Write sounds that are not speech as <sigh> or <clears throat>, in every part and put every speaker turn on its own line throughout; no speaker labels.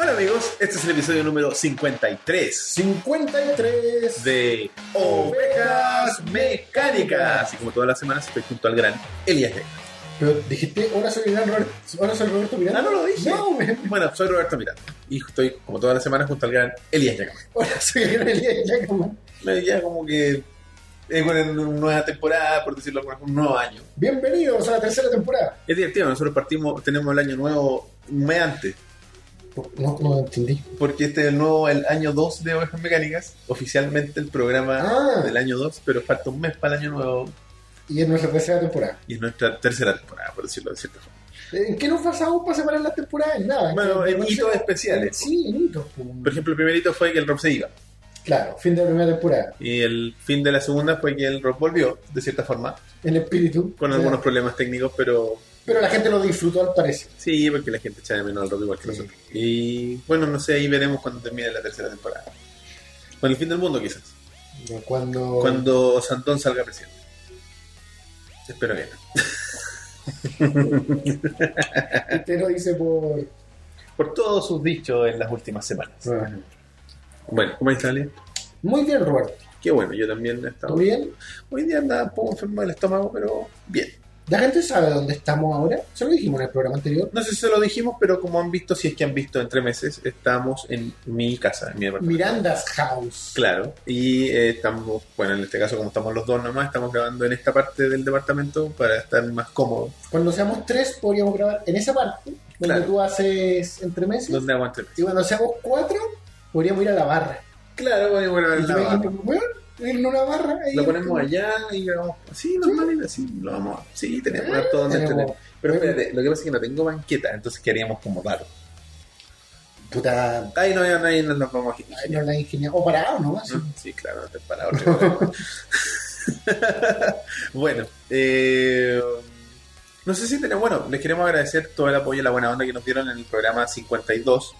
Hola amigos, este es el episodio número 53
53
de Ovejas Mecánicas. Así como todas las semanas estoy junto al gran Elías Vega.
Pero dijiste, ahora soy Gran Robert- ahora soy Roberto Miranda.
Ah, no lo dije.
No, weón.
Bueno, soy Roberto Miranda y estoy como todas las semanas junto al gran Elías Vega.
Ahora soy el Gran Elías Giacomo.
Me- Ya como que es una nueva temporada, por decirlo de alguna forma, un nuevo año.
Bienvenidos a la tercera temporada.
Es divertido, nosotros partimos, tenemos el año nuevo un mes antes,
No, no entendí.
porque este es el nuevo, el año 2 de Ovejas Mecánicas, oficialmente el programa
Ah.
del año 2, pero falta un mes para el año nuevo
Y es nuestra tercera temporada.
y es nuestra tercera temporada, por decirlo de cierta forma.
¿En qué nos basamos para separar las temporadas? En nada.
Bueno,
Que-
en
no sé.
hitos especiales.
Sí, en hitos. pues.
Por ejemplo, el primerito fue que el Rob se iba.
Claro, fin de la primera temporada.
Y el fin de la segunda fue que el Rob volvió, de cierta forma,
En espíritu.
con
Ya.
algunos problemas técnicos, pero
Pero la gente lo disfrutó al parecer.
sí, porque la gente echa de menos al Rob igual que
Sí.
nosotros. Y bueno, no sé, ahí veremos cuando termine la tercera temporada. Con el fin del mundo, quizás. Oh.
Cuando.
Cuando Santón salga presidente. Espero que no.
Usted lo dice por.
Por todos sus dichos en las últimas semanas. Bueno, ¿cómo está, Ale?
Muy bien, Roberto.
Qué bueno, yo también he estado
¿Todo bien?
Hoy día andaba un poco enfermo del estómago, pero bien.
La gente sabe dónde estamos ahora. Se lo dijimos en el programa anterior.
No sé si se lo dijimos, pero como han visto, si es que han visto entre meses, estamos en mi casa, en mi departamento.
Miranda's House.
Claro, y eh, estamos, bueno, en este caso, como estamos los dos nomás, estamos grabando en esta parte del departamento para estar más cómodos,
Cuando seamos tres, podríamos grabar en esa parte, donde
Claro.
tú haces entre meses.
donde aguante más.
Y cuando seamos cuatro, podríamos ir a la barra.
Claro, bueno, bueno,
Y yo
la
me
barra.
dije, "Bueno, ir a una barra. ahí
lo ponemos
en-
allá y grabamos así, normal, y así, lo vamos a. Sí, tenemos harto donde
Tenemos-
entretener. Pero espérate, lo que pasa es que no tengo banqueta, entonces queríamos como raro.
Puta,
Ahí no, ahí no nos vamos a
ay, no la ingenia. O parado nomás.
¿no? <laughs> Sí, claro, no te para ahora. <laughs> bueno, eh, no sé si tenemos. Bueno, les queremos agradecer todo el apoyo y la buena onda que nos dieron en el programa 52,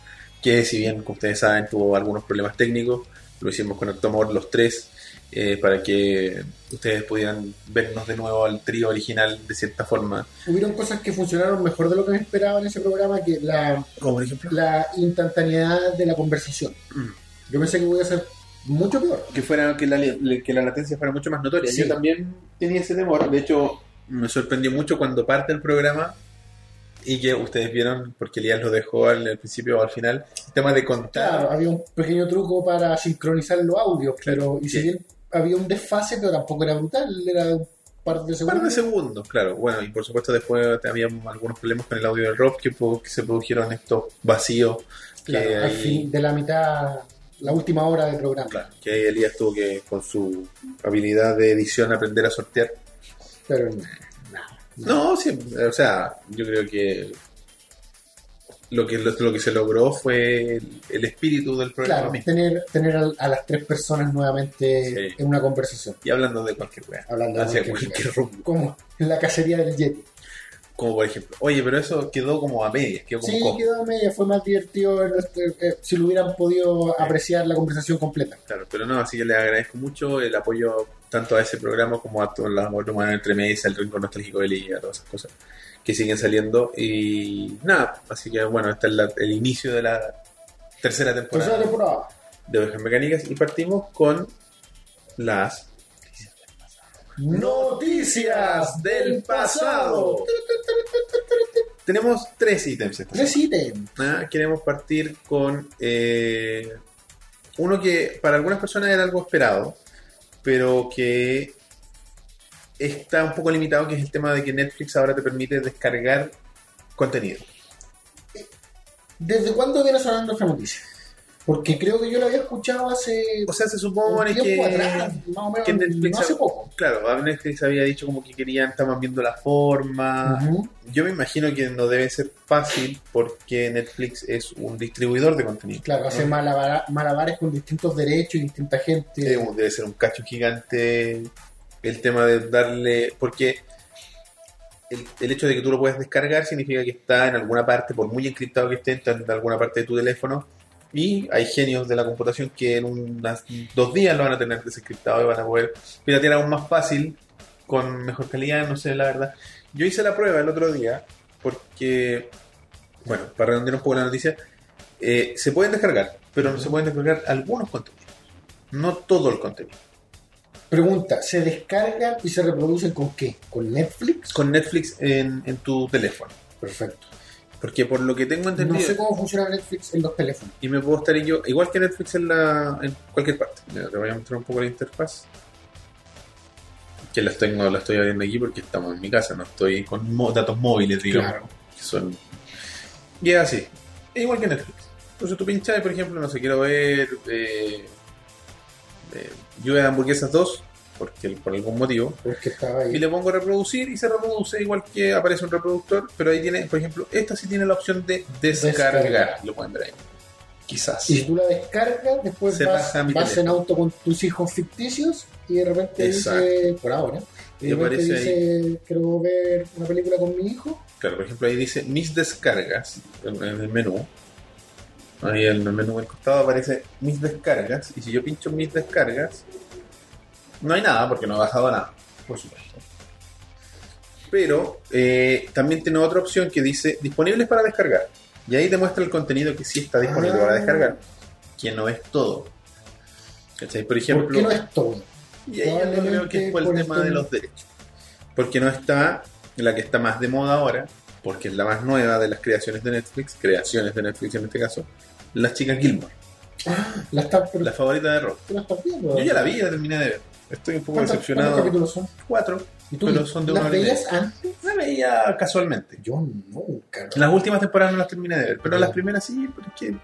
que si bien, como ustedes saben, tuvo algunos problemas técnicos, lo hicimos con el tomor los tres, eh, para que ustedes pudieran vernos de nuevo al trío original de cierta forma.
Hubieron cosas que funcionaron mejor de lo que me esperaba en ese programa, que la,
Como por ejemplo,
la instantaneidad de la conversación.
Mm.
Yo pensé que voy a ser mucho peor.
que fuera que la, que la latencia fuera mucho más notoria.
Sí.
Yo también tenía ese temor. De hecho, me sorprendió mucho cuando parte el programa y que ustedes vieron, porque Elías lo dejó al, al principio o al final, el tema de
Claro,
contar.
había un pequeño truco para sincronizar los audios, pero y si
Sí.
bien había un desfase, pero tampoco era brutal, era un par de
Un par de
segundos.
segundos, claro. Bueno, y por supuesto después había algunos problemas con el audio del rock que, pro- que se produjeron estos vacíos que
Claro, al
ahí-
fin de la mitad, la última hora del programa.
claro, que ahí Elías tuvo que, con su habilidad de edición, aprender a sortear.
Pero no,
No, sí, o sea, yo creo que lo que, lo, lo que se logró fue el, el espíritu del programa
claro,
mismo.
tener, tener al- a, las tres personas nuevamente
Sí.
en una conversación,
Y hablando de cualquier wea.
hablando
Hacia
cualquier
cualquier
cosa.
rumbo.
Como en la cacería del Yeti.
Como por ejemplo, oye, pero eso quedó como a medias, quedó como
Sí,
cojo.
quedó media, fue más divertido en este- eh, si lo hubieran podido apreciar la conversación completa.
Claro, pero no, así que les agradezco mucho el apoyo tanto a ese programa como a todas las otras manos entre medias, el rincón nostálgico de Liga, todas esas cosas que siguen saliendo. Y nada, así que bueno, este es la- el inicio de la tercera temporada.
Tercera temporada.
de ovejas mecánicas y partimos con las Noticias del pasado. tenemos tres ítems esta
Tres ítems.
semana. Ah, queremos partir con eh, uno que para algunas personas era algo esperado pero que está un poco limitado que es el tema de que Netflix ahora te permite descargar contenido
¿Desde cuándo viene sonando esta noticia? Porque creo que yo la había escuchado hace
o sea se
un
supone que
tiempo atrás, más o menos,
que Netflix
no hace
ha-
poco.
claro a Netflix había dicho como que querían estaban viendo la forma
Ujú.
Yo me imagino que no debe ser fácil porque Netflix es un distribuidor de contenido.
Claro, hace
¿no?
malabara- malabares con distintos derechos y distinta gente.
Debe, debe ser un cacho gigante el tema de darle. Porque el, el hecho de que tú lo puedas descargar significa que está en alguna parte, por muy encriptado que esté, está en alguna parte de tu teléfono. Y hay genios de la computación que en unas dos días lo van a tener desencriptado y van a poder piratear aún más fácil, con mejor calidad, no sé, la verdad. Yo hice la prueba el otro día porque, bueno, para redondear un poco la noticia, eh, se pueden descargar, pero no se pueden descargar algunos contenidos. No todo el contenido.
Pregunta, ¿se descargan y se reproducen con qué? ¿Con Netflix?
Con Netflix en, en tu teléfono.
Perfecto.
Porque por lo que tengo entendido,
No sé cómo funciona Netflix en los teléfonos.
y me puedo estar yo, igual que Netflix en, la, en cualquier parte. Mira, te voy a mostrar un poco la interfaz. Que las tengo, las estoy abriendo aquí porque estamos en mi casa, no estoy con mo- datos móviles, digamos. que son. Y es así. Es igual que Netflix. Entonces tú pinchas, por ejemplo, no sé, quiero ver. Eh, eh, Lluvia de Hamburguesas 2, porque por algún motivo.
Porque estaba
Y
ahí.
le pongo reproducir y se reproduce igual que aparece un reproductor, pero ahí tiene, por ejemplo, esta sí tiene la opción de descargar.
Descargar.
Lo pueden ver ahí. Quizás.
Y si tú la descargas, después
Se
vas,
baja mi
vas en
teléfono.
auto con tus hijos ficticios y de repente
Exacto.
dice, por ahora, y
Y
de repente
aparece
dice, quiero ver una película con mi hijo.
Claro, por ejemplo, ahí dice mis descargas en, en el menú. Ahí en el menú del costado aparece mis descargas. Y si yo pincho mis descargas, no hay nada porque no he bajado nada.
Por supuesto.
Pero eh, también tiene otra opción que dice disponibles para descargar. Y ahí te muestra el contenido que sí está disponible
Ah.
para descargar, que no es todo. ¿Cachai? Por ejemplo,
¿Por qué no es todo?
y ahí yo
Probablemente
creo que fue el
por
tema
este-
de los derechos. Porque no está la que está más de moda ahora, porque es la más nueva de las creaciones de Netflix, creaciones de Netflix en este caso, las chicas Gilmore,
Ah, La estás, pero
la favorita de Rob.
tú la estás viendo.
Yo ya la vi, ya terminé de ver. Estoy un poco
¿Cuántos- cuántos
decepcionado.
capítulos son?
Cuatro.
¿Y tú
Pero son de
las
una hora y media.
veías antes?
La veía casualmente.
Yo nunca. ¿no?
Las últimas temporadas no las terminé de ver, pero
Ya.
las primeras sí, porque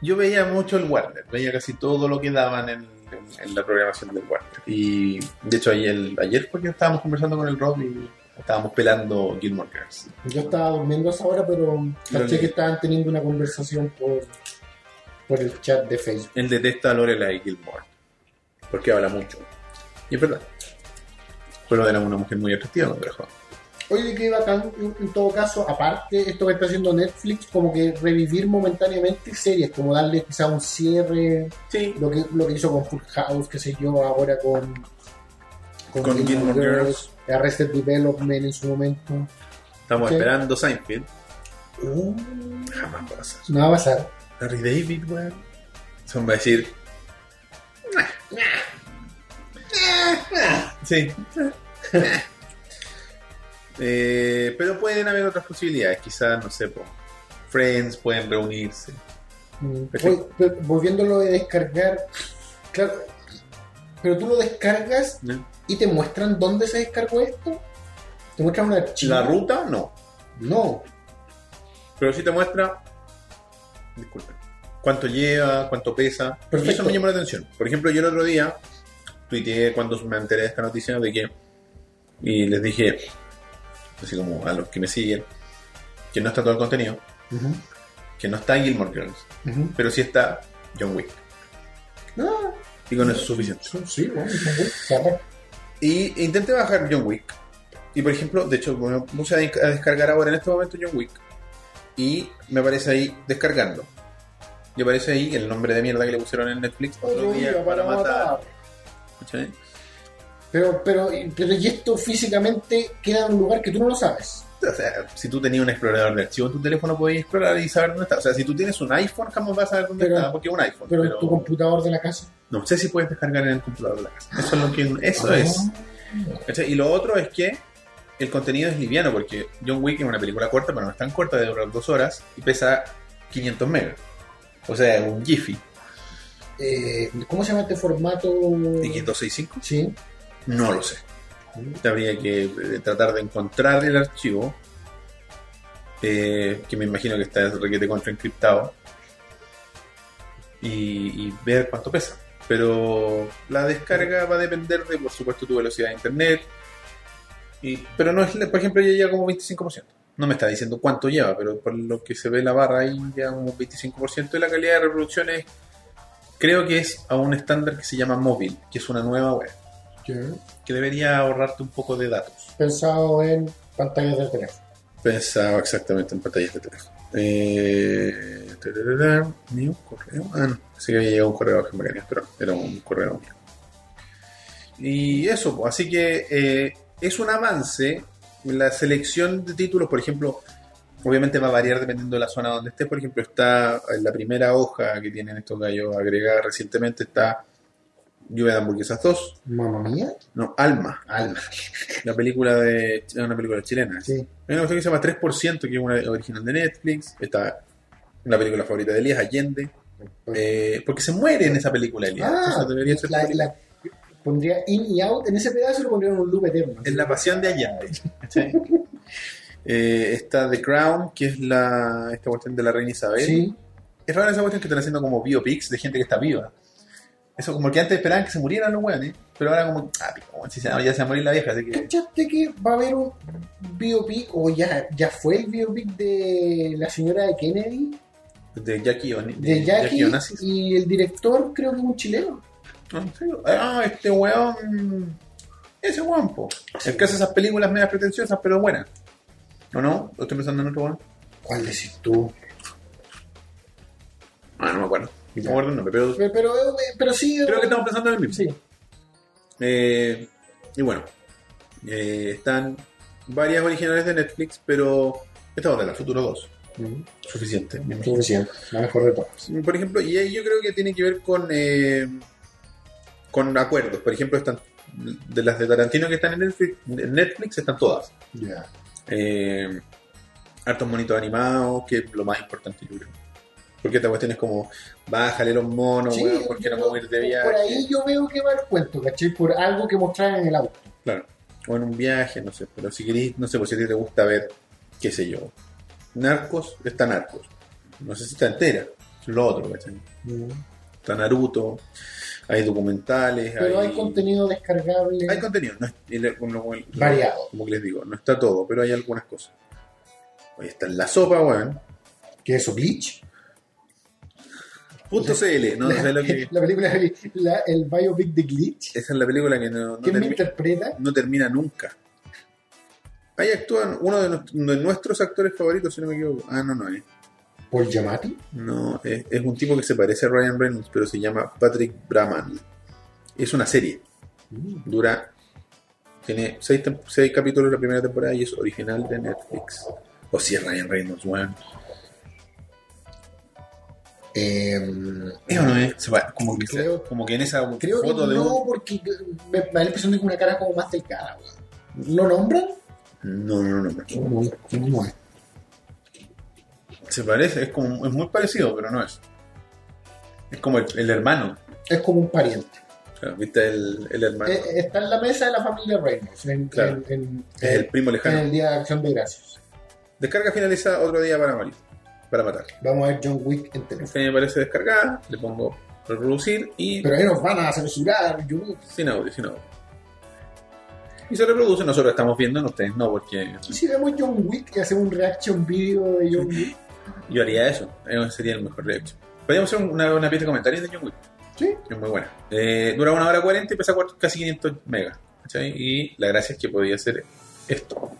yo veía mucho el Warner, veía casi todo lo que daban en, en- en la programación del Warner. Y de hecho ayer, ayer porque estábamos conversando con el Rob y estábamos pelando Gilmore Girls.
Yo estaba durmiendo a esa hora, pero caché
leí.
que estaban teniendo una conversación por, por el chat de Facebook.
Él detesta a Lorelai Gilmore, porque habla mucho. Y es verdad. Pero era una mujer muy atractiva cuando era joven.
Oye, qué bacán, en, en todo caso, aparte esto que está haciendo Netflix, como que revivir momentáneamente series, como darle quizá un cierre,
Sí.
lo que, lo que hizo con Full House, qué sé yo, ahora con,
Con Gilmore Girls.
Arrested Development en su momento.
Estamos
Ok.
esperando Seinfeld.
Uh,
Jamás va a pasar.
no va a pasar.
Harry David, weón. Son va a decir. "Nah, nah, nah". Sí. <laughs> Eh, pero pueden haber otras posibilidades, quizás, no sé, po, Friends pueden reunirse.
Mm,
Perfecto.
oye, pero volviéndolo de descargar, claro, pero tú lo descargas
¿no?
y te muestran dónde se descargó esto. ¿Te muestran un archivo?
La ruta no,
No,
pero sí te muestra, disculpen, cuánto lleva, cuánto pesa.
Perfecto.
Y eso me llamó la atención. Por ejemplo, yo el otro día tuiteé cuando me enteré de esta noticia de que, y les dije, así como a los que me siguen, que no está todo el contenido,
Ujú,
que no está Gilmore Girls,
ujú.
pero sí está John Wick.
No,
Y con eso es suficiente.
Sí, sí, bueno, sí, sí, claro.
Y intenté bajar John Wick. Y por ejemplo, de hecho, me puse a des- a descargar ahora en este momento John Wick. Y me aparece ahí descargando. Y aparece ahí el nombre de mierda que le pusieron en Netflix. Otro día para matar. ¿Cachai?
Pero, pero, pero, y esto físicamente queda en un lugar que tú no lo sabes.
O sea, si tú tenías un explorador de archivos en tu teléfono, podías explorar y saber dónde está. O sea, si tú tienes un iPhone, jamás vas a saber dónde
Pero-
está, porque es un iPhone.
Pero,
Pero,
en tu computador de la casa.
no sé si puedes descargar en el computador de la casa. Eso es lo que. Eso
Ah.
es. ¿Cachai? Y lo otro es que el contenido es liviano, porque John Wick es una película corta, pero no es tan corta, de durar dos horas y pesa 500 megas. O sea, es un Jiffy.
Eh, ¿Cómo se llama este formato?
¿X265?
Sí.
No lo sé. Habría que eh, tratar de encontrar el archivo, eh, que me imagino que está requete contra encriptado, y, y ver cuánto pesa. Pero la descarga va a depender de, por supuesto, tu velocidad de internet. Y, pero no es, por ejemplo, ya lleva como 25%. No me está diciendo cuánto lleva, pero por lo que se ve la barra ahí, ya como 25% de la calidad de reproducción es, creo que es a un estándar que se llama móvil, que es una nueva web
Yo
que debería ahorrarte un poco de datos.
he Pensado en pantallas de teléfono.
Pensaba exactamente en pantallas de teléfono. Eh, tararara, ¿Ni un correo? Ah, no. Pensé que había llegado un correo a Gemmacanes, pero era un correo mío. Y eso, pues, así que eh, es un avance la selección de títulos, por ejemplo, Obviamente va a variar dependiendo de la zona donde estés. Por ejemplo, está en la primera hoja que tienen estos gallos agregada recientemente está Lluvia de hamburguesas 2.
Mamma mía.
No, Alma.
Alma.
La película de... es Una película chilena.
Sí.
Hay una cuestión que se llama 3%, que es una original de Netflix. Está una película favorita de Elías, Allende. Eh, porque se muere en esa película Elías.
ah,
Entonces debería ser
la-
película.
la- pondría in y out. En ese pedazo lo pondría en un loop eterno.
en la pasión de
<laughs>
Allende. ¿cachai? Eh, está The Crown, que es la esta cuestión de la reina Isabel.
Sí.
Es raro esa cuestión que están haciendo como biopics de gente que está viva. Eso como que antes esperaban que se murieran los weones, pero ahora como, ah, pico, weón, si se, ya se va a morir la vieja, así que...
¿Cachaste que va a haber un biopic o ya, ya fue el biopic de la señora de Kennedy,
De Jackie Oni.
de Jackie,
Onassis.
y el director creo que es un chileno?
No, en serio. Ah, este weón... Ese weón, po. El caso de esas películas medias pretenciosas, pero buenas. ¿O no? ¿O estoy pensando en otro weón?
¿Cuál decís tú?
Ah, no me acuerdo. No me
Ya.
acuerdo el nombre, pero
Pero, pero, eh, pero sí,
creo que estamos pensando en el mismo.
sí.
Eh, y bueno, eh, están varias originales de Netflix, pero esta otra, la Futuro 2, suficiente. me imagino.
Suficiente, la mejor de todas.
Por ejemplo, y ahí yo creo que tiene que ver con, eh, con acuerdos. Por ejemplo, están de las de Tarantino que están en Netflix, en Netflix están todas.
Ya.
Eh, hartos monitos animados, que es lo más importante, yo creo. Porque esta cuestión es como, bájale los monos,
Sí,
weón, porque no podemos ir de viaje.
Por ahí yo veo que va el cuento, ¿cachai? Por algo que mostraron en el auto.
Claro. O en un viaje, no sé. Pero si querís, no sé, por si a ti te gusta ver, qué sé yo. Narcos, está Narcos. No sé si está entera. Es lo otro, ¿cachai? Está Naruto. Hay documentales.
Pero hay contenido descargable.
Hay contenido. no es- y le- como, como-
Variado.
Como que les digo, no está todo, pero hay algunas cosas. Ahí está en la sopa, weón.
¿Qué es eso? ¿Bleach?
Punto CL, no, sé lo
<laughs>
que.
La película, la- el biopic de Glitch.
Esa es la película que no, no
¿Quién me
termina.
interpreta?
no termina nunca. Ahí actúan uno de, nos- de nuestros actores favoritos, si no me equivoco. Ah, no, no, eh.
Paul Giamatti.
No, es, es un tipo que se parece a Ryan Reynolds, pero se llama Patrick Brahman. Es una serie. Mm. Dura. Tiene seis, tem- seis capítulos la primera temporada y es original de Netflix. O si es Ryan Reynolds, weón.
Eh,
¿Es o no es? Se va- como, que se-
Creo-
como que en esa
creo que
foto de
no, porque me, me da la impresión de que una cara como más delgada, weón. ¿Lo nombran?
un. No, no, no, no.
¿Cómo es? ¿Cómo es?
Se parece, es como es muy parecido, pero no es. Es como el, el hermano.
Es como un pariente.
O sea, ¿Viste el, el hermano?
Eh, está en la mesa de la familia Reynolds. En,
Claro.
en- en-
es el primo
en
lejano.
el Día de Acción de Gracias.
Descarga finalizada otro día para morir. Para matar.
Vamos a ver John Wick en teléfono.
Esta me parece descargada, le pongo reproducir y
Pero ahí nos van a censurar, YouTube.
sin audio, sin audio. Y se reproduce, nosotros estamos viendo, no ustedes no, porque
¿Y si vemos John Wick y hacemos un reaction video de John Wick?
yo haría eso, eh, sería el mejor reaction. Podríamos hacer una, una pieza de comentarios de John Wick,
Sí.
que es muy buena. Eh, dura una hora 40 y pesa cuatro- casi 500 megas. ¿cachai? Y la gracia es que podía hacer esto.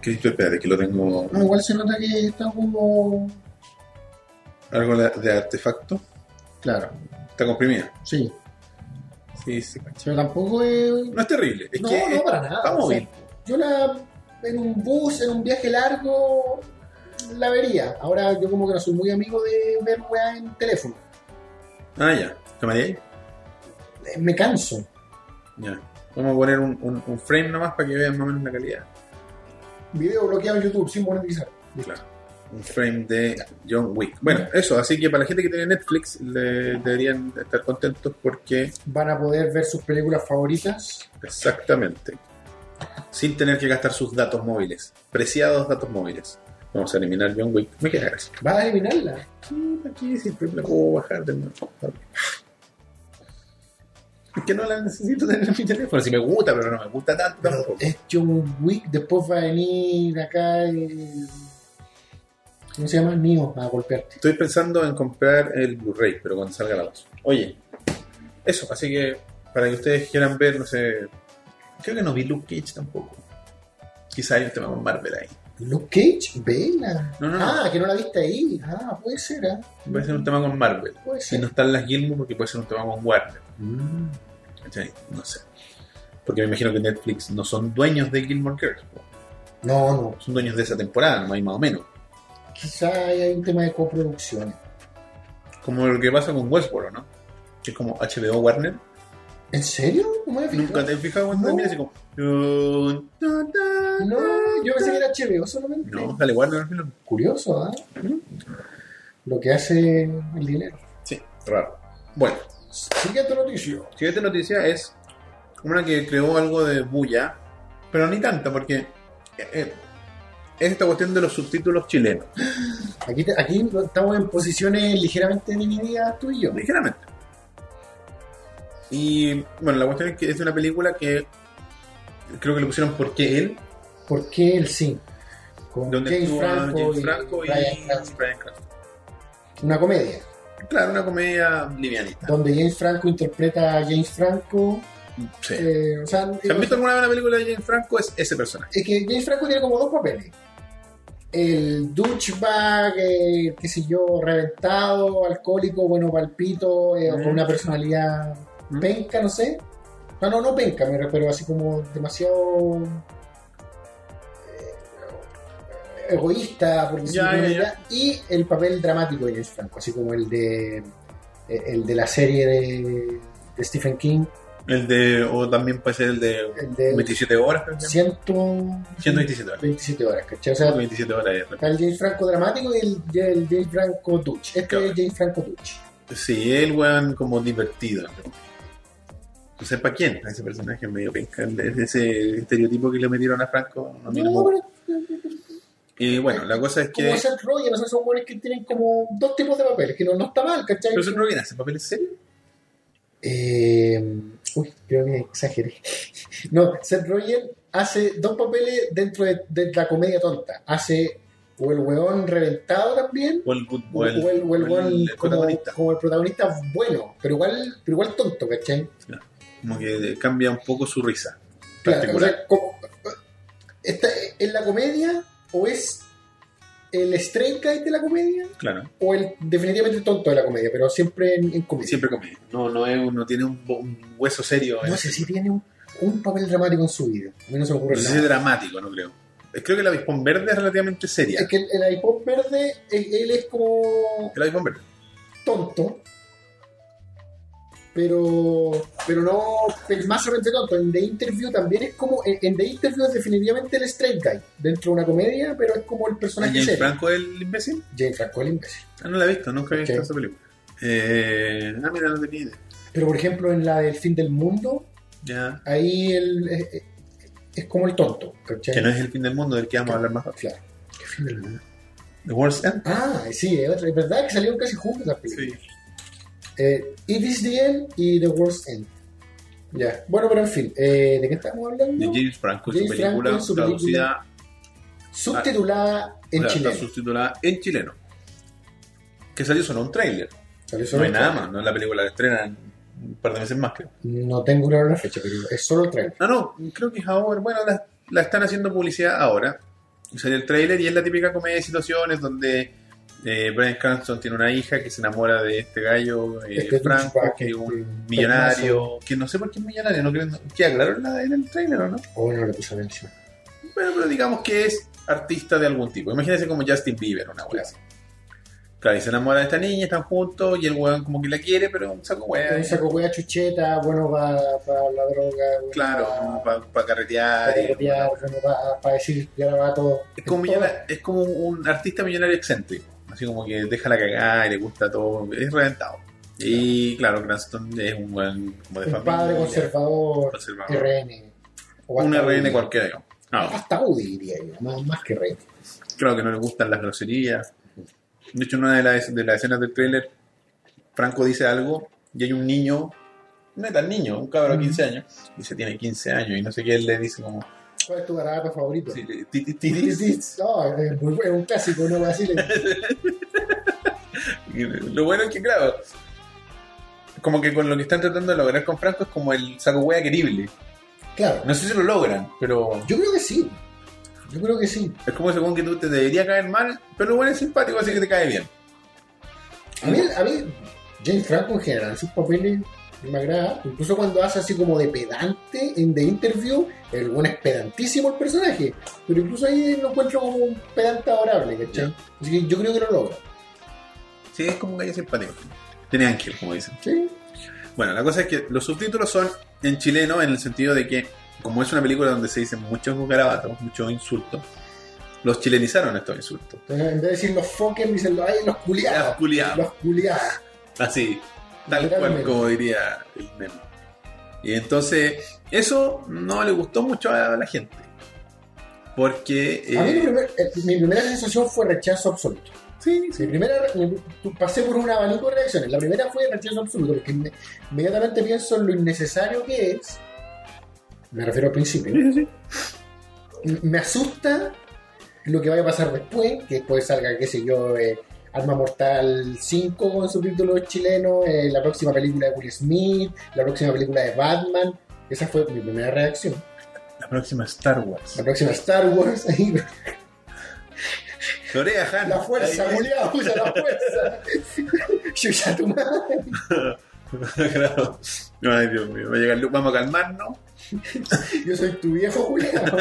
Que, espérate, que lo tengo.
No, igual se nota que está como.
Algo de artefacto.
Claro,
Está comprimida.
sí.
Sí, sí, cacho.
Pero tampoco es.
No es terrible. Es
No,
que
no, para nada.
está
O sea,
móvil.
yo la. En un bus, en un viaje largo, la vería. Ahora yo como que no soy muy amigo de ver weá en teléfono.
Ah, ya. ¿Te mareáis?
Eh, Me canso.
Ya. Vamos a poner un, un- un frame nomás para que vean más o menos la calidad.
Video bloqueado en YouTube sin monetizar.
Claro. Un frame de John Wick. Bueno, eso. Así que para la gente que tiene Netflix, le- deberían estar contentos porque.
Van a poder ver sus películas favoritas.
Exactamente. Sin tener que gastar sus datos móviles. Preciados datos móviles. Vamos a eliminar John Wick. Me queda gracia.
Vas a eliminarla.
Sí, aquí siempre la puedo bajar de nuevo. Es que no la necesito tener en mi teléfono. Si me gusta, pero no me gusta tanto. tampoco.
es John Wick, después va a venir acá el... ¿Cómo se llama? Neo a golpearte.
Estoy pensando en comprar el Blu-ray, pero cuando salga la 2. Oye, eso, así que para que ustedes quieran ver, no sé. Creo que no vi Luke Cage tampoco. Quizá hay un tema con Marvel ahí.
Luke Cage, vela.
No, no, no.
Ah, que no la viste ahí. Ah, puede ser, ¿ah?
Puede ser un tema con Marvel.
Puede
Si
ser.
no están las Gilmour, porque puede ser un tema con Warner.
Mm.
¿cachai? No sé. Porque me imagino que Netflix no son dueños de Gilmore Girls. po.
No, no.
Son dueños de esa temporada, no hay más o menos.
Quizá ahí hay un tema de coproducciones.
Como lo que pasa con Westworld, ¿no? Que es como HBO Warner.
¿En serio? ¿No me había fijado?
Nunca te has fijado cuando
No.
termina así como. "Dun, dun, dun,
No,
dun,
yo pensé
dun".
que era HBO solamente.
No, dale Warner al final.
Curioso, ¿ah?
Mm.
Lo que hace el dinero.
Sí, raro. Bueno,
Siguiente noticia.
siguiente noticia es una que creó algo de bulla, pero ni tanta, porque eh, eh, es esta cuestión de los subtítulos chilenos.
Aquí, te- aquí estamos en posiciones ligeramente divididas tú y yo.
ligeramente. Y bueno, la cuestión es que es una película que creo que le pusieron ¿Por qué él?
¿Por qué el sí? Con
Donde
James
estuvo
Franco,
James
y
Franco y
Bryan Cranston.
Bryan Cranston.
Una comedia.
Claro, una comedia livianita.
Donde James Franco interpreta a James Franco.
Sí.
eh, o sea,
¿Se han
eh,
visto alguna vez una película de James Franco? Es ese personaje.
es que James Franco tiene como dos papeles. El douchebag, eh, qué sé yo, reventado, alcohólico, bueno, palpito, eh,
Mm.
con una personalidad
Mm.
penca, no sé. No, no, no penca, me refiero así como demasiado eh, egoísta, por decirlo
Ya,
de
ya,
alguna manera. Y el papel dramático de James Franco, así como el de, eh, el de la serie de, de Stephen King,
El de, o también puede ser el de
el de
27 horas, creo que se llama.
100
127 horas.
27 horas, ¿cachai? O sea,
27 horas es.
Está el James Franco dramático y el, y el James Franco Dutch. Este
Claro.
es James Franco Dutch.
Sí, el weón como divertido. No sé para quién, ese personaje medio penca, ese estereotipo que le metieron a Franco. No tiene
No,
mucho.
pero
Y bueno, la cosa es que.
como Seth Rogen, o sea, son buenos que tienen como dos tipos de papeles, que no, no está mal, ¿cachai?
¿Pero Seth Rogen hace papeles serios?
Eh, uy, creo que exageré. <laughs> No, Seth Rogen hace dos papeles dentro de, de la comedia tonta. Hace o el weón reventado también,
¿O el good
o el, o el,
o el-
weón
el
como,
protagonista?
como el protagonista bueno, pero igual, pero igual tonto, ¿cachai?
Como que cambia un poco su risa.
Claro, o
particular.
sea, como- ¿está en la comedia o es el straight guy de la comedia
Claro.
o el definitivamente tonto de la comedia, pero siempre en, en comedia?
Siempre comedia. No, no, es, un- no tiene un, bo- un hueso serio.
No
es-
sé si tiene un, un papel dramático en su vida. A mí no se me
no
ocurre
sé si
nada.
es dramático, no creo. Eh, Creo que el avispón verde es relativamente seria.
Es que el, el iPod verde, él, él es como
El avispón verde.
tonto, pero pero no, pero más solamente tonto. En The Interview también es como, en, en The Interview es definitivamente el straight guy dentro de una comedia, pero es como el personaje
¿Y el
serio.
Franco el imbécil?
James Franco, el imbécil.
Ah, no la he visto, nunca he visto
Ok.
esa película. Eh, ah, mira, no tenía idea.
Pero por ejemplo, en la del fin del mundo,
Ya.
ahí el- es, es- es como el tonto, ¿cachai?
Que no es el fin del mundo del que vamos a hablar más. tarde.
Claro. ¿Qué fin del mundo?
The World's End.
Ah, sí, es otra- es verdad que salieron casi juntas las películas. Eh, It is the end y The Worst End. Ya. Bueno, pero en fin, eh, ¿de qué estamos
De
hablando?
James Franco y su
James Franco
película
en su
traducida,
Subtitulada en
o sea, Ah, está
chileno.
subtitulada en chileno. Que salió solo un tráiler.
Salió
No
solo
hay
el
nada
trailer.
más, no es la película que estrena en un par de meses más, creo.
No tengo claro la fecha, pero es solo el trailer.
No, Ah, no, creo que es ahora. Bueno, la, la están haciendo publicidad ahora. Salió el tráiler y es la típica comedia de situaciones donde eh, Brian Cranston tiene una hija que se enamora de este gallo, eh,
Este
Franco,
douchebag,
que es un
este
millonario, que no sé por qué es millonario, no creo, no- queda claro nada en el tráiler o no.
Oh, no le puse atención.
Bueno, pero digamos que es artista de algún tipo. Imagínense como Justin Bieber, una wea así. Claro, y se enamora de esta niña, están juntos y el weón como que la quiere, pero un saco wea.
Un
y-
saco hueá chucheta, bueno para la droga, bueno
Claro,
pa-
para carretear.
para
y-
copiar, bueno, para, decir ya va todo.
Es como, millona- es como un artista millonario excéntrico. Así como que deja la cagada y le gusta todo. Es reventado. Y claro, Cranston es un buen como de
Un
familia.
padre conservador,
conservador.
RN. O
Un
hasta
RN
UDI.
cualquiera. digamos. No,
Hasta UDI diría yo, más, más que RN.
claro que no le gustan las groserías. De hecho, en una de las, de las escenas del tráiler, Franco dice algo y hay un niño, no es tan niño, un cabrón de 15 años, dice tiene 15 años y no sé qué, él le dice como,
¿Cuál es tu garabato favorito? <laughs>
sí, ti- ti- tiris.
No, es, muy- es un clásico, no
<laughs>
así le
Y Lo bueno es que, claro, como que con lo que están tratando de lograr con Franco es como el saco hueá querible.
Claro,
No sé si lo logran, pero
yo creo que sí. Yo creo que sí.
es como según que tú te debería caer mal, pero lo bueno es simpático, así que te cae bien.
A mí, a mí James Franco en general, sus papeles me agrada. harto. Incluso cuando hace así como de pedante en The Interview, el buen es pedantísimo el personaje. Pero incluso ahí lo encuentro como un pedante adorable, ¿cachai? Así que yo creo que lo logra.
Sí, es como un gallo simpático. Tiene ángel, como dicen.
Sí,
Bueno, la cosa es que los subtítulos son en chileno en el sentido de que, como es una película donde se dicen muchos garabatos, muchos insultos, los chilenizaron estos insultos.
Entonces, en vez de decir los fucking, dicen los, ay, los
Los
culiados.
culiados.
Los culiados.
Así, tal cual
Literalmente.
como diría el meme. Y entonces, eso no le gustó mucho a la gente. Porque.
A mí mi,
eh,
primer- eh, mi primera sensación fue rechazo absoluto.
sí,
Mi primera, mi- tu- pasé por un abanico de reacciones. La primera fue rechazo absoluto, porque inme- inmediatamente pienso en lo innecesario que es. Me refiero al principio.
sí, sí.
M- Me asusta lo que vaya a pasar después, que después salga, qué sé yo, eh, Arma Mortal 5 con su título chileno, eh, la próxima película de Will Smith, la próxima película de Batman. Esa fue mi primera reacción.
La próxima Star
La
Wars.
próxima Star Wars. <laughs>
Lorea Han.
La fuerza,
Ahí-
Julián, usa la fuerza. Chucha tu madre.
<laughs> claro. Ay, Dios mío. va a llegar Luke, Vamos a calmarnos.
Yo soy tu viejo Julián.
<laughs>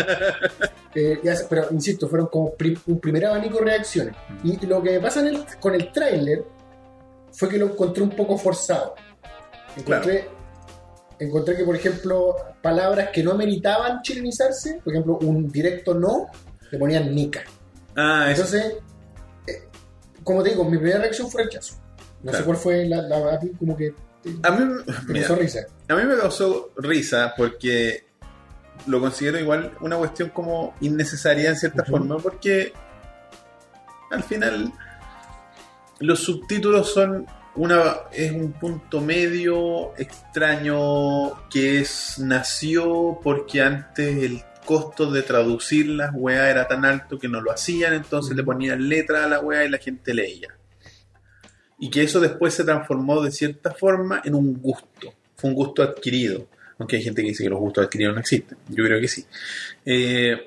Eh, ya sé, pero insisto, fueron como pri- un primer abanico de reacciones. Y lo que me pasa en el- con el tráiler fue que lo encontré un poco forzado. Encontré, encontré que, por ejemplo, palabras que no meritaban chilenizarse, por ejemplo, un directo no, le ponían nica.
Ah, eso.
Entonces, eh, como te digo, mi primera reacción fue rechazo. No
Claro.
sé cuál fue la, la a ti como que te,
A mí,
te
mira,
causó risa.
a mí me causó risa porque lo considero igual una cuestión como innecesaria en cierta
Ujú.
forma porque al final los subtítulos son una es un punto medio extraño que es nació porque antes el costo de traducir las weas era tan alto que no lo hacían, entonces le ponían letra a la wea y la gente leía. Y que eso después se transformó de cierta forma en un gusto. Fue un gusto adquirido. Aunque hay gente que dice que los gustos adquiridos no existen. Yo creo que sí. Eh,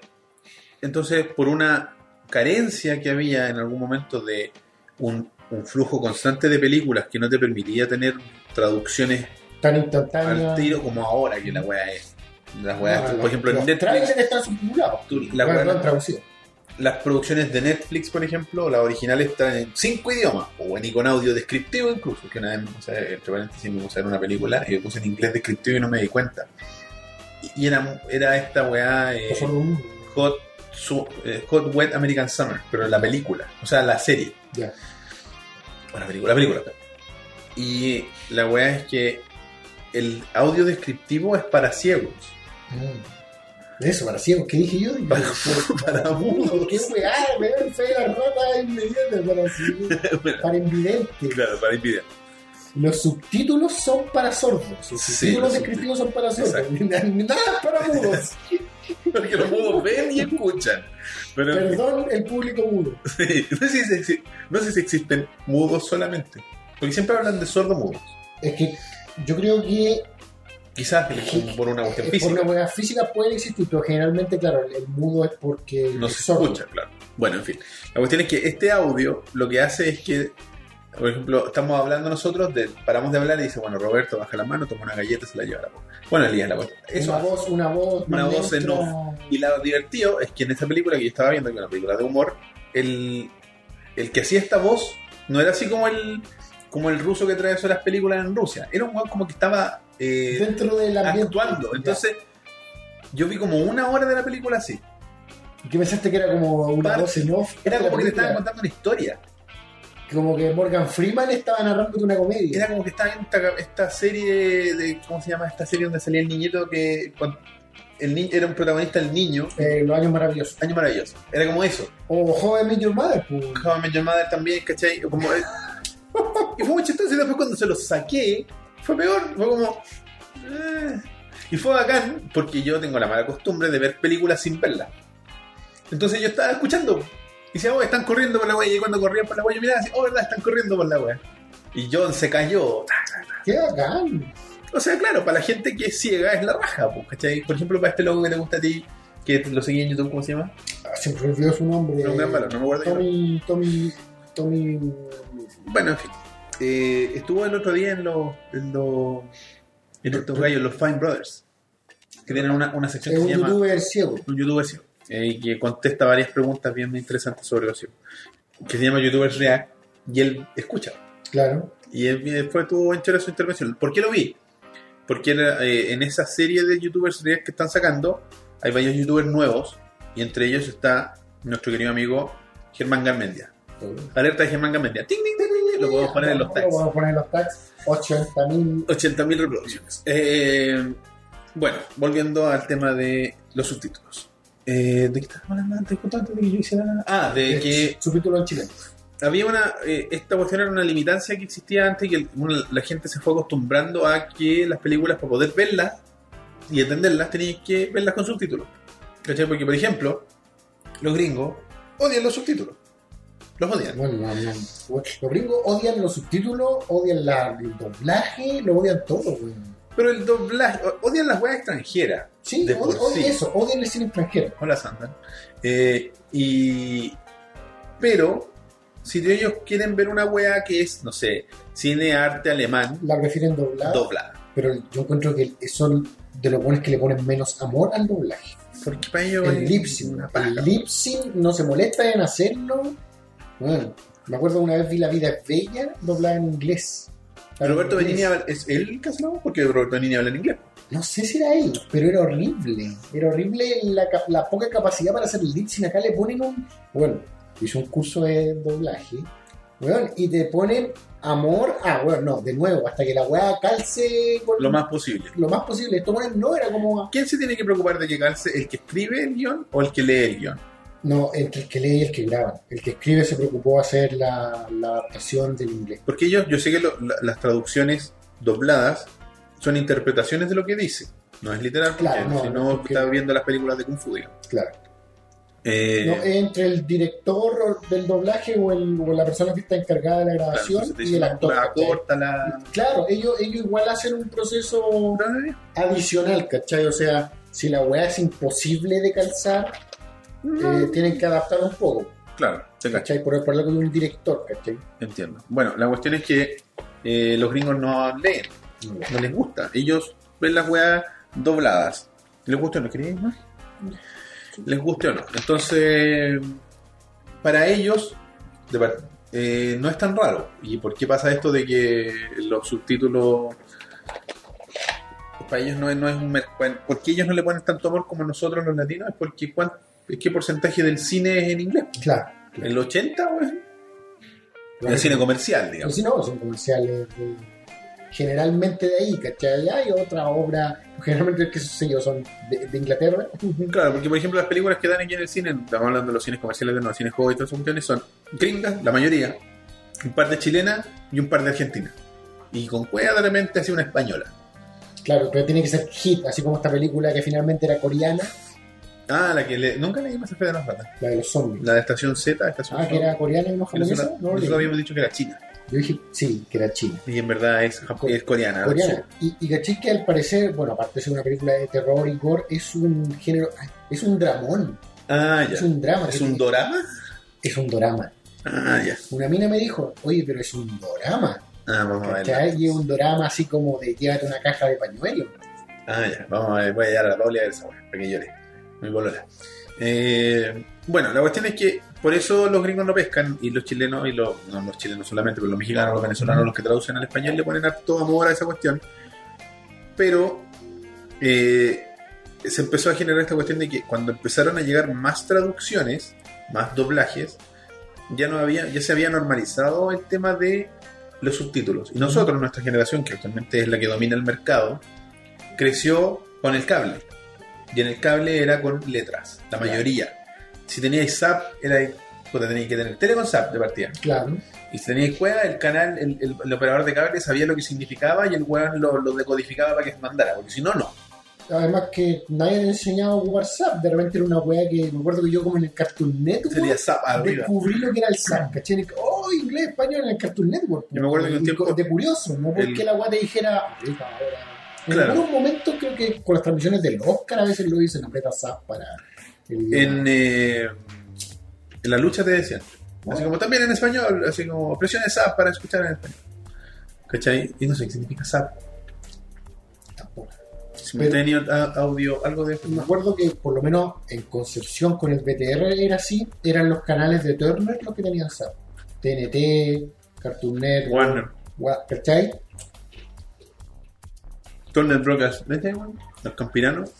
entonces, por una carencia que había en algún momento de un, un flujo constante de películas que no te permitía tener traducciones
Tan
al
instantánea.
tiro como ahora que la weá es. Las
Ah, No,
weas,
los-
por ejemplo, en
los
Netflix,
trailers están subtitulados.
tú- la
Bueno,
wea- Eh.
no han traducido.
las producciones de Netflix, por ejemplo, las originales están en cinco idiomas, o en con audio descriptivo incluso, que una vez me puse, entre paréntesis, me puse a ver una película y me puse en inglés descriptivo y no me di cuenta. Y, y era, era esta weá eh,
No son un-
Hot, Su- eh, Hot Wet American Summer, pero la película, o sea, la serie.
Ya.
O la película, la película. Y la weá es que el audio descriptivo es para ciegos.
Mm. Eso, para ciegos, ¿qué dije yo?
<laughs> Para- para mudos.
¿Qué weá? Me soy la rata inmediata para
<laughs>
ciegos,
Bueno,
para
<laughs>
invidentes.
claro, para impedir.
Los subtítulos son para sordos. Los
Sí,
subtítulos
los
descriptivos son para sordos. <laughs> Nada para
<laughs>
mudos.
Porque los mudos ven y escuchan. Pero,
Perdón, el público mudo.
<laughs> Sí, no, sé si, exi- no sé si existen mudos solamente. Porque siempre hablan de sordo mudos.
Es que yo creo que
Quizás como por una cuestión
Eh, Por
física.
una hueá física puede existir, pero generalmente, claro, el- el mudo es porque
No
es
se
sordo.
escucha, claro. Bueno, en fin. La cuestión es que este audio lo que hace es que, por ejemplo, estamos hablando nosotros, de, paramos de hablar y dice, bueno, Roberto, baja la mano, toma una galleta, se la lleva a la boca. Bueno, Elías la cuestión. Eso
una
hace.
voz, una voz,
Una voz en
neutra.
Y lo divertido es que en esta película que yo estaba viendo, que es una película de humor, el, el que hacía esta voz no era así como el, como el ruso que trae eso las películas en Rusia. Era un weón como que estaba eh,
dentro del ambiente.
actuando.
Ya.
Entonces, yo vi como una hora de la película así.
¿Y ¿Qué pensaste que era como una
Parte-
voz en off?
Era
de la
como que te estaban
película?
contando una historia.
Como que Morgan Freeman estaba narrándote una comedia.
Era como que estaba en esta, esta serie de. ¿Cómo se llama? Esta serie donde salía el niñito que. cuando- el ni- era un protagonista, el niño.
Eh, los años maravillosos.
Año maravilloso. Era como eso.
O Joven Meet Your Mother, pues.
How I Met Your Mother también, ¿cachai? Como, <laughs> y fue muy chistoso. Y después cuando se lo saqué, fue peor. Fue como. eh. Y fue bacán, porque yo tengo la mala costumbre de ver películas sin verlas. Entonces yo estaba escuchando. Y decía, oh, están corriendo por la wea. Y cuando corrían por la wea, yo miraba así, oh, verdad, están corriendo por la wea. Y John se cayó.
¡Qué bacán!
O sea, claro, para la gente que es ciega es la raja, po, ¿cachai? Por ejemplo, para este loco que te gusta a ti, que te- lo seguí en YouTube, ¿cómo se llama?
Ah, Siempre olvidó su nombre.
No, no, no, no me acuerdo.
Eh, Tommy, Tommy, Tommy...
Bueno, en fin. Eh, estuvo el otro día en los en los en estos gallos, los Fine Brothers, que tienen una, una sección
Es
que
un
se llama
youtuber ciego.
un youtuber ciego, eh, y que contesta varias preguntas bien interesantes sobre los ciegos, que se llama YouTubers React, y él escucha.
Claro.
Y él- y después tuvo buen choro su intervención. ¿Por qué lo vi? Porque era, eh, en esa serie de youtubers reales que están sacando, hay varios youtubers nuevos, y entre ellos está nuestro querido amigo Germán Garmendia. Alerta de Germán Garmendia. ¡Ting, ting, ting, ting, ting! Lo podemos poner en los tags.
Lo podemos poner en los tags. 80.000.
80.000 reproducciones. Eh, bueno, volviendo al tema de los subtítulos. Eh, ¿De qué estábamos hablando antes? ¿Cuánto antes de que yo hiciera? Ah, de que
eh, Subtítulo en chileno.
había una. eh, esta cuestión era una limitancia que existía antes y que el- una- la gente se fue acostumbrando a que las películas, para poder verlas y entenderlas, tenías que verlas con subtítulos. ¿Cachai? Porque, por ejemplo, los gringos odian los subtítulos. Los odian.
Bueno, no, no. Los gringos odian los subtítulos, odian la- el doblaje, lo odian todo, güey.
Pero el doblaje. o- Odian las weas extranjeras.
Sí,
De
od-
por
odian
sí.
eso, odian el cine extranjero.
Hola Sandan. Eh, y. Pero, si ellos quieren ver una wea que es, no sé, cine arte alemán,
La prefieren doblada,
doblada.
pero yo encuentro que son de los buenos que le ponen menos amor al doblaje.
Porque para ellos.
El
es
lip sync,
una paja.
el lip sync no se molesta en hacerlo. Bueno, me acuerdo una vez vi La Vida es Bella doblada en inglés.
Roberto
En inglés.
Benigni habla- ¿Es él el cancelado? Porque Roberto Benigni habla en inglés.
No sé si era él, pero era horrible. Era horrible la, cap- la poca capacidad para hacer el lip-sync. Acá le ponen un. Bueno, hizo un curso de doblaje. Weón, y te ponen amor. Ah, bueno, no, de nuevo, hasta que la weá calce con
Lo más posible.
lo más posible. Esto ponen no era como.
¿Quién se tiene que preocupar de que calce? ¿El que escribe el guión o el que lee el guión?
No, entre el que lee y el que graba. El que escribe se preocupó de hacer la, la adaptación del inglés.
Porque ellos, yo sé que lo- la- las traducciones dobladas son interpretaciones de lo que dice. No es literal, porque
Claro, no,
si
no,
no,
porque-
estás viendo las películas de Kung Fu, digamos.
Claro.
Eh,
No, entre el director del doblaje o, el- o la persona que está encargada de la
Claro,
grabación
entonces te
y el
dicen,
actor.
"Ah,
¿cachai?
córtala".
Claro, ellos, ellos igual hacen un proceso
eh".
adicional, ¿cachai? O sea, si la weá es imposible de calzar, eh, tienen que adaptarlo un poco,
Claro, te cacho,
¿cachai? Por, por algo de un director, ¿cachai?
entiendo. Bueno, la cuestión es que eh, los gringos no leen, no les gusta. Ellos ven las weas dobladas. ¿Les gusta o no? ¿Queréis más? ¿Les gusta o no? Entonces, para ellos, de par- eh, no es tan raro. ¿Y por qué pasa esto de que los subtítulos... Para ellos no es, no es un mercado. ¿Por qué ellos no le ponen tanto amor como nosotros los latinos? Es porque cuán- es qué porcentaje del cine es en inglés.
Claro.
¿El 80, weón? El cine comercial,
Pero
digamos.
si no, son comerciales de- generalmente de ahí, ¿cachai? Hay otra obra, generalmente, qué sé yo, son de, de Inglaterra.
Claro, porque por ejemplo las películas que dan aquí en el cine, estamos hablando de los cines comerciales de los cines jóvenes y todas esas cuestiones, son gringas, la mayoría, un par de chilenas y un par de argentinas. Y con cueva de repente así una española.
Claro, pero tiene que ser hit, así como esta película que finalmente era coreana,
Ah, la que le, nunca leí más fe de las ratas.
la de los zombies.
La de Estación Z, Estación
Ah, que era coreana y no
que nosotros,
japonesa. No,
nosotros
leí.
habíamos dicho que era china.
Yo dije, sí, que era china.
Y en verdad es, jap- es coreana.
coreana. Y, y caché que al parecer, bueno, aparte de ser una película de terror y gore, es un género, es un dramón,
Ah,
es
ya.
un drama.
¿Es
que
un
tiene-
dorama?
es un drama.
Ah, ya.
Una mina me dijo, oye, pero es un drama.
Ah, vamos a ver.
¿Cachai? Y es un drama así como de llévate una caja de pañuelos.
Ah, ya, vamos a ver, voy a llegar a la Pauli a ver esa weá, para que llore. Mi polola. Eh, bueno, la cuestión es que por eso los gringos no pescan y los chilenos, y los, no los chilenos solamente, pero los mexicanos, los venezolanos, los que traducen al español le ponen harto amor a esa cuestión. Pero eh, se empezó a generar esta cuestión de que cuando empezaron a llegar más traducciones, más doblajes, ya no había, ya se había normalizado el tema de los subtítulos. Y nosotros, nuestra generación, que actualmente es la que domina el mercado, creció con el cable. Y en el cable era con letras, la
Claro.
mayoría. Si teníais SAP, era puta, teníais que tener tele con SAP de partida.
Claro.
Y si teníais cueva, el canal, el, el- el operador de cable sabía lo que significaba y el weón lo, lo decodificaba para que se mandara, porque si no, no.
Además que nadie le enseñaba a ocupar SAP. De repente era una weá que me acuerdo que yo como en el Cartoon Network
Sería SAP arriba.
descubrí lo que era el SAP. ¿Cachai? Oh, inglés, español en el Cartoon Network.
Yo me acuerdo que un
Y
tiempo-
co- De curioso, ¿no? Porque
el-
la weá te dijera, "Aprieta ahora. En
Claro.
algunos momentos creo que con las transmisiones del Oscar a veces lo dicen, aprieta SAP para el
En, eh, en la lucha te decían.
Ah.
Así como también en español, así como presione SAP para escuchar en español. ¿Cachai? Y no sé qué significa SAP. simultáneo, a- audio, algo de
me acuerdo que por lo menos en Concepción con el BTR era así, eran los canales de Turner los que tenían SAP. TNT, Cartoon Network,
Warner.
Wa- ¿cachai?
Turner Broadcast Network, los campiranos.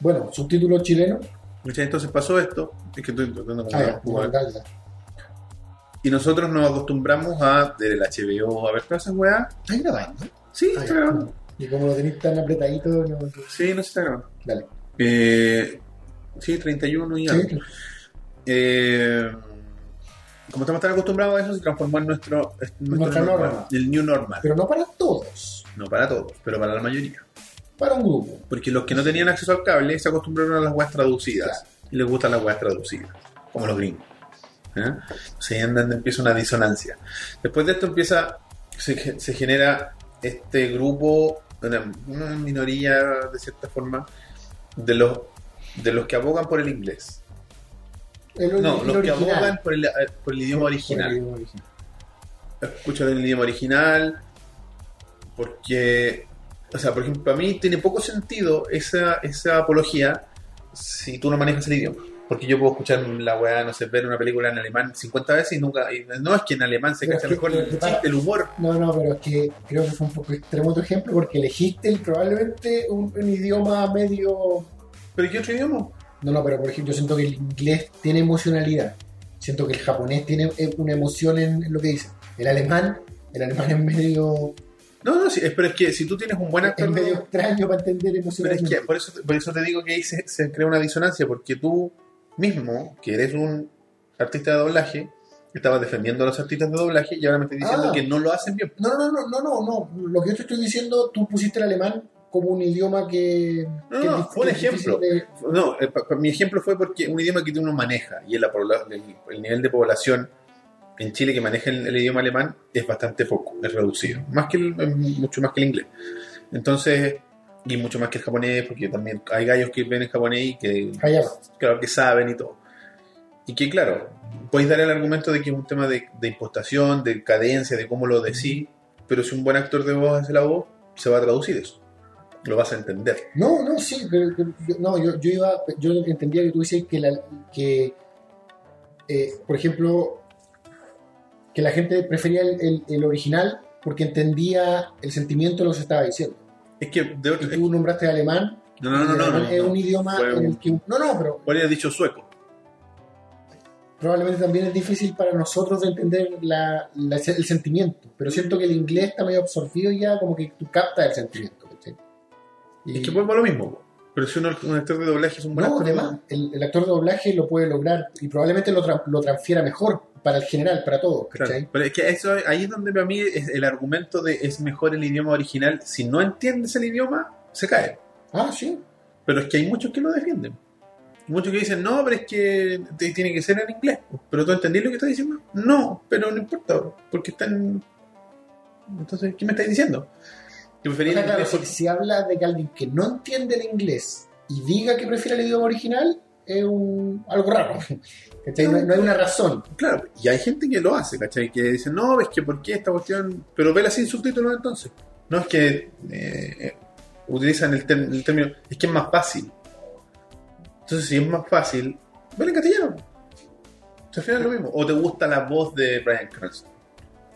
Bueno, subtítulos chilenos.
Muchas entonces pasó esto, es que estoy intentando
Ah, ya,
contar.
bueno, dale, dale.
Y nosotros nos acostumbramos a, desde el HBO, a ver todas esas weas.
¿Estás grabando?
Sí,
Ah,
está
ya.
grabando.
Y como lo tenéis tan apretadito, no-
Sí, no se está grabando.
dale.
Eh, sí, 31 y algo.
Sí,
Eh, como estamos tan acostumbrados a eso, se transformó en nuestro, es-
Nuestra norma.
el new normal.
pero no para todos,
No para todos, pero para la mayoría.
para un grupo.
Porque los que no tenían acceso al cable se acostumbraron a las weas traducidas. Y les gustan las weas traducidas, como los gringos. ¿Eh? Entonces ahí es donde empieza una disonancia. Después de esto empieza, se, ge- se genera este grupo, una, una minoría de cierta forma, de los, de los que abogan por el inglés.
El,
No,
el
los que
original.
abogan por el, eh, por el idioma
Por
original.
el idioma original.
escuchas en el idioma original, porque, o sea, por ejemplo, a mí tiene poco sentido esa, esa apología si tú no manejas el idioma. Porque yo puedo escuchar la weá, no sé, ver una película en alemán 50 veces y nunca. y no es que en alemán se
Pero
cacha
es que-
mejor
pero
el
es que para-
chiste, el humor.
No, no, pero es que creo que fue un poco extremo tu ejemplo porque elegiste el- probablemente un- un idioma medio
Pero ¿qué otro idioma?
No, no, pero por ejemplo, yo siento que el inglés tiene emocionalidad. Siento que el japonés tiene eh, una emoción en en lo que dice. El alemán, el alemán es medio,
No, no, sí, es- pero es que si tú tienes un buen actor.
es medio
Pero
extraño para entender
es
emocionalmente.
que por eso, por eso te digo que ahí se, se crea una disonancia, porque tú mismo, que eres un artista de doblaje, estabas defendiendo a los artistas de doblaje y ahora me estás diciendo
Ah.
que no lo hacen bien.
No, no, no, no, no, no. Lo que yo te estoy diciendo, tú pusiste el alemán como un idioma que.
No,
que
no,
es dif-
fue un
que es difícil
ejemplo.
de-
No, eh, pa- pa- mi ejemplo fue porque un idioma que uno maneja y el, apobla- el- el nivel de población en Chile que maneja el, el idioma alemán es bastante poco, es reducido, más que el- eh, mucho más que el inglés. Entonces, y mucho más que el japonés, porque también hay gallos que ven el japonés y que
Hayama.
claro que saben y todo. Y que claro, podéis dar el argumento de que es un tema de, de impostación, de cadencia, de cómo lo decís, pero si un buen actor de voz hace la voz, se va a traducir eso. Lo vas a entender.
No, no, sí, pero, pero yo- no, yo, yo iba, yo entendía que tú dices que la, que eh, por ejemplo que la gente prefería el, el- el original porque entendía el sentimiento de lo que se estaba diciendo.
Es que de otro,
Y tú nombraste alemán,
No, no, no,
y el
no.
alemán
no,
es
no.
un idioma
Fue
en
un-
el que no, no, pero
Podría haber dicho sueco.
probablemente también es difícil para nosotros de entender la- la- el sentimiento. Pero siento que el inglés está medio absorbido ya, como que tú captas el sentimiento. ¿cachai? Y-
Es que vuelvo a lo mismo. po. Pero si uno- un actor de doblaje es un buen
No,
actor,
además, el, el actor de doblaje lo puede lograr y probablemente lo, tra- lo transfiera mejor para el general, para todos,
claro.
¿cachai?
Pero es que eso, ahí es donde para mí es el argumento de es mejor el idioma original. Si no entiendes el idioma, se cae.
Ah, sí.
Pero es que hay muchos que lo defienden. Muchos que dicen, no, pero es que te- tiene que ser en inglés. po. ¿Pero tú entendí lo que estás diciendo? No, pero no importa, po, porque están... Entonces, ¿qué me estás diciendo? Yo
O
prefería
sea,
el
claro,
inglés
si, si habla de que alguien que no entiende el inglés y diga que prefiere el idioma original, es un, algo raro. <laughs> ¿cachai? No, no hay una razón.
Claro, y hay gente que lo hace, ¿cachai? Que dice, no, es que por qué esta cuestión, pero vela sin subtítulos entonces. No es que eh, utilizan el, ter- el término, es que es más fácil. Entonces, si es más fácil, vela en castellano. Entonces, al final es lo mismo. O te gusta la voz de Brian Cranston.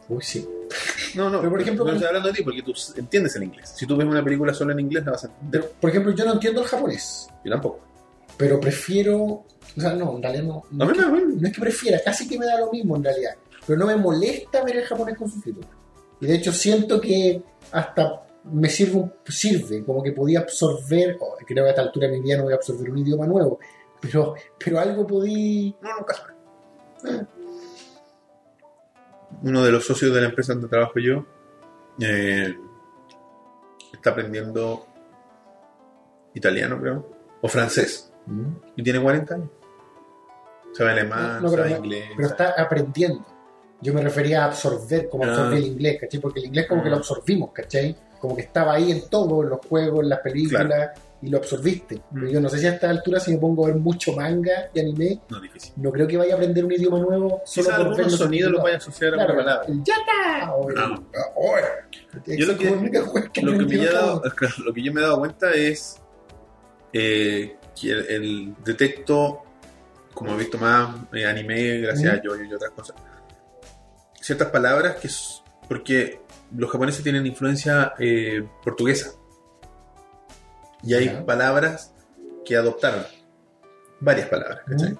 Uy, sí.
No, no,
Pero, por ejemplo,
no
con-
estoy hablando de ti porque tú s- entiendes el inglés. Si tú ves una película solo en inglés, la vas a entender.
Pero, por ejemplo, yo no entiendo el japonés,
Yo tampoco.
pero prefiero. O sea, no, en realidad no.
A
No,
mí
es que,
me- me-
no es que prefiera, casi que me da lo mismo en realidad. Pero no me molesta ver el japonés con subtítulos. Y de hecho, siento que hasta me sirve, un- sirve como que podía absorber. oh, creo que a esta altura de mi vida no voy a absorber un idioma nuevo. Pero, pero algo podí.
No, nunca sabe. Uno de los socios de la empresa donde trabajo yo eh, está aprendiendo italiano, creo, o francés. Y tiene 40 años. Sabe alemán,
No, pero
sabe
no-
inglés.
Pero
sabe-
está aprendiendo. Yo me refería a absorber, como
Ah.
absorber el inglés, ¿cachai? Porque el inglés como que
Ah.
lo absorbimos, ¿cachai? Como que estaba ahí en todo, en los juegos, en las películas, y lo absorbiste. Pero
Mm.
yo no sé si a esta altura, si me pongo a ver mucho manga y anime,
No, difícil.
no creo que vaya a aprender un idioma nuevo solo
Quizás
por ver
algunos
los
sonidos los
subtítulos.
vaya a asociar a
Claro,
una palabra.
el yata o el-
No.
ah, oh,
Yo
esa
lo
es
que-
como la única wea que
lo que, me
aprendí
he dado-
todo.
lo que yo me he dado cuenta es eh, que el, el detecto, como he visto más eh, anime, gracias a yo y otras cosas, ciertas palabras que es porque los japoneses tienen influencia eh, portuguesa y hay
Ya.
palabras que adoptaron, varias palabras. ¿cachai?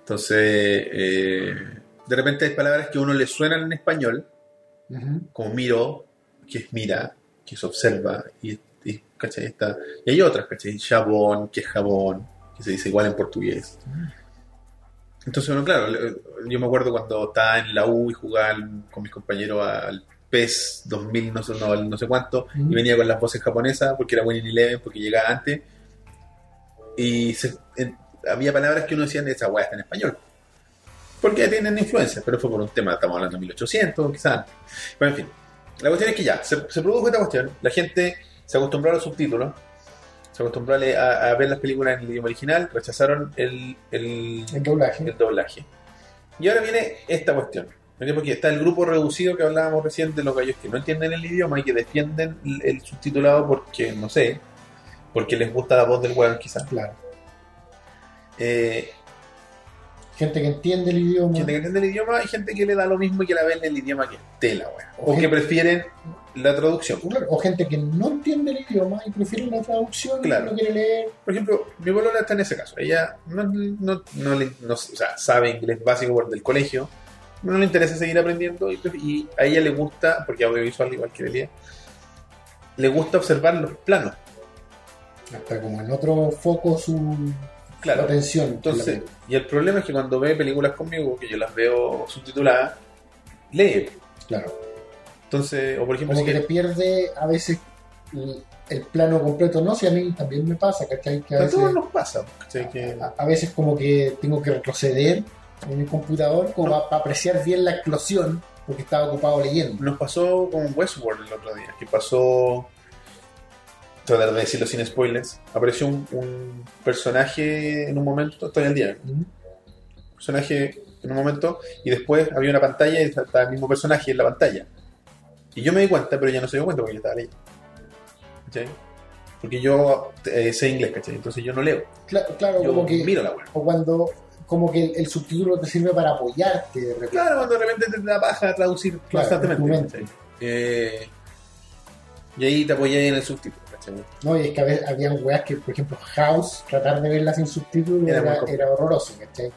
Entonces, eh, de repente hay palabras que a uno le suenan en español
Ujú.
como miro, que es mira, que es observa, y, y, ¿cachai? Está- y hay otras, ¿cachai? Jabón, que es jabón, que se dice igual en portugués. Entonces, bueno, claro, le- yo me acuerdo cuando estaba en la U y jugaba al- con mis compañeros al PES 2000, no sé, no, no sé cuánto,
Mm.
y venía con las voces japonesas porque era Winning Eleven, porque llegaba antes. Y se- en- había palabras que uno decía, esa weá está en español. Porque tienen influencia, pero fue por un tema, estamos hablando de 1800, quizás antes. Pero en fin, la cuestión es que ya, se, se produjo esta cuestión, la gente se acostumbró a los subtítulos, se acostumbró a, le- a- a ver las películas en el idioma original, rechazaron el, el,
El doblaje.
el doblaje. Y ahora viene esta cuestión. ¿ok? Porque está el grupo reducido que hablábamos recién de los gallos que no entienden el idioma y que defienden el, el subtitulado porque, no sé, porque les gusta la voz del weón quizás.
Claro.
Eh,
Gente que entiende el idioma.
Gente que entiende el idioma y gente que le da lo mismo y que la ve en el idioma que esté la wea. O
Ok.
que prefieren la traducción.
Claro, o gente que no entiende el idioma y prefiere la traducción y
Claro.
no quiere leer.
Por ejemplo, mi bolola está en ese caso. Ella no, no, no le- no- o sea, sabe inglés básico por del colegio. No le interesa seguir aprendiendo y, pref- y a ella le gusta, porque audiovisual igual que Delia, le gusta observar los planos.
Hasta como en otro foco su
Claro.
atención. en la
Entonces,
película.
y el problema es que cuando ve películas conmigo, que yo las veo subtituladas, lee.
claro.
Entonces, o por ejemplo,
Como
si
que
que-
te pierde a veces el, el plano completo. No, si a mí también me pasa, ¿cachai? Que a
a
veces,
todos nos pasa. ¿cachai? Que-
a- a veces como que tengo que retroceder en el computador como
No.
para apreciar bien la explosión porque estaba ocupado leyendo.
Nos pasó con Westworld el otro día, que pasó, tratar de decirlo sin spoilers, apareció un, un personaje en un momento, estoy al día,
¿Mm?
un personaje en un momento, y después había una pantalla y estaba el mismo personaje en la pantalla. Y yo me di cuenta, pero ella no se dio cuenta porque yo estaba leyendo. ¿Cachai? Porque yo eh, sé inglés, ¿cachai? Entonces yo no leo,
Cla- claro,
yo
como que...
miro la web.
O cuando... Como que el, el subtítulo te sirve para apoyarte de repente.
Claro, cuando de repente te da paja traducir
Claro,
constantemente.
documento.
¿cachai? Eh, y ahí te apoyé en el subtítulo, ¿cachai?
No, y es que a veces habían weas que, por ejemplo, House, tratar de verla sin subtítulos
Era
era,
muy complicado.
era horroroso, ¿cachai?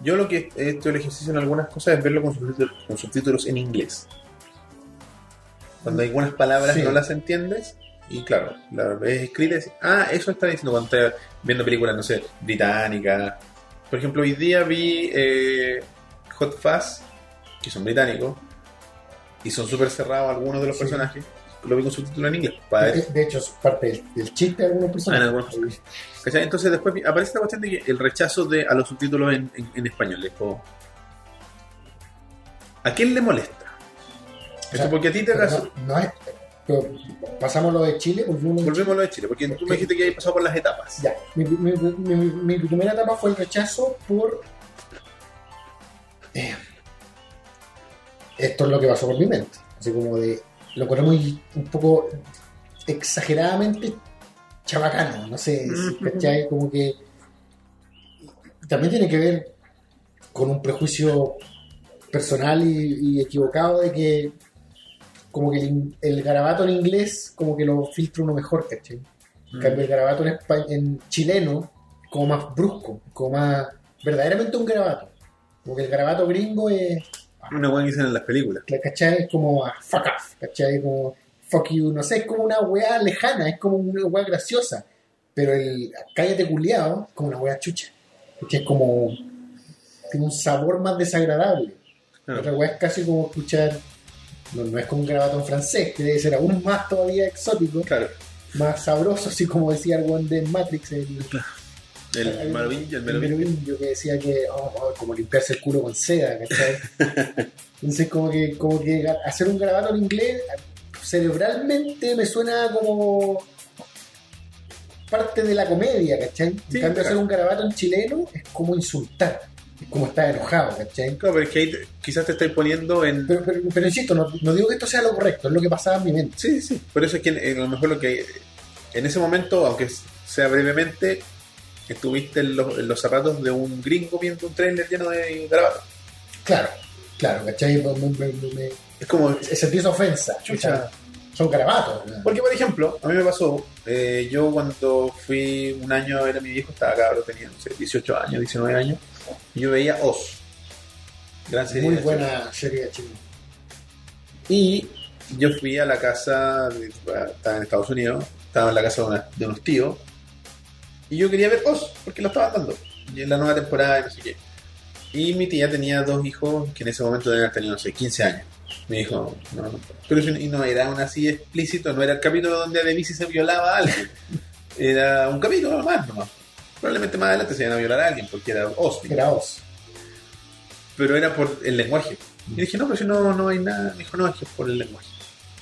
Yo lo que he hecho el ejercicio en algunas cosas es verlo con subtítulos, con subtítulos en inglés. Cuando hay algunas palabras
Sí.
no las entiendes, y claro, la ves escrita y dices, ah, eso está diciendo cuando estás viendo películas, no sé, británicas. Por ejemplo, hoy día vi eh, Hot Fuzz, que son británicos, y son súper cerrados algunos de los
Sí.
personajes. Lo vi con subtítulos en inglés. Para ver
De, de hecho, es parte del, del chiste de algunas personas.
Ah, en algunas ¿Cachai? Entonces después vi- aparece la cuestión de que el rechazo de, a los subtítulos en, en- en español. Es como, ¿A quién le molesta? Esto
sea,
porque a ti te
Pero
acaso-
no, no es. pero pasamos lo de Chile, volvimos.
Volvemos a lo de Chile, porque tú
Ok.
me dijiste que habías pasado por las etapas.
Ya, mi, mi- mi- mi- mi primera etapa fue el rechazo por. Eh, esto es lo que pasó por mi mente. Así como de. Lo encontré muy. un poco exageradamente chabacano, no sé,
Ujú.
¿cachai? Como que. También tiene que ver con un prejuicio personal y, y equivocado de que. Como que el, in- el garabato en inglés, como que lo filtra uno mejor, ¿cachai?
Mm.
En cambio, el garabato en, espa- en chileno, como más brusco, como más. verdaderamente un garabato. Como que el garabato gringo es.
Una buena que dicen en las películas.
la- ¿cachai? Es como a fuck off, ¿cachai? Como fuck you, no sé, es como una weá lejana, es como una weá graciosa. Pero el cállate culiado es como una weá chucha. Que es como. tiene un sabor más desagradable.
Claro.
Otra weá es casi como escuchar. No, no es como un garabato en francés, que debe ser aún más todavía exótico,
Claro,
más sabroso, así como decía el one de Matrix, el,
el Merovingio, el
el
Merovingio.
merovingio que decía que oh, oh, como limpiarse el culo con seda,
<laughs>
¿cachai? Entonces como que, como que hacer un garabato en inglés cerebralmente me suena como parte de la comedia, ¿cachai? En
Sí,
cambio,
claro.
hacer un garabato en chileno es como insultar, es como estar enojado, ¿cachai?
Claro, pero es que ahí te- quizás te estáis poniendo en.
Pero, pero, pero insisto, no, no digo que esto sea lo correcto, es lo que pasaba en mi mente.
Sí, sí. Por eso es que eh, a lo mejor lo que. En ese momento, aunque sea brevemente, estuviste en los, en los zapatos de un gringo viendo un trailer lleno de grabados.
Claro, claro, ¿cachai? Me, me- me- me-
Es como.
sentí esa ofensa.
Chucha.
o sea, son garabatos. ¿no?
Porque, por ejemplo, a mí me pasó, eh, yo cuando fui un año a ver a mi viejo, estaba cabrón, tenía no sé, 18 años, 19 años, y yo veía Oz. Gran serie.
Muy
de
buena serie chilena.
Y yo fui a la casa, de- estaba en Estados Unidos, estaba en la casa de, una- de unos tíos, y yo quería ver Oz, porque lo estaban dando, y en la nueva temporada, y no sé qué. Y mi tía tenía dos hijos que en ese momento debían tener, no sé, 15 años. Me dijo, no, no. Pero eso y no era aún así explícito, no era el capítulo donde a Debussy se violaba a alguien. Era un capítulo más, nomás. Probablemente más adelante se iban a violar a alguien, porque era Oz. digamos
Era Oz.
pero era por el lenguaje. Y dije, no, pero si no, no hay nada, me dijo, no, es que es por el lenguaje.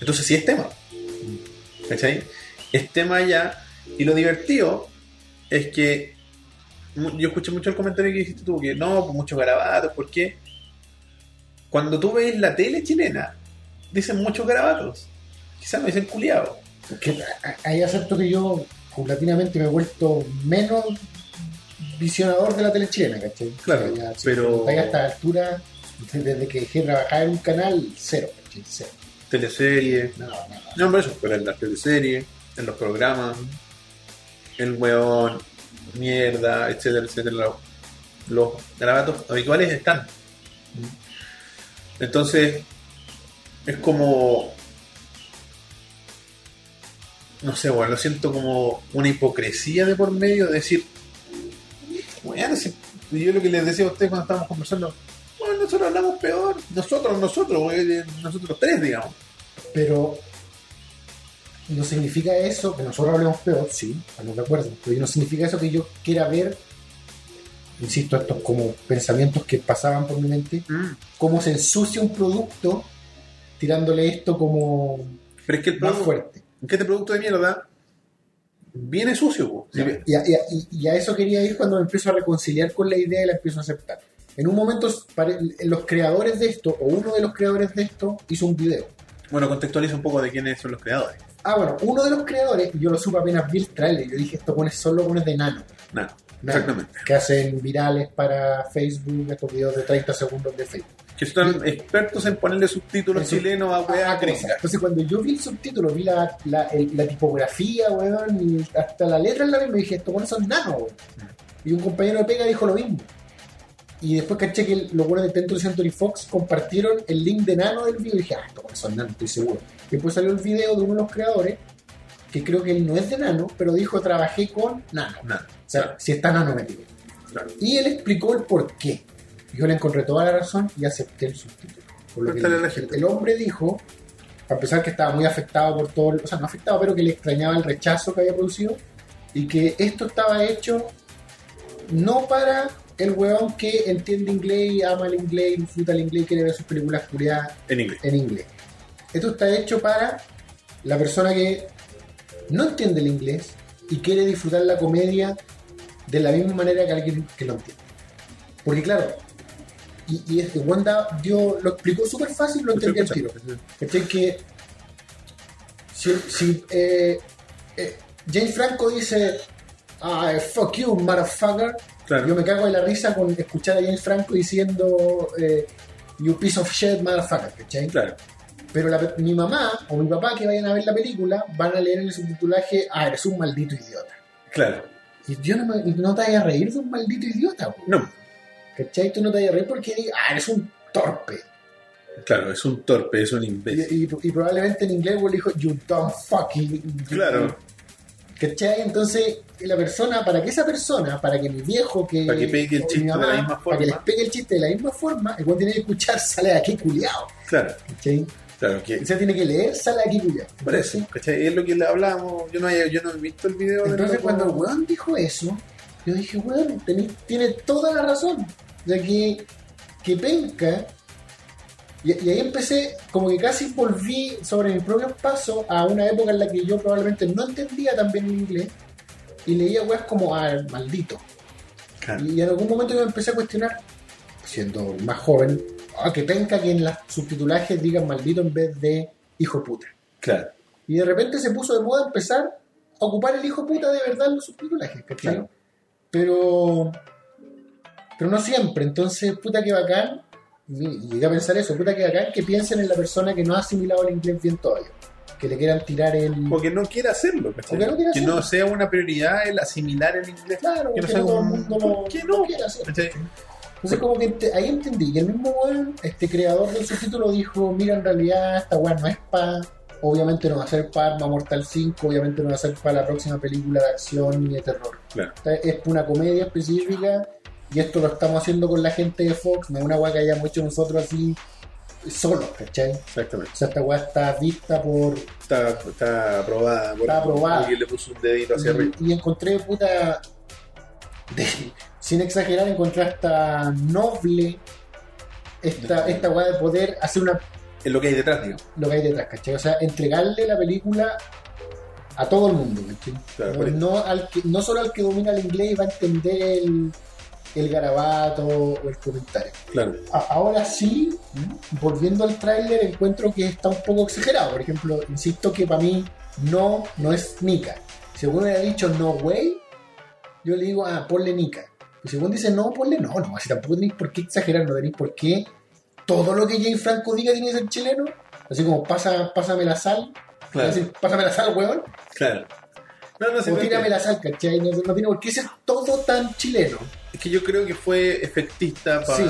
Entonces sí es tema. ¿Cachai? Es tema ya. Y lo divertido es que mu- yo escuché mucho el comentario que dijiste tú, que no, pues muchos garabatos, porque cuando tú ves la tele chilena, dicen muchos garabatos. Quizás no dicen culiados.
Porque a- ahí acepto que yo paulatinamente me he vuelto menos visionador de la tele chilena, ¿cachai?
Claro,
O sea, ya, si
pero-
me preguntáis a esta altura, desde- desde que dejé de trabajar en un canal, cero, ¿cachai? Cero.
Teleseries.
No, no, no.
No, por eso, pero en las teleseries, en los programas, el weón, mierda, etcétera, etcétera. Los grabatos habituales están. Entonces, es como. No sé, weón, lo siento como una hipocresía de por medio de decir. Bueno, si- yo lo que les decía a ustedes cuando estábamos conversando. Bueno, nosotros hablamos peor. Nosotros, nosotros, weón, nosotros tres, digamos.
Pero no significa eso que nosotros hablemos peor, sí, estamos de acuerdo, pero no significa eso que yo quiera ver, insisto, estos como pensamientos que pasaban por mi mente, cómo se ensucia un producto tirándole esto como
Pero es que el
más
producto-
fuerte.
que este producto de mierda viene sucio. po. Si ve-
Y a, y a- y- y a eso quería ir cuando me empiezo a reconciliar con la idea y la empiezo a aceptar. En un momento, pare- los creadores de esto, o uno de los creadores de esto, hizo un video.
Bueno, contextualiza un poco de quiénes son los creadores.
Ah, bueno, uno de los creadores, yo lo supe apenas vi el trailer, yo dije, esto pones solo pones de nano.
Nada,
Nano,
exactamente.
Que hacen virales para Facebook, estos videos de 30 segundos de Facebook.
Que son expertos en ponerle subtítulos
Eso-
chilenos a
Ah,
weas
cosa.
gringas.
Entonces, cuando yo vi el subtítulo, vi la, la- el- la tipografía, weón, y hasta la letra en la misma, y dije, estos buenos son nanos, weón. Y un compañero de pega dijo lo mismo. Y después caché que el- los buenos de Pentro Century Fox compartieron el link de nano del video y dije, ah, estos buenos son nanos, estoy seguro. Y después salió el video de uno de los creadores, que creo que él no es de nano, pero dijo, trabajé con nano.
Nada,
O sea, si está nano metido.
claro.
Y él explicó el por qué. Yo le encontré toda la razón y acepté el subtítulo. Por lo que
Préstale a
el,
la gente.
el hombre dijo, a pesar que estaba muy afectado por todo, o sea, no afectado, pero que le extrañaba el rechazo que había producido, y que esto estaba hecho no para el weón que entiende inglés, y ama el inglés, y disfruta el inglés, y quiere ver sus películas curiadas
En inglés.
en inglés. Esto está hecho para la persona que no entiende el inglés y quiere disfrutar la comedia de la misma manera que alguien que lo entiende. Porque claro, y, y es que Wanda dio, lo explicó súper fácil, lo entendí al tiro. ¿Cachai? Que si, si, eh, eh, James Franco dice, ah, fuck you, motherfucker, yo
Claro.
me cago de la risa con escuchar a James Franco diciendo, eh, you piece of shit, motherfucker, ¿cachai?
Claro.
Pero la pe- mi mamá o mi papá que vayan a ver la película van a leer en el subtitulaje, ah, eres un maldito idiota.
Claro.
Y yo no, me- y no te vayas a reír de un maldito idiota, po,
No.
¿cachai? Tú no te vayas a reír porque digas, ah, eres un torpe.
Claro, es un torpe, es un
Y,
imbécil.
y- y probablemente en inglés le dijo, you dumb fucking.
Claro.
¿Cachai? Entonces, la persona, para que esa persona, para que mi viejo que.
Para que pegue el
o mi
chiste de la misma
Para que les
forma.
pegue el chiste de la misma forma, el cual tiene que escuchar, sale de aquí culiao.
Claro.
¿Cachai?
Claro. Que,
O sea, tiene que leer, sale de aquí culiao.
por eso, ¿cachai? Es lo que le hablábamos. Yo no, he- yo no he visto el video. del
Entonces
loco.
cuando el weón dijo eso, yo dije, weón, tení- tiene toda la razón. De que, que penca. Y, y ahí empecé, como que casi volví sobre mis propios pasos a una época en la que yo probablemente no entendía tan bien el inglés. y leía weas como ah, maldito.
Claro.
Y en algún momento yo me empecé a cuestionar, siendo más joven, ah, que penca que en las subtitulajes digan maldito en vez de hijo puta.
Claro.
Y de repente se puso de moda empezar a ocupar el hijo puta de verdad en los subtitulajes, ¿cachai?
Claro.
Pero. Pero no siempre, entonces, puta que bacán. Y llegué a pensar eso, puta que bacán, que piensen en la persona que no ha asimilado el inglés bien todavía. Que le quieran tirar el.
Porque no quiere hacerlo, ¿cachai?
Porque no quiere
que
hacerlo.
no sea una prioridad el asimilar el inglés.
Claro,
que no
que
sea
no todo el
un-
mundo lo,
¿Por qué no?
lo quiere hacer.
¿Cachai?
Entonces, como que ente- ahí entendí que el mismo weón, este creador del subtítulo, dijo: Mira, en realidad, esta weón no es pa. Obviamente no va a ser para Arma Mortal 5, obviamente no va a ser para la próxima película de acción ni de terror.
Claro.
Esta Es una comedia específica y esto lo estamos haciendo con la gente de Fox, no es una weá que hayamos hecho nosotros así solos, ¿cachai? O
Exactamente.
sea, esta weá está vista por
Está, está aprobada. por
Está aprobada.
Alguien le puso un dedito hacia arriba.
y, y encontré puta de- sin exagerar encontré hasta noble esta esta weá de poder hacer una
Es lo que hay detrás, digo.
lo que hay detrás, ¿cachai? O sea, entregarle la película a todo el mundo, ¿cachai?
Claro,
no,
por eso.
no al que- no solo al que domina el inglés y va a entender el, el garabato o el comentario.
Claro.
A- ahora sí, volviendo al tráiler, encuentro que está un poco exagerado. Por ejemplo, insisto que para mí no, no es Nika. Si alguno hubiera dicho no way, yo le digo, ah, ponle Nika. Pero si alguno dice no, ponle no, no, así tampoco tenéis por qué exagerar, no tenéis por qué todo lo que Jay Franco diga tiene que ser chileno. Así como pasa, pásame la sal,
Claro.
así, pásame la sal, weón.
claro. No, no, sí,
o
creo
tírame
que-
la sal, ¿cachai? No, no tiene por qué ser todo tan chileno.
Es que yo creo que fue efectista para.
Sí,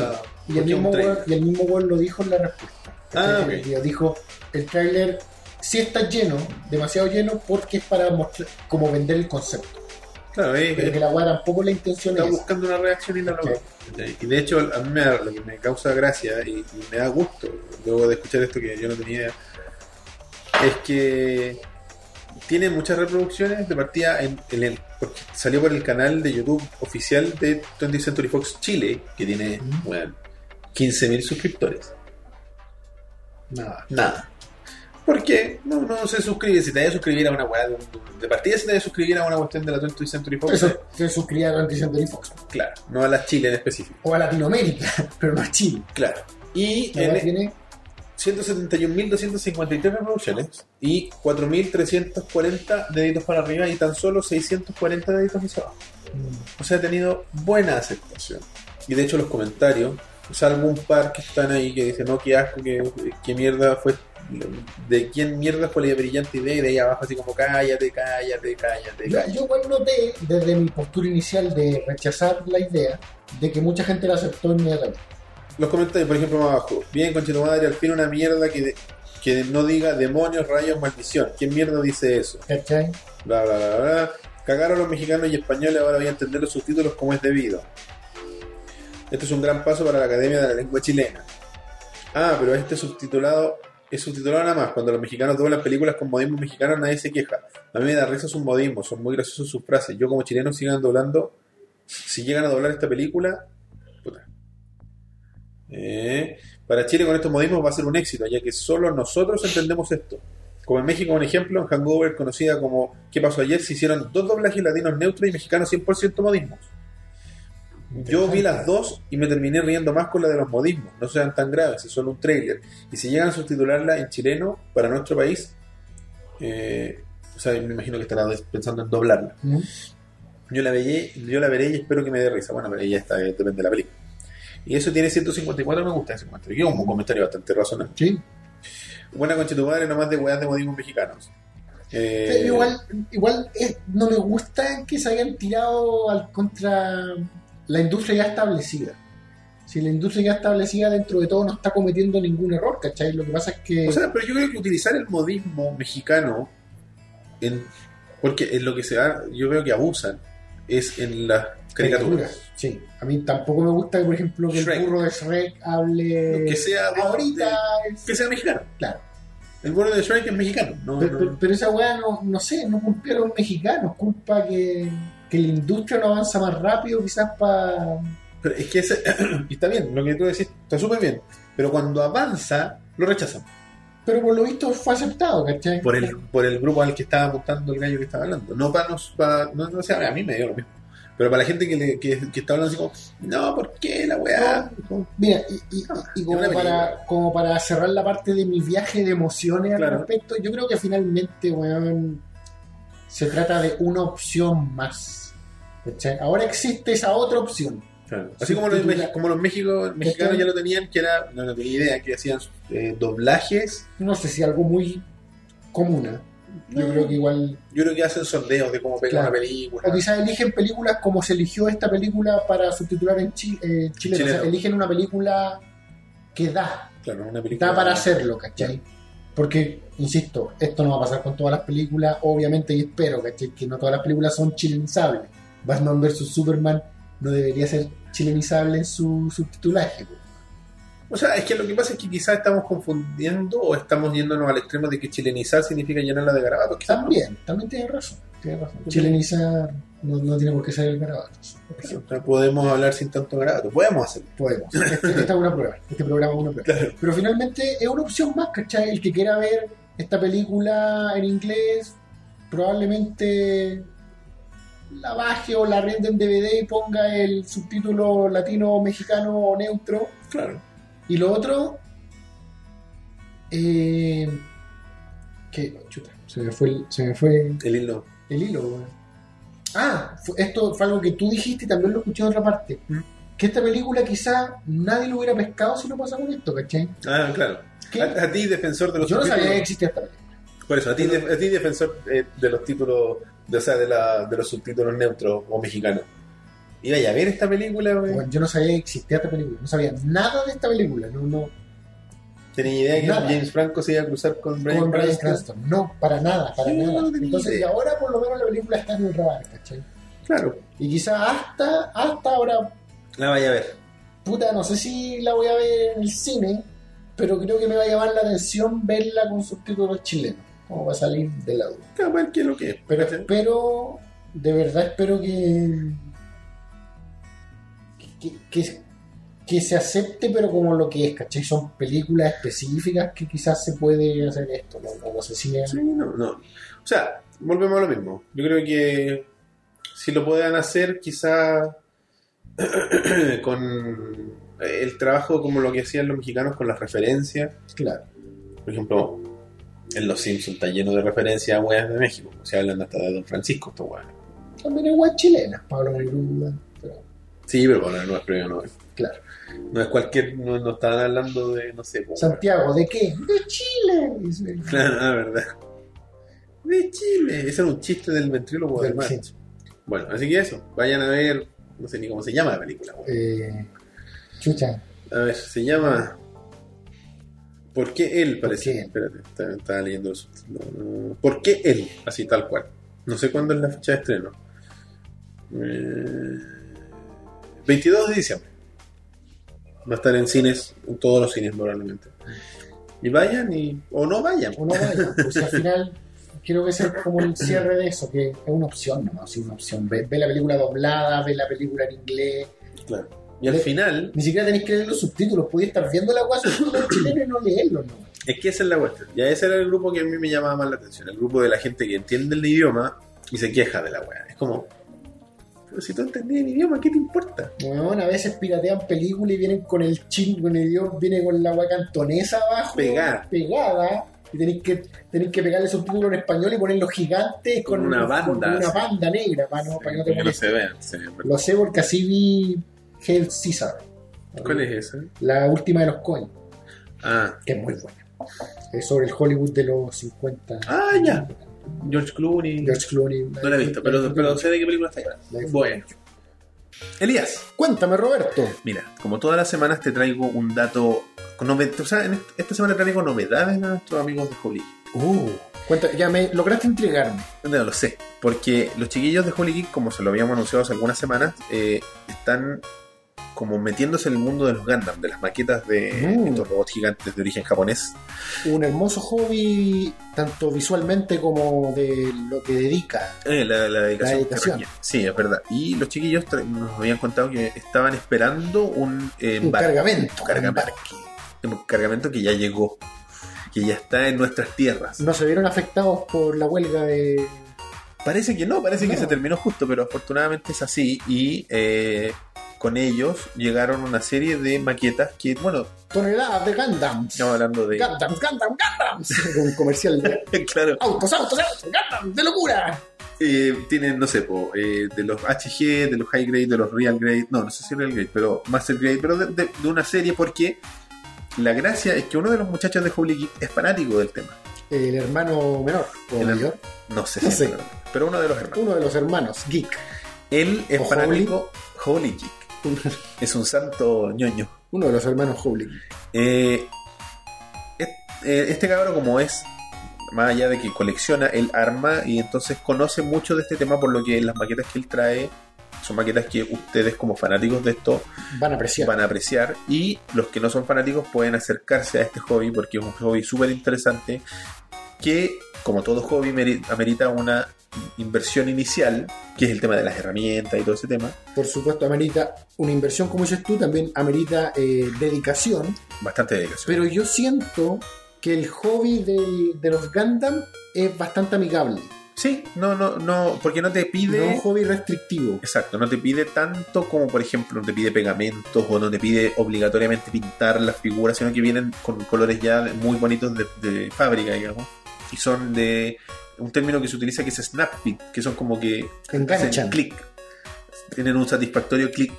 Y el, mismo weón, y el mismo weón lo dijo en la respuesta.
Ah,
¿Cachai?
ok.
Y Dijo, el tráiler sí está lleno, demasiado lleno, porque es para mostrar, como vender el concepto.
Claro, es-
Pero que la weá tampoco la intención
está
es esa.
buscando una reacción y la logra. ¿Cachai? Y de hecho, a mí me, lo que me causa gracia y, y me da gusto, luego de escuchar esto que yo no tenía idea, es que tiene muchas reproducciones de partida en, en el, porque salió por el canal de YouTube oficial de 20th Century Fox Chile, que tiene
Ujú.
bueno, 15.000 suscriptores.
Nada.
Nada. Porque no, no se suscribe. Si te vayas a suscribir a una weá de, un- de partida, si te vayas a suscribir a una cuestión de la 20th Century
Por
Fox,
eso se suscribía a Anti Century Fox.
claro, no a la Chile en específico.
O a Latinoamérica, <laughs> pero no a Chile.
Claro. Y
La weá
en
tiene
171.253 reproducciones y 4.340 deditos para arriba y tan solo 640 deditos hacia abajo.
mm,
O sea, ha tenido buena aceptación. Y de hecho los comentarios, salvo un par que están ahí que dicen, no, qué asco, qué, qué mierda fue, de quién mierda fue la brillante idea, y de ahí abajo así como, cállate, cállate, cállate,
Yo,
cállate.
yo igual noté, desde mi postura inicial de rechazar la idea, de que mucha gente la aceptó inmediatamente.
Los comentarios, por ejemplo, más abajo, bien con madre, al fin una mierda que, de- que no diga demonios, rayos, maldición. ¿Quién mierda dice eso?
¿Cachai?
Bla, bla, bla, bla. Cagaron los mexicanos y españoles, ahora voy a entender los subtítulos como es debido. Este es un gran paso para la Academia de la Lengua Chilena. Ah, pero este subtitulado es subtitulado nada más. Cuando los mexicanos doblan películas con modismos mexicanos, nadie se queja. A mí me da risa sus modismos, son muy graciosos sus frases. Yo, como chileno, sigan doblando. Si llegan a doblar esta película, puta. Eh, para Chile, con estos modismos va a ser un éxito, ya que solo nosotros entendemos esto. Como en México, un ejemplo, en Hangover, conocida como ¿Qué pasó ayer? Se hicieron dos doblajes latinos neutros y mexicanos 100% modismos. Yo vi las dos y me terminé riendo más con la de los modismos. No sean tan graves, es solo un trailer. Y si llegan a subtitularla en chileno para nuestro país, eh, o sea, me imagino que estarán pensando en doblarla.
Mm.
Yo la, veré, yo la veré y espero que me dé risa. Bueno, pero ya está, eh, depende de la película. Y eso tiene 154 me gusta ese comentario. Que es un comentario bastante razonable.
Sí.
Buena concha tu madre, nomás de weas de modismos mexicanos. Eh,
Pero igual, igual eh, no me gusta que se hayan tirado al contra la industria ya establecida. Si la industria ya establecida dentro de todo no está cometiendo ningún error, ¿cachai? Lo que pasa es que...
O sea, pero yo creo que utilizar el modismo mexicano, en, porque en lo que se da, yo veo que abusan, es en las caricaturas.
Sí. A mí tampoco me gusta, que, por ejemplo, que
Shrek.
el burro de Shrek hable...
Que sea de-
ahorita...
de- que sea mexicano.
Claro.
El bueno de Shrek es mexicano. No,
Pero,
no-
pero- pero esa weá no, no sé, no culpa a los mexicanos, culpa que, que la industria no avanza más rápido quizás para...
Pero es que <clears throat> ese- y está bien, lo que tú decís está súper bien. Pero cuando avanza, lo rechazan.
pero por lo visto fue aceptado, ¿cachai?
Por el, por el grupo al que estaba apuntando el gallo que estaba hablando. No para nos, pa- no, no sé, a mí me dio lo mismo. Pero para la gente que, le, que, que está hablando así como, no, ¿por qué la weá?
Mira, y, y- y- y como,
Ah, Una
para,
película.
como para cerrar la parte de mi viaje de emociones
Claro.
al respecto, yo creo que finalmente, weón, se trata de una opción más. ¿cachai? Ahora existe esa otra opción.
Claro. Así como los, mex- como los México- mexicanos ya lo tenían, que era, no, no tenía idea, que hacían eh, doblajes.
No sé si algo muy común. ¿eh? Yo creo que igual.
Yo creo que hacen sondeos de cómo pega
Claro.
una película.
O quizás eligen películas como se eligió esta película para subtitular en Chile. Chile. O sea,
Chileno.
eligen una película que da,
Claro, una película.
da para hacerlo, ¿cachai? Porque, insisto, esto no va a pasar con todas las películas, obviamente, y espero, ¿cachai? Que no todas las películas son chilenizables. Batman vs. Superman no debería ser chilenizable en su subtitulaje. po.
O sea, es que lo que pasa es que quizás estamos confundiendo o estamos yéndonos al extremo de que chilenizar significa llenarla de garabatos. Quizás no.
También, también tienes razón. Tienes razón. Chilenizar no, no tiene por qué ser el garabato.
Claro, o sea, podemos hablar sin tanto garabato. Podemos hacerlo.
podemos. Este- esta es una prueba. Este programa es una prueba. Pero finalmente es una opción más, ¿cachai? El que quiera ver esta película en inglés, probablemente la baje o la rende en DVD y ponga el subtítulo latino, mexicano o neutro.
Claro.
Y lo otro. Eh, que. Chuta, se me fue el, se me fue
El himno.
el hilo, weón. Ah, fu- esto fue algo que tú dijiste y también lo escuché en otra parte.
Mm.
Que esta película quizá nadie lo hubiera pescado si no pasa con esto, ¿cachai?
Ah, claro.
¿Qué?
A, a ti, defensor de los
Yo no sabía que
subtítulos.
existía esta película.
Por eso, a ti, def- a ti, defensor eh, de los títulos, de, o sea, de, la- de los subtítulos neutros o mexicanos. Iba a ver esta película, güey.
Bueno, yo no sabía que existía esta película. No sabía nada de esta película. No, no.
Tenía idea que
Nada.
James Franco se iba a cruzar con Brian,
con Bryan
Cranston.
Cranston. No, para nada, para
Yo
nada.
no tenía
Entonces, y
idea.
ahora por lo menos la película está en el radar, ¿cachai?
Claro.
Y quizá hasta, hasta ahora
La vaya a ver.
puta, no sé si la voy a ver en el cine, pero creo que me va a llamar la atención verla con subtítulos chilenos. Como va a salir de la duda.
Está mal que lo que es.
Pero
¿cachai?
espero, de verdad espero que. que, que- que se acepte, pero como lo que es, ¿cachai? Son películas específicas que quizás se puede hacer esto, no, no, no sé si es-
Sí, no, no. O sea, volvemos a lo mismo. Yo creo que si lo puedan hacer, quizá <clears throat> con el trabajo como lo que hacían los mexicanos con las referencias.
claro.
Por ejemplo, en Los Simpsons está lleno de referencias a weas de México. Se hablan hasta de Don Francisco, estos weas.
También es guay chilena, Pablo Neruda, pero
Sí, pero bueno, no es premio Nobel.
claro.
No es cualquier. No, no estaban hablando de, no sé, po, weón.
Santiago, ¿de qué? De Chile. dice el-
Claro, la verdad. De Chile. Ese era un chiste del ventríloco
del-
del mar.
sí.
Bueno, así que eso. Vayan a ver. No sé ni cómo se llama la película. weón.
Eh, chucha,
A ver, se llama. ¿Por qué él? Parece.
qué él?
Espérate, está- estaba leyendo los subtítulos. No, ¿Por qué él? Así tal cual. No sé cuándo es la fecha de estreno. Eh, 22 de diciembre. Va a estar en cines, en todos los cines probablemente. Y vayan y. o no vayan.
uno vaya, pues si al final quiero que sea como el cierre de eso, que es una opción nomás, sí, una opción. Ve, ve la película doblada, ve la película en inglés.
Claro. Y al final,
Ni siquiera tenéis que leer los subtítulos, podéis estar viendo la guasa subtítulos chilenos y no leerlos nomás.
Es que esa es la cuestión. Ya ese era el grupo que a mí me llamaba más la atención. El grupo de la gente que entiende el idioma y se queja de la weá. Es como, pero si tú entendés el idioma, ¿qué te importa?
Weón, a veces piratean películas y vienen con el chin, con el dios, viene con la guay cantonesa abajo,
Pegada.
pegada, y tenéis que, tenéis que pegarle subtítulos en español y ponerlos gigantes con,
Con una banda,
con una
sí.
banda negra para no, para que no te moleste.
vean.
Lo sé porque así vi Hell Caesar.
¿Cuál es esa?
La última de los Coen,
Ah,
que es muy buena. Es sobre el Hollywood de los 50.
Ah, ya. George Clooney.
George Clooney.
No la he visto, pero, pero sé de qué película está hablando. Bueno. Elías.
Cuéntame, Roberto.
Mira, como todas las semanas te traigo un dato... con nove- O sea, en est- esta semana traigo novedades a nuestros amigos de Hollywood.
Uh, cuéntame, ya me lograste intrigarme.
No lo sé, porque los chiquillos de Holy Geek, como se lo habíamos anunciado hace algunas semanas, eh, están como metiéndose en el mundo de los Gundam, de las maquetas de
Mm.
estos robots gigantes de origen japonés.
Un hermoso hobby, tanto visualmente como de lo que dedica.
Eh, la, la dedicación.
La dedicación.
que requiere. Sí, es verdad. Y los chiquillos tra- nos habían contado que estaban esperando un eh,
Un
embarque.
cargamento.
Un cargamento. Un cargamento que ya llegó. que ya está en nuestras tierras.
No se vieron afectados por la huelga de.
Parece que no, parece que
No.
se terminó justo, pero afortunadamente es así. Y eh, con ellos llegaron una serie de maquetas que, bueno,
Toneladas de Gundams.
estamos hablando de.
Gundams, Gundams, Gundams. <laughs> Un comercial de
<laughs> claro,
autos, autos, autos, Gundams, de locura.
eh, tienen, no sé, po, eh, de los HG, de los High Grade, de los Real Grade, no, no sé si Real Grade, pero Master Grade, pero de, de- de una serie porque la gracia es que uno de los muchachos de Holy Geek es fanático del tema.
El hermano menor, o
El-
mayor,
No sé
No
si
sé.
es verdad, pero uno de los hermanos.
uno de los hermanos, Geek.
Él es
¿O
fanático Holy Geek. Es un santo ñoño.
Uno de los hermanos Howling.
Eh, et- eh, este cabrón, como es, más allá de que colecciona el arma y entonces conoce mucho de este tema, por lo que las maquetas que él trae son maquetas que ustedes, como fanáticos de esto,
Van a apreciar.
van a apreciar. Y los que no son fanáticos pueden acercarse a este hobby porque es un hobby súper interesante que, como todo hobby, meri- amerita una inversión inicial, que es el tema de las herramientas y todo ese tema,
Por supuesto, amerita una inversión, como dices tú, también amerita eh, dedicación.
bastante dedicación.
Pero yo siento que el hobby del- de los Gundam es bastante amigable.
Sí, no, no, no, porque no te pide...
No un hobby restrictivo.
Exacto, no te pide tanto como por ejemplo no te pide pegamentos o no te pide obligatoriamente pintar las figuras, sino que vienen con colores ya de- muy bonitos de, de fábrica, digamos. Y son de un término que se utiliza que es snap fit, que son como que hacen
Enganchan.
clic. Tienen un satisfactorio clic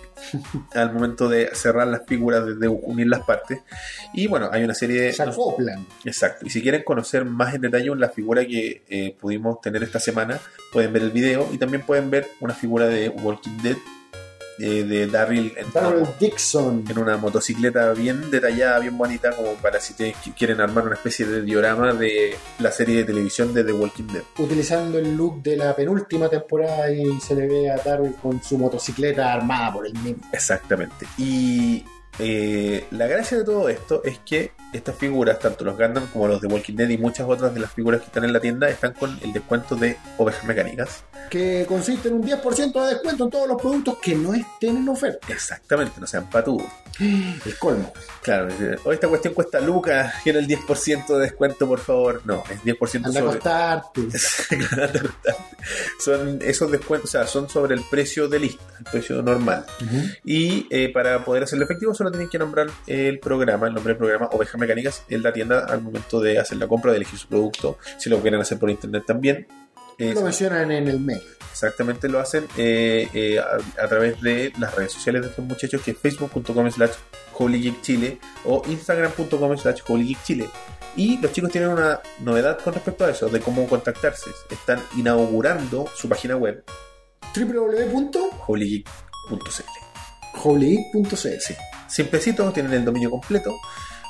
al momento de cerrar las figuras, de, de unir las partes. Y bueno, hay una serie de...
Sacoplan.
Exacto. Y si quieren conocer más en detalle la figura que eh, pudimos tener esta semana, pueden ver el video y también pueden ver una figura de Walking Dead eh, de Daryl en,
Darrell Dixon.
en una motocicleta bien detallada, bien bonita, como para si te- quieren armar una especie de diorama de la serie de televisión de The Walking Dead.
Utilizando el look de la penúltima temporada y se le ve a Darrell con su motocicleta armada por el mismo.
Exactamente. Y eh, la gracia de todo esto es que estas figuras, tanto los Gundam como los de Walking Dead y muchas otras de las figuras que están en la tienda, están con el descuento de ovejas mecánicas.
Que consiste en un 10% de descuento en todos los productos que no estén
<gasps>
en oferta.
Exactamente, no sean patudos.
El colmo.
Claro, eh, o esta cuestión cuesta lucas, quiero el 10% de descuento, por favor. No, es 10%
Anda a
sobre.
costarte.
<laughs> Anda a costar. son esos descuentos, o sea, son sobre el precio de lista, el precio normal. Y eh, para poder hacerlo efectivo, solo tienen que nombrar el programa, el nombre del programa Ovejas Mecánicas en la tienda al momento de hacer la compra, de elegir su producto. Si lo quieren hacer por internet también. eh,
Lo mencionan en el mail.
Exactamente lo hacen eh, eh, a, a través de las redes sociales de estos muchachos que es facebook.com slash holygeekchile o instagram.com slash holygeekchile y los chicos tienen una novedad con respecto a eso, de cómo contactarse. Están inaugurando su página web, holygeek.cl.
www.holygeek.cl
Sí. Simplecitos, tienen el dominio completo.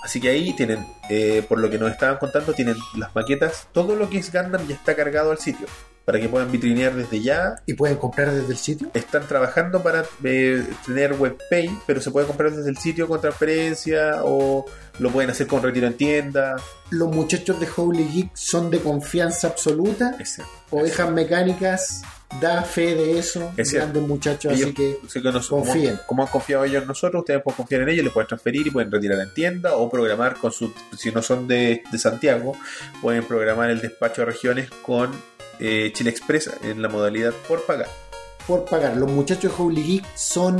Así que ahí tienen, eh, por lo que nos estaban contando, tienen las maquetas. Todo lo que es Gundam ya está cargado al sitio. Para que puedan vitrinear desde ya
¿Y pueden comprar desde el sitio?
están trabajando para eh, tener webpay, pero se puede comprar desde el sitio con transferencia o lo pueden hacer con retiro en tienda.
Los muchachos de Holy Geek son de confianza absoluta.
Es cierto.
Ovejas mecánicas, da fe de eso.
Es cierto.
grandes muchachos,
Ellos-
así que
Así que nos- como,
Confíen.
como han confiado ellos en nosotros, ustedes pueden confiar en ellos, les pueden transferir y pueden retirar en tienda o programar con su, si no son de, de Santiago, pueden programar el despacho a regiones con eh, Chile Express en la modalidad por pagar.
por pagar. Los muchachos de Holy Geek son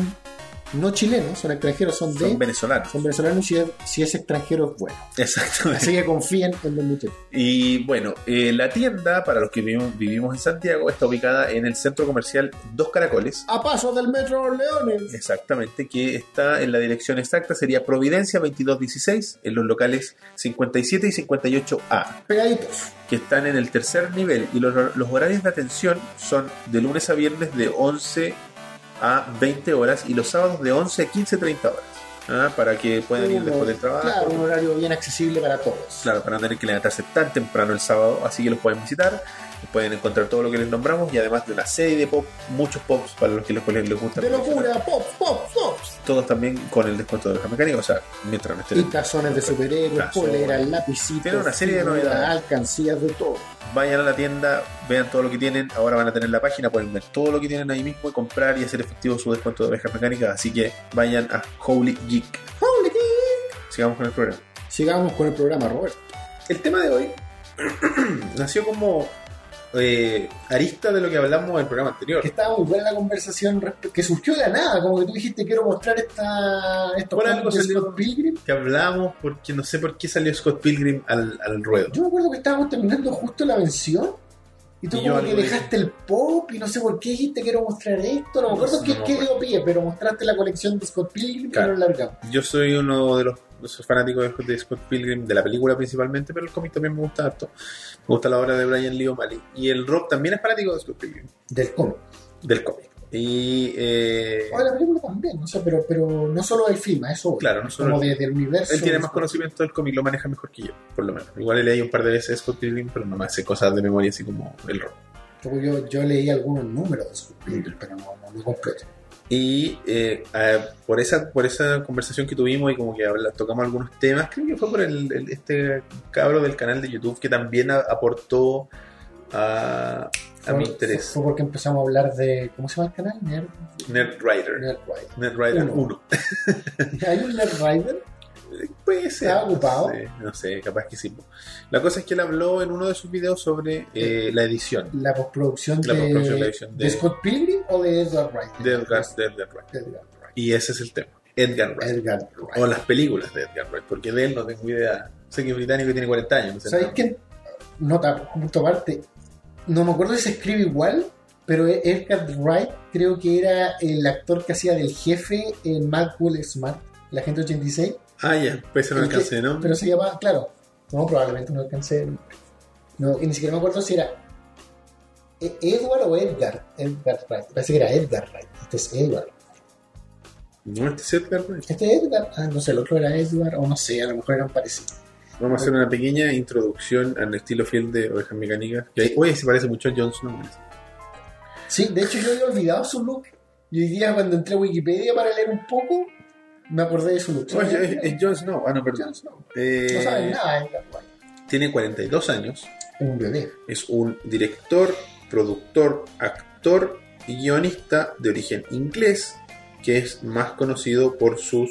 no chilenos, son extranjeros, son de.
Son venezolanos.
son venezolanos y si es, si es extranjero
<laughs>
es bueno.
Exactamente.
Así que confíen en los muchachos.
Y bueno, eh, la tienda, para los que vivimos, vivimos en Santiago, está ubicada en el centro comercial Dos Caracoles.
A paso del Metro Leones.
Exactamente, que está en la dirección exacta, sería Providencia 2216, en los locales 57 y 58A,
Pegaditos.
que están en el tercer nivel. Y los, los horarios de atención son de lunes a viernes de 11 a 20 horas y los sábados de 11 a 15.30 horas. Ah, Para que puedan ir
Uno-
después del trabajo.
Uh, Claro, un horario bien accesible para todos.
Claro, para no tener que levantarse tan temprano el sábado, así que los pueden visitar, pueden encontrar todo lo que les nombramos y además de una serie de pop, muchos pops para los que les, les gusta.
De locura, pop, pop, pop.
Todos también con el descuento de la mecánica, o sea, mientras me
Y
estén,
tazones de superhéroes,
Tazones.
poleras, lapicitos.
Tiene una serie de
figuras,
novedades.
Alcancías de todo.
vayan a la tienda, vean todo lo que tienen, ahora van a tener la página, pueden ver todo lo que tienen ahí mismo y comprar y hacer efectivo su descuento de ovejas mecánicas, así que vayan a Holy Geek.
Holy Geek.
Sigamos con el programa.
Sigamos con el programa, Roberto.
El tema de hoy <clears throat> nació como eh, arista de lo que hablamos en el programa anterior.
Que estaba muy buena la conversación, respe- que surgió de la nada, como que tú dijiste, quiero mostrar esta, estos
Bueno,
cómics
algo
de
salió-
Scott Pilgrim.
Que hablamos porque no sé por qué salió Scott Pilgrim al, al ruedo.
Yo me acuerdo que estábamos terminando justo la mención. Y tú
Y yo
como
algo
que
dije.
dejaste el pop y no sé por qué dijiste quiero mostrar esto, no me
No
acuerdo
sé,
qué,
no me
qué
acuerdo.
dio pie, pero mostraste la colección de Scott Pilgrim
Claro.
y lo largamos.
Yo soy uno de los, de esos fanáticos de, de Scott Pilgrim, de la película principalmente, pero el cómic también me gusta harto. Me gusta la obra de Brian Lee O'Malley. Y el Rob también es fanático de Scott Pilgrim,
Del cómic.
del cómic. Y eh,
O de la película también, no sé, pero, pero no solo del film, a eso voy.
Claro, no solo
Como desde el universo.
él tiene
de
más
Scott
conocimiento del cómic, lo maneja mejor que yo, por lo menos. Igual he leído un par de veces Scott Pilgrim, pero no me hace cosas de memoria así como el Rob.
Yo, yo, yo leí algunos números de Scott Pilgrim, pero no, no, no completo.
Y eh, a- por esa por esa conversación que tuvimos y como que habla- tocamos algunos temas, creo que fue por el, el- este cabro del canal de YouTube que también a- aportó a, a mi
Fue-
interés.
Fue porque empezamos a hablar de. ¿Cómo se llama el canal? Nerd.
Nerdwriter.
Nerd Rider. <laughs>
Nerdwriter
Uno.
1.
Hay un Nerd Rider.
Puede ser.
¿Estaba ocupado?
No sé, no sé, capaz que sí. La cosa es que él habló en uno de sus videos sobre eh, la edición
La postproducción,
La
de,
postproducción, la edición
de,
de-
Scott Pilgrim o de Edgar Wright.
de Edgar, de Edgar Wright.
De Edgar Wright.
Y ese es el tema. Edgar Wright.
Edgar Wright.
O las películas de Edgar Wright, porque de él no tengo idea. Sé que es británico y tiene 40 años. no sé
¿Sabéis
nada.
qué? Nota, punto aparte. No me acuerdo si se escribe igual, pero E-, Edgar Wright creo que era el actor que hacía del jefe en Maxwell Smart, la gente 86.
Ah, ya, pues se no
El que-
alcancé, ¿no?
Pero se llamaba, claro, no, probablemente no alcancé. el nombre. No, y ni siquiera me acuerdo si era E- Edward o Edgar. Edgar Wright. Parece que era Edgar Wright. Este es Edward.
No, este es Edgar Wright.
Este es Edgar. Ah, no sé, el otro era Edward o no sé, a lo mejor eran parecidos.
Vamos a hacer una pequeña introducción al estilo fiel de Ovejas Mecánicas. que hay- Oye, se parece mucho a Jon Snow.
Sí, de hecho yo había olvidado su look. Y hoy día cuando entré a Wikipedia para leer un poco, me acordé de su look.
Oye, es, es Jon Snow. Ah, no, perdón.
Jon Snow.
Eh,
No saben nada de Edgar Wright.
tiene 42 años.
Un bebé.
Es un director, productor, actor y guionista de origen inglés que es más conocido por sus,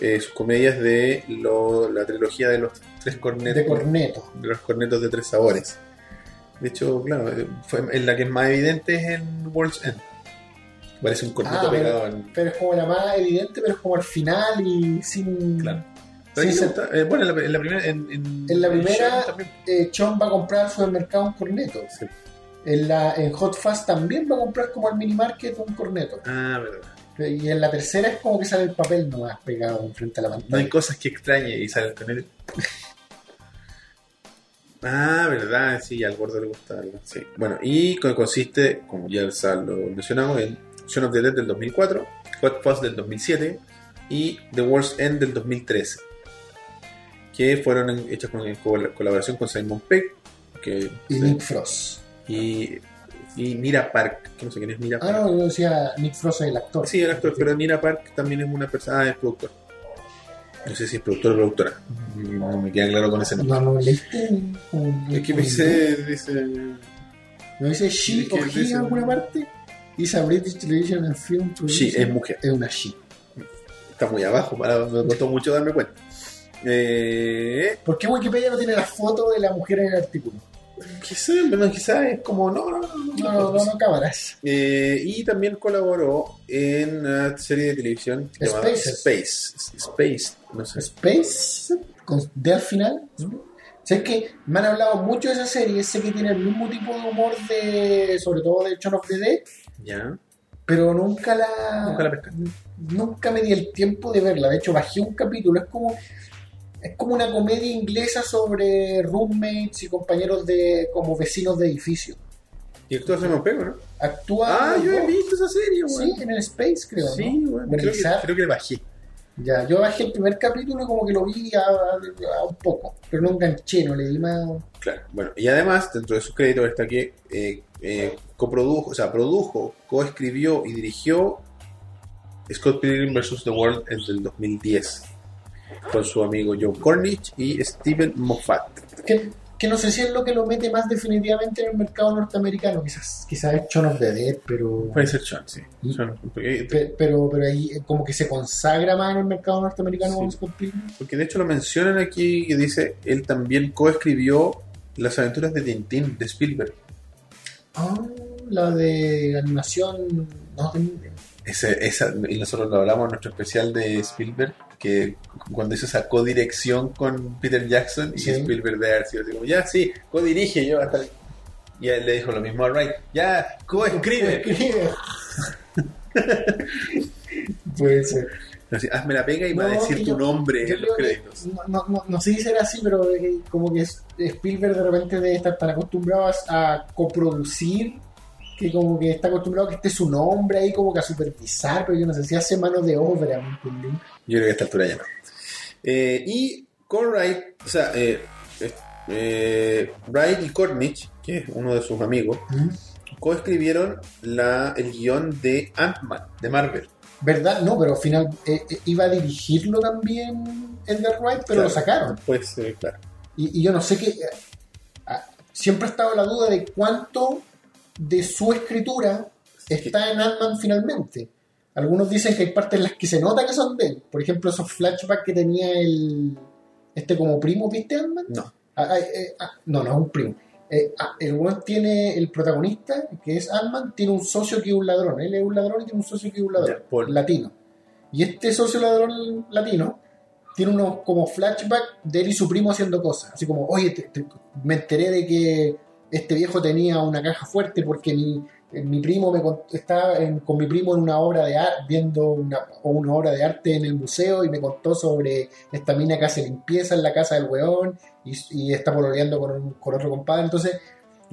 eh, sus comedias de lo- la trilogía de los tres
De
cornetos.
corneto.
de los cornetos de tres sabores. De hecho, claro, eh, fue en la que es más evidente es en World's End. Parece un corneto
Ah, pero-
pegado en.
Pero es como la más evidente, pero es como al final y sin...
Claro.
Sí,
Ahí
sí.
está. Eh, bueno, en la, en la primera. En, en-
En la
en
primera-
Sharon también.
eh, Chon va a comprar al supermercado un corneto.
Sí.
En, la, en Hot Fast también va a comprar como al minimarket un corneto.
Ah, verdad.
Y en la tercera es como que sale el papel nomás pegado enfrente a la
No hay
pantalla.
cosas que extrañe y sale el corneto. <laughs> Ah, verdad, sí, al gordo le gusta algo, Sí. Bueno, y co- consiste, como ya o sea, lo mencionamos, en Shaun of the Dead del 2004, Hot Fuzz del 2007 y The World's End del 2013. que fueron en- hechas con, en col- colaboración con Simon Peck que,
Y Nick Frost.
y, y Mira Park, que no sé quién es Mira
Ah,
Park.
no, yo decía Nick Frost es el actor.
Sí, el actor, pero Mira Park también es una persona, ah, es productor. No sé si es productor o productora, no me queda claro con ese nombre.
No, no, leíste. un-
Es que
un-
me dice, dice
¿No dice she
Es que
o he
dice-
en alguna parte? Is a British Television and Film
sí,
Producer.
es mujer.
Es una she.
Está muy abajo, para- me costó mucho darme cuenta. Eh,
¿Por qué Wikipedia no tiene la foto de la mujer en el artículo?
quizás, quizás es como, no, no, no, no,
No, no, no, no cámaras.
Eh, y también colaboró en una serie de televisión llamada
Spaces.
Space. Space, no sé.
Space con D al final. Sé que me han hablado mucho de esa serie, sé que tiene el mismo tipo de humor de, sobre todo de Shaun of the Dead,
Ya.
pero nunca la,
Nunca la pescaste.
nunca me di el tiempo de verla. De hecho, bajé un capítulo. Es como es como una comedia inglesa sobre roommates y compañeros de como vecinos de edificio.
Y actúa Simon Pegg, ¿no?
Actúa
Ah,
los
yo he
dos.
visto esa serie,
sí,
weón.
en el Space creo. ¿no?
Sí, weón.
Bueno,
Creo que,
quizá-
creo que le bajé.
Ya, yo bajé el primer capítulo y como que lo vi a, a- a un poco, pero no enganché, no le di más.
Claro. Bueno, y además, dentro de sus créditos está que eh, eh, coprodujo, o sea, produjo, coescribió y dirigió Scott Pilgrim vs. The World desde el 2010 con su amigo Joe Cornish y Steven Moffat.
Que que no sé si es lo que lo mete más definitivamente en el mercado norteamericano. Quizás, quizás es Shaun of the Dead, pero,
Puede ser Sean, sí.
¿Y?
Sean, porque, eh,
pe- pero, pero ahí eh, como que se consagra más en el mercado norteamericano
Sí.
con Scott Pilgrim.
porque de hecho lo mencionan aquí que dice, él también coescribió Las aventuras de Tintín de Spielberg.
Ah, la de animación. No <laughs> tenía idea.
Ese- esa, y nosotros lo hablamos en nuestro especial de Spielberg, que cuando hizo esa codirección con Peter Jackson y
Sí.
Spielberg de haber sido así como, ya sí, codirige yo hasta... el-". Y él le dijo lo mismo a Wright, ya, coescribe.
Escribe. Puede ser.
Así, Hazme la pega y va a
No,
decir
que
tu
yo-
nombre
yo
en los
creo que-
créditos.
No, no, no, no sé si será así, pero eh, como que es- Spielberg de repente debe estar tan acostumbrado a, a coproducir que como que está acostumbrado a que esté su nombre ahí como que a supervisar, pero yo no sé si hace mano de obra, ¿me entendí?
Yo creo que a esta altura ya no. Eh, y con Wright, o sea, eh, eh, eh, Wright y Cornish, que es uno de sus amigos, coescribieron la, el guión de Ant-Man, de Marvel.
¿Verdad? No, pero al final eh, eh, iba a dirigirlo también Edgar Wright, pero
Claro.
lo sacaron.
Pues, eh, claro.
Y, y yo no sé qué... eh, ah, siempre ha estado la duda de cuánto de su escritura está en Ant-Man finalmente. Algunos dicen que hay partes en las que se nota que son de él. Por ejemplo, esos flashbacks que tenía el. Este como primo, ¿viste Ant-Man?
No.
Ah, ah, eh, ah, no, no es un primo. Eh, ah, el weón tiene. El protagonista, que es Ant-Man, tiene un socio que es un ladrón. Él es un ladrón y tiene un socio que es un ladrón.
Ya, Paul.
Latino. Y este socio ladrón latino tiene unos como flashbacks de él y su primo haciendo cosas. Así como, oye, te- te- me enteré de que este viejo tenía una caja fuerte porque mi, eh, mi primo me cont- estaba en- con mi primo en una obra de arte, viendo una, o una obra de arte en el museo y me contó sobre esta mina que hace limpieza en la casa del weón y, y está pololeando con, un- con otro compadre. Entonces,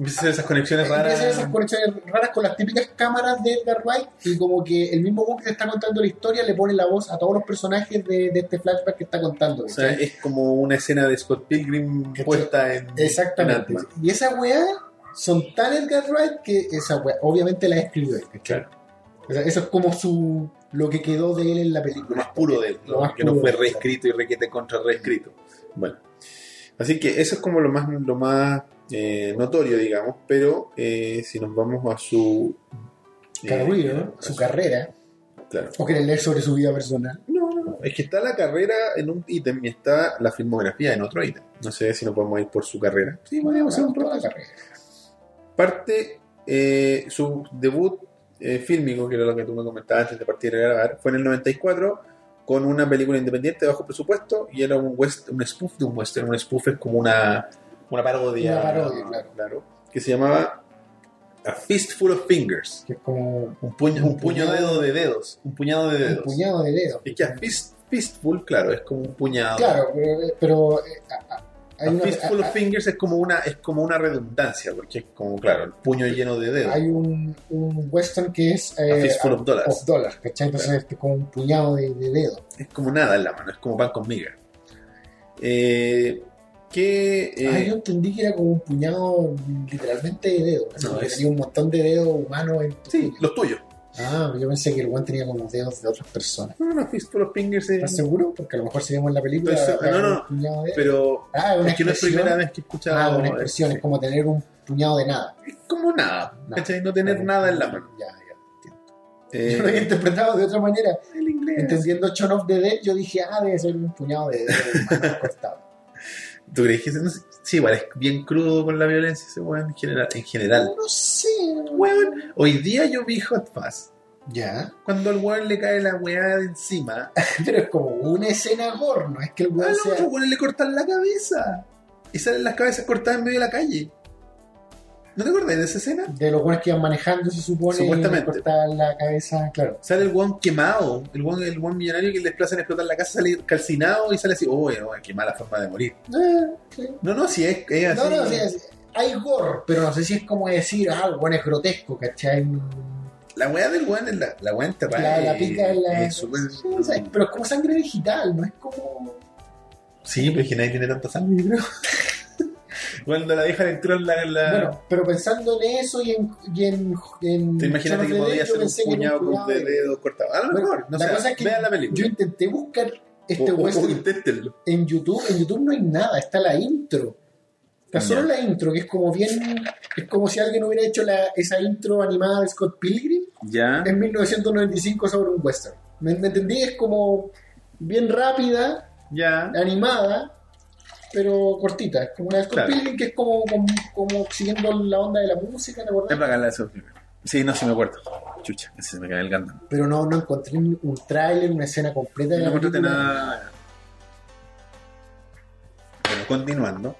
Empieza a hacer pues, esas conexiones
Empiezan
raras.
esas conexiones raras con las típicas cámaras de Edgar Wright y como que el mismo book que te está contando la historia le pone la voz a todos los personajes de, de este flashback que está contando.
O sea,
¿cachai?
es como una escena de Scott Pilgrim
¿Cachai?
puesta en,
Exactamente.
en Ant-Man.
Y esa weá son tan Edgar Wright que esa weá obviamente la escribió él. ¿cachai?
Claro.
O sea, eso es como su lo que quedó de él en la película.
Lo más puro de él,
Lo
¿no?
más
que no
puro
fue
de él.
reescrito y requete contra reescrito. Bueno, así que eso es como lo más, lo más eh, notorio, digamos, pero eh, si nos vamos a su... eh,
Carrera, ¿no?
a
su carrera.
Claro.
O quieren leer sobre su vida personal.
No, no, no. Es que está la carrera en un ítem y está la filmografía en otro ítem. No sé si nos podemos ir por su carrera.
Sí, podríamos hacer un programa de carrera.
Parte, eh, su debut eh, fílmico, que era lo que tú me comentabas antes de partir a grabar, fue en el 94 con una película independiente de bajo presupuesto y era un, west, un spoof de un western. Un spoof es como una, una parodia.
Una parodia, claro.
Que se llamaba A Fistful of Fingers.
Que es como un
Un puño, un puño dedo de dedos. Un puñado de dedos.
puñado de dedos.
Y que a fist- fistful, claro, es como un puñado.
Claro, pero, pero, eh, a- a- hay,
A
una-
fistful
a-
of fingers es como una es como una redundancia, porque es como, claro, el puño lleno de
a-
dedos.
hay un, un western que es
A
eh,
fistful
a-
of dollars.
of dollars, ¿cachai? Entonces este, con un puñado de, de dedos.
Es como nada en la mano, es como pan con miga. Eh, que, eh,
Ah, yo entendí que era como un puñado literalmente de dedos. así
No,
como que
es-
tenía un montón de dedos humanos. En tu
sí,
puño.
los tuyos.
Ah, yo pensé que el guan tenía como dedos de otras personas.
No, no, fistful of fingers es-
¿Estás seguro? Porque a lo mejor si vemos la película.
Estoy se-
habrá
no, no,
un puñado de-
pero
Ah, una
es que no es primera
expresión.
vez que he escuchado
Ah, una expresión, es como tener un puñado de nada.
Es como nada,
No.
¿cachai? No tener nada en la mano.
Ya, ya. <laughs> Yo lo había
Eh,
interpretado de otra manera.
el inglés.
Entendiendo Chon of the Dead, yo dije, ah, debe ser un puñado de dedos <laughs> cortado.
¿Tú crees que no sé, sí, igual es bien crudo con la violencia ese weón en general, en general.
No sé,
Weón, hoy día yo vi Hot Fuzz.
Ya. <laughs>
cuando al weón le cae la weá de encima,
Pero es como una escena gore, no es que el
al
weón
otro
sea.
weón le cortan la cabeza. Y salen las cabezas cortadas en medio de la calle. ¿No te acordás de esa escena?
De los weones que iban manejando, se supone,
Supuestamente.
y le cortaban la cabeza, claro.
Sale el weón quemado, el weón, el weón millonario que le desplazan a explotar la casa, sale calcinado y sale así, oh, weón, qué mala forma de morir.
Ah, sí.
No, no, si es, es así.
Eh, No, no, sí, sí. hay gore, pero no sé si es como decir, ah, el weón es grotesco, ¿cachai?
La weá del weón es la, la weá enterrada.
La, la pica en la.
es súper-
Sí, no sé, pero es como sangre digital, no es como.
Sí, pero es que nadie tiene tanta sangre, yo creo. cuando la vieja le entró en la... en la-
Bueno, pero pensando en eso y en. Y en, en
¿Te
Shaun
imagínate que
of the Dead,
podría
yo
ser un
pensé que era
puñado con
de dedos.
dedos cortados? A lo
Bueno,
mejor, no
la
sé.
cosa es que
vean la película. Oh,
Yo intenté buscar este
O- o- o
western
inténtenlo.
en YouTube. En YouTube no hay nada, está la intro. sea, solo
Ya.
la intro, que es como bien. Es como si alguien hubiera hecho la, esa intro animada de Scott Pilgrim
Ya.
en 1995 sobre un western. ¿Me, me entendí? Es como bien rápida,
Ya.
animada, pero cortita. Es como una de Scott
Claro.
Pilgrim que es como, como, como siguiendo la onda de la música, ¿te acordás?
Es bacán la de Sophie. Sí, no, sí me acuerdo. Chucha, ese se me cae el Gundam.
Pero no, no encontré un, un tráiler, una escena completa de
No
la
encontraste
película.
nada. Bueno, continuando.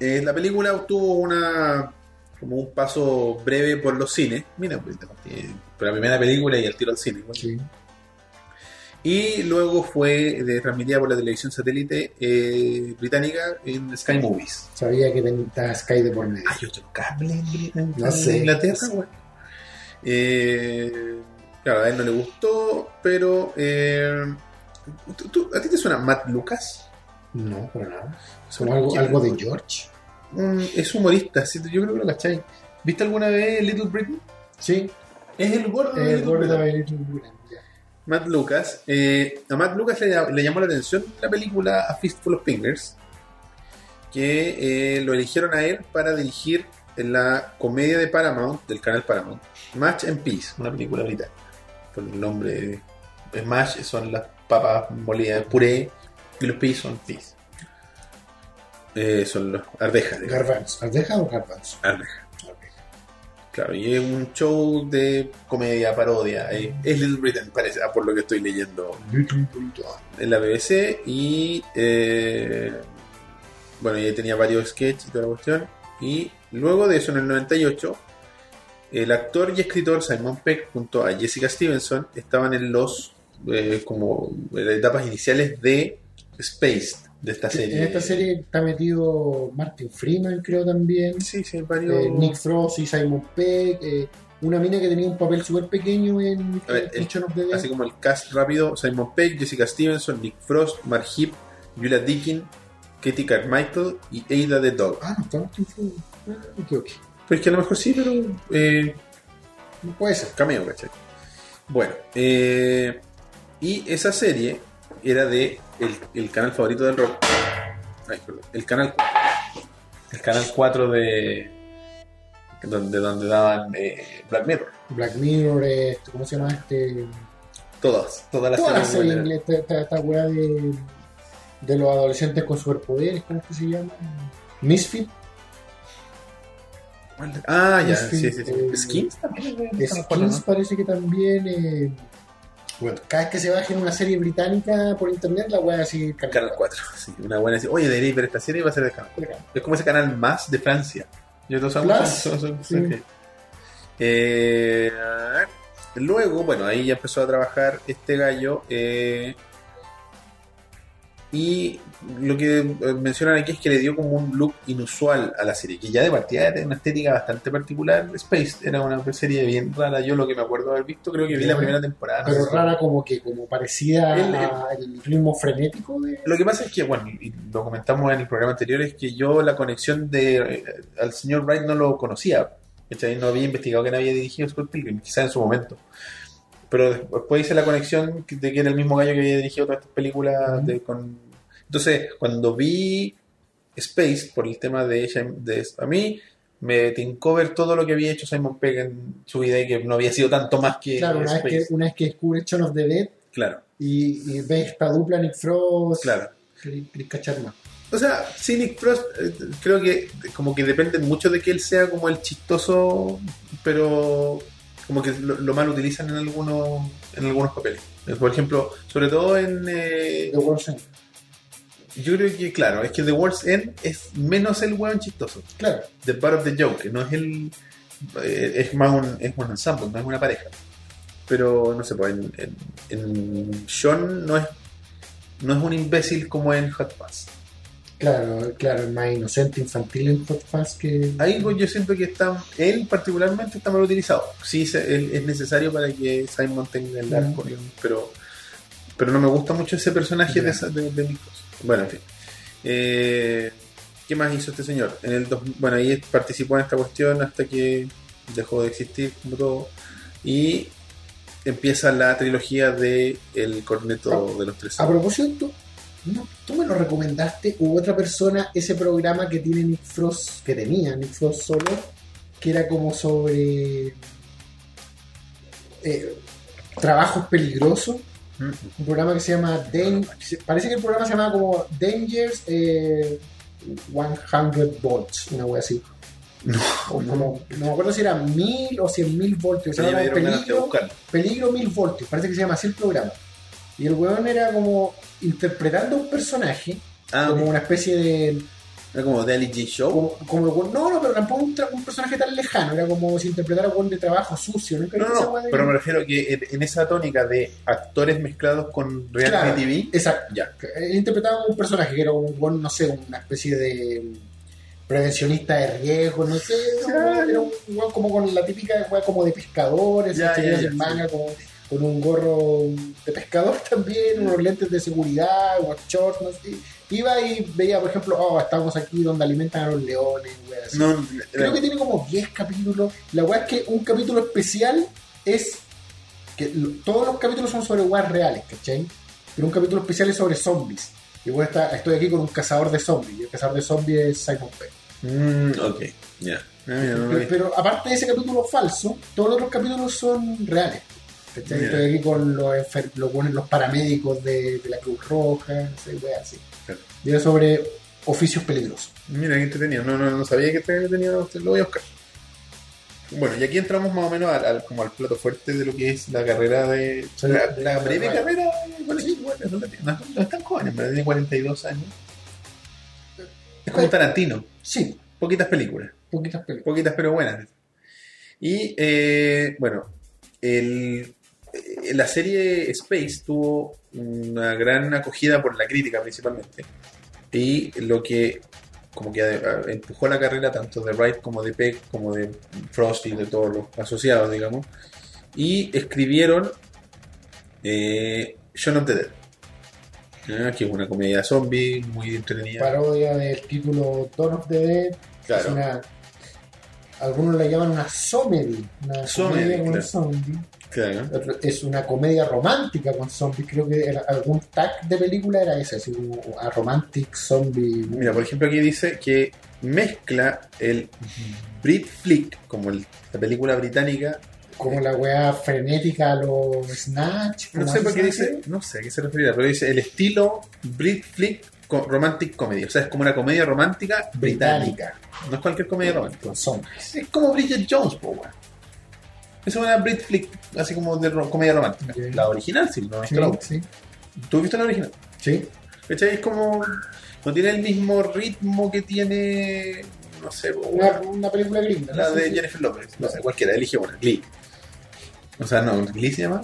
Eh, la película obtuvo una como un paso breve por los cines. Mira, pues, eh, por la primera película y el tiro al cine. Bueno.
Sí.
Y luego fue eh, transmitida por la televisión satélite eh, británica en Sky Movies.
Sabía que tenía Sky de por medio.
Hay otro cable en, en-
No
en
sé.
Inglaterra, güey. Eh, claro, a él no le gustó, pero. eh, ¿tú- tú- ¿A ti te suena Matt Lucas?
No, para nada. Son algo,
¿Quién?
algo de George.
Mm, es humorista, sí, yo creo que lo cacháis. ¿Viste alguna vez Little Britain?
Sí,
Es el gordo de
el
Little
gordo
Britain.
de Little Britain, ya.
Matt Lucas. eh, a Matt Lucas le, le llamó la atención la película A Fistful of Fingers, que eh, lo eligieron a él para dirigir la comedia de Paramount, del canal Paramount, Match and Peace, una película británica. Por el nombre de Match son las papas molidas de puré y los peas son peas. Eh, son las arvejas. digamos.
Garbanzo. ¿Has dejado Garbanzo?
Arveja. Claro, y es un show de comedia, parodia. eh, Es Little Britain, parece, ah, por lo que estoy leyendo
Little Britain.
en la BBC y eh, bueno, ya tenía varios sketches y toda la cuestión. Y luego de eso, en el 98, el actor y escritor Simon Peck junto a Jessica Stevenson estaban en los eh, como en las etapas iniciales de Space de esta serie.
En esta serie está metido Martin Freeman, creo también.
sí, sí, varios.
eh, Nick Frost y Simon Peck. eh, una mina que tenía un papel súper pequeño en
A ver, el-
Kitchen of the Dead.
así como el cast rápido, Simon Pegg, Jessica Stevenson, Nick Frost, Mark Heap, Julia Dickin, Katie Carmichael y Ada the Dog.
Ah, no, está Martin Freeman. Ah, me equivoqué.
Pero es que a lo mejor sí, pero eh,
No puede ser.
cameo, ¿cachai? Bueno, eh, y esa serie era de el, el canal favorito del rock. Ay, perdón, el canal el canal 4 de donde, donde daban eh, Black Mirror.
Black Mirror, eh, esto, ¿cómo se llama este?
Todas, todas las
Toda la
series
serie
buenas.
inglesa, esta, esta weá de, de los adolescentes con superpoderes, ¿cómo es que se llama? Misfit.
Ah, ya,
Sí,
sí, sí, sí.
eh,
Skins también.
De
No me acuerdo,
Skins parece que también. eh, bueno, cada vez que se baje en una serie británica por internet, la weá así.
¿no? Canal 4, sí, una buena. Oye, debería ver esta serie y va a ser de canal. Es como ese canal más de Francia. Yo los amo.
Plus,
son- son-
sí.
son- Eh, a ver. luego, bueno, ahí ya empezó a trabajar este gallo. eh, y lo que eh, mencionan aquí es que le dio como un look inusual a la serie, que ya de partida era una estética bastante particular. Space era una serie bien rara. Yo lo que me acuerdo haber visto, creo que vi
Ya.
la primera temporada. no
Pero
sé si-
rara, como que como parecida
El- el-
al ritmo frenético de.
Lo que pasa es que, bueno, y lo comentamos en el programa anterior, es que yo la conexión de eh, al señor Wright no lo conocía. ¿cachai? No había investigado que había dirigido Scott Pilgrim, quizás en su momento. Pero des- después hice la conexión que- de que era el mismo gallo que había dirigido todas estas películas. de- con... Entonces, cuando vi Space por el tema de, Shim- de a mí, me tincó ver todo lo que había hecho Simon Pegg en su vida y que no había sido tanto más que
Claro, una vez
Space.
que, una vez que descubre Shaun of the Dead
Claro,
y, y ves esta dupla Nick Frost,
claro.
querés- querés cachar más.
O sea, sí, Nick Frost, eh, creo que como que depende mucho de que él sea como el chistoso, pero como que lo, lo mal utilizan en algunos, en algunos papeles. Eh, Por ejemplo, sobre todo en... eh,
The World's End.
yo creo que, claro, es que The World's End es menos el weón chistoso.
Claro,
The Part of the Joke, no es el... eh, es más un, es un ensemble, no es una pareja. Pero, no sé, pues en, en, en Sean no es, no es un imbécil como en Hot Fuzz.
claro, claro, es más inocente, infantil en Hot Fuzz que.
Ahí pues, yo siento que está, él particularmente está mal utilizado. Sí, se- es, es necesario para que Simon tenga el arco, digamos, pero, pero no me gusta mucho ese personaje de,
Ya.
esa- de, de Nick Frost. Bueno, en fin. Eh, ¿Qué más hizo este señor? En el dos- bueno, ahí participó en esta cuestión hasta que dejó de existir, como todo. Y
Ah,
empieza la trilogía de El Corneto de los Tres.
A propósito, no, tú me lo recomendaste u otra persona ese programa que tiene Nick Frost, que tenía Nick Frost solo, que era como sobre eh, trabajos peligrosos. Un programa que se llama Dan- parece que el programa se llama como Dangers eh, 100 Volts, una wea así. O como- no me acuerdo si era 1000 o 100.000 voltios.
Ya
era
me
como
dieron ganas de
peligro-
buscarlo.
Peligro Mil Voltios, parece que se llama así el programa. Y el weón era como interpretando a un personaje,
Ah,
como una especie de.
era como Daily G Show.
Como, como- no, no, pero tampoco un, tra- un personaje tan lejano, era como si interpretara a un weón de trabajo sucio. ¿no?
No,
Esa
no,
weá de-
no, pero me refiero que en- en esa tónica de actores mezclados con
Claro.
reality TV,
Exacto,
ya.
él interpretaba a un personaje que era un weón, no sé, una especie de mm, prevencionista de riesgo, no sé, era un weón- era un weón como con la típica weá como de pescadores,
Ya,
¿cachai?
ya,
Era
ya,
de manga, como con un gorro de pescador <laughs> también,
Mm.
unos lentes de seguridad, unos shorts, no sé. Iba y veía, por ejemplo, oh, estamos aquí donde alimentan a los leones, weá, así.
No,
Creo que tiene como 10 capítulos. La weá es que un capítulo especial es. que lo- Todos los capítulos son sobre weas reales, ¿cachai? Pero un capítulo especial es sobre zombies. Y bueno, está, estoy aquí con un cazador de zombies. Y el cazador de zombies es Simon Pegg.
Mm, ok, ya. Ah, mira, no lo
Pero,
vi.
pero aparte de ese capítulo falso, todos los otros capítulos son reales. ¿cachai?
Ya.
Estoy aquí con los, enfer- los, buenos- los paramédicos de, de la Cruz Roja, no sé, weas así.
Claro.
Y era sobre oficios peligrosos.
Mira, que tenía. No, no, no sabía que este tenía. Lo voy a buscar. Bueno, y aquí entramos más o menos al, al- como al plato fuerte de lo que es la carrera de.
Sí,
la,
de-
la
de-
breve
de-
carrera. eh, Bueno, sí, bueno, no, la- no, no es tan joven, en verdad, tiene 42 años. Es como Tarantino.
Sí,
Poquitas películas.
poquitas películas.
Poquitas pero buenas. Y, eh, bueno, el- eh, la serie Space tuvo una gran acogida por la crítica principalmente. Y lo que como que eh, empujó la carrera tanto de Wright como de Peck, como de Frost y de todos los asociados, digamos. Y escribieron eh, Shaun of the Dead. Ah, que es una comedia zombie muy entretenida.
parodia del título Dawn of the Dead.
Claro.
Es una, algunos la llaman una somedy, una
Somedy,
comedia con
claro.
zombie.
Claro.
Otro- Es una comedia romántica con zombies. Creo que era- algún tag de película era ese, así como a romantic zombie.
Mira, por ejemplo, aquí dice que mezcla el Brit Flick, como el- la película británica.
Como la weá frenética a los Snatch.
No
como
sé por qué
esas,
dice, no sé a qué se referirá, pero dice el estilo Brit Flick con romantic comedy. O sea, es como una comedia romántica británica.
Británica.
No es cualquier comedia romántica.
Con zombies.
Es como Bridget Jones, po, weón. Es una Brit Flick, así como de ro- comedia romántica.
Ok.
La original, sí, no es
Sí,
la otra.
sí.
¿Tú has visto la original?
sí.
¿Cachai? Es como. No tiene el mismo ritmo que tiene. No sé, po, weón.
Una, una película gringa. ¿no?
La
Sí,
de
sí.
Jennifer López, no sé, cualquiera, elige una, Glee. O sea, no, Glee se llama.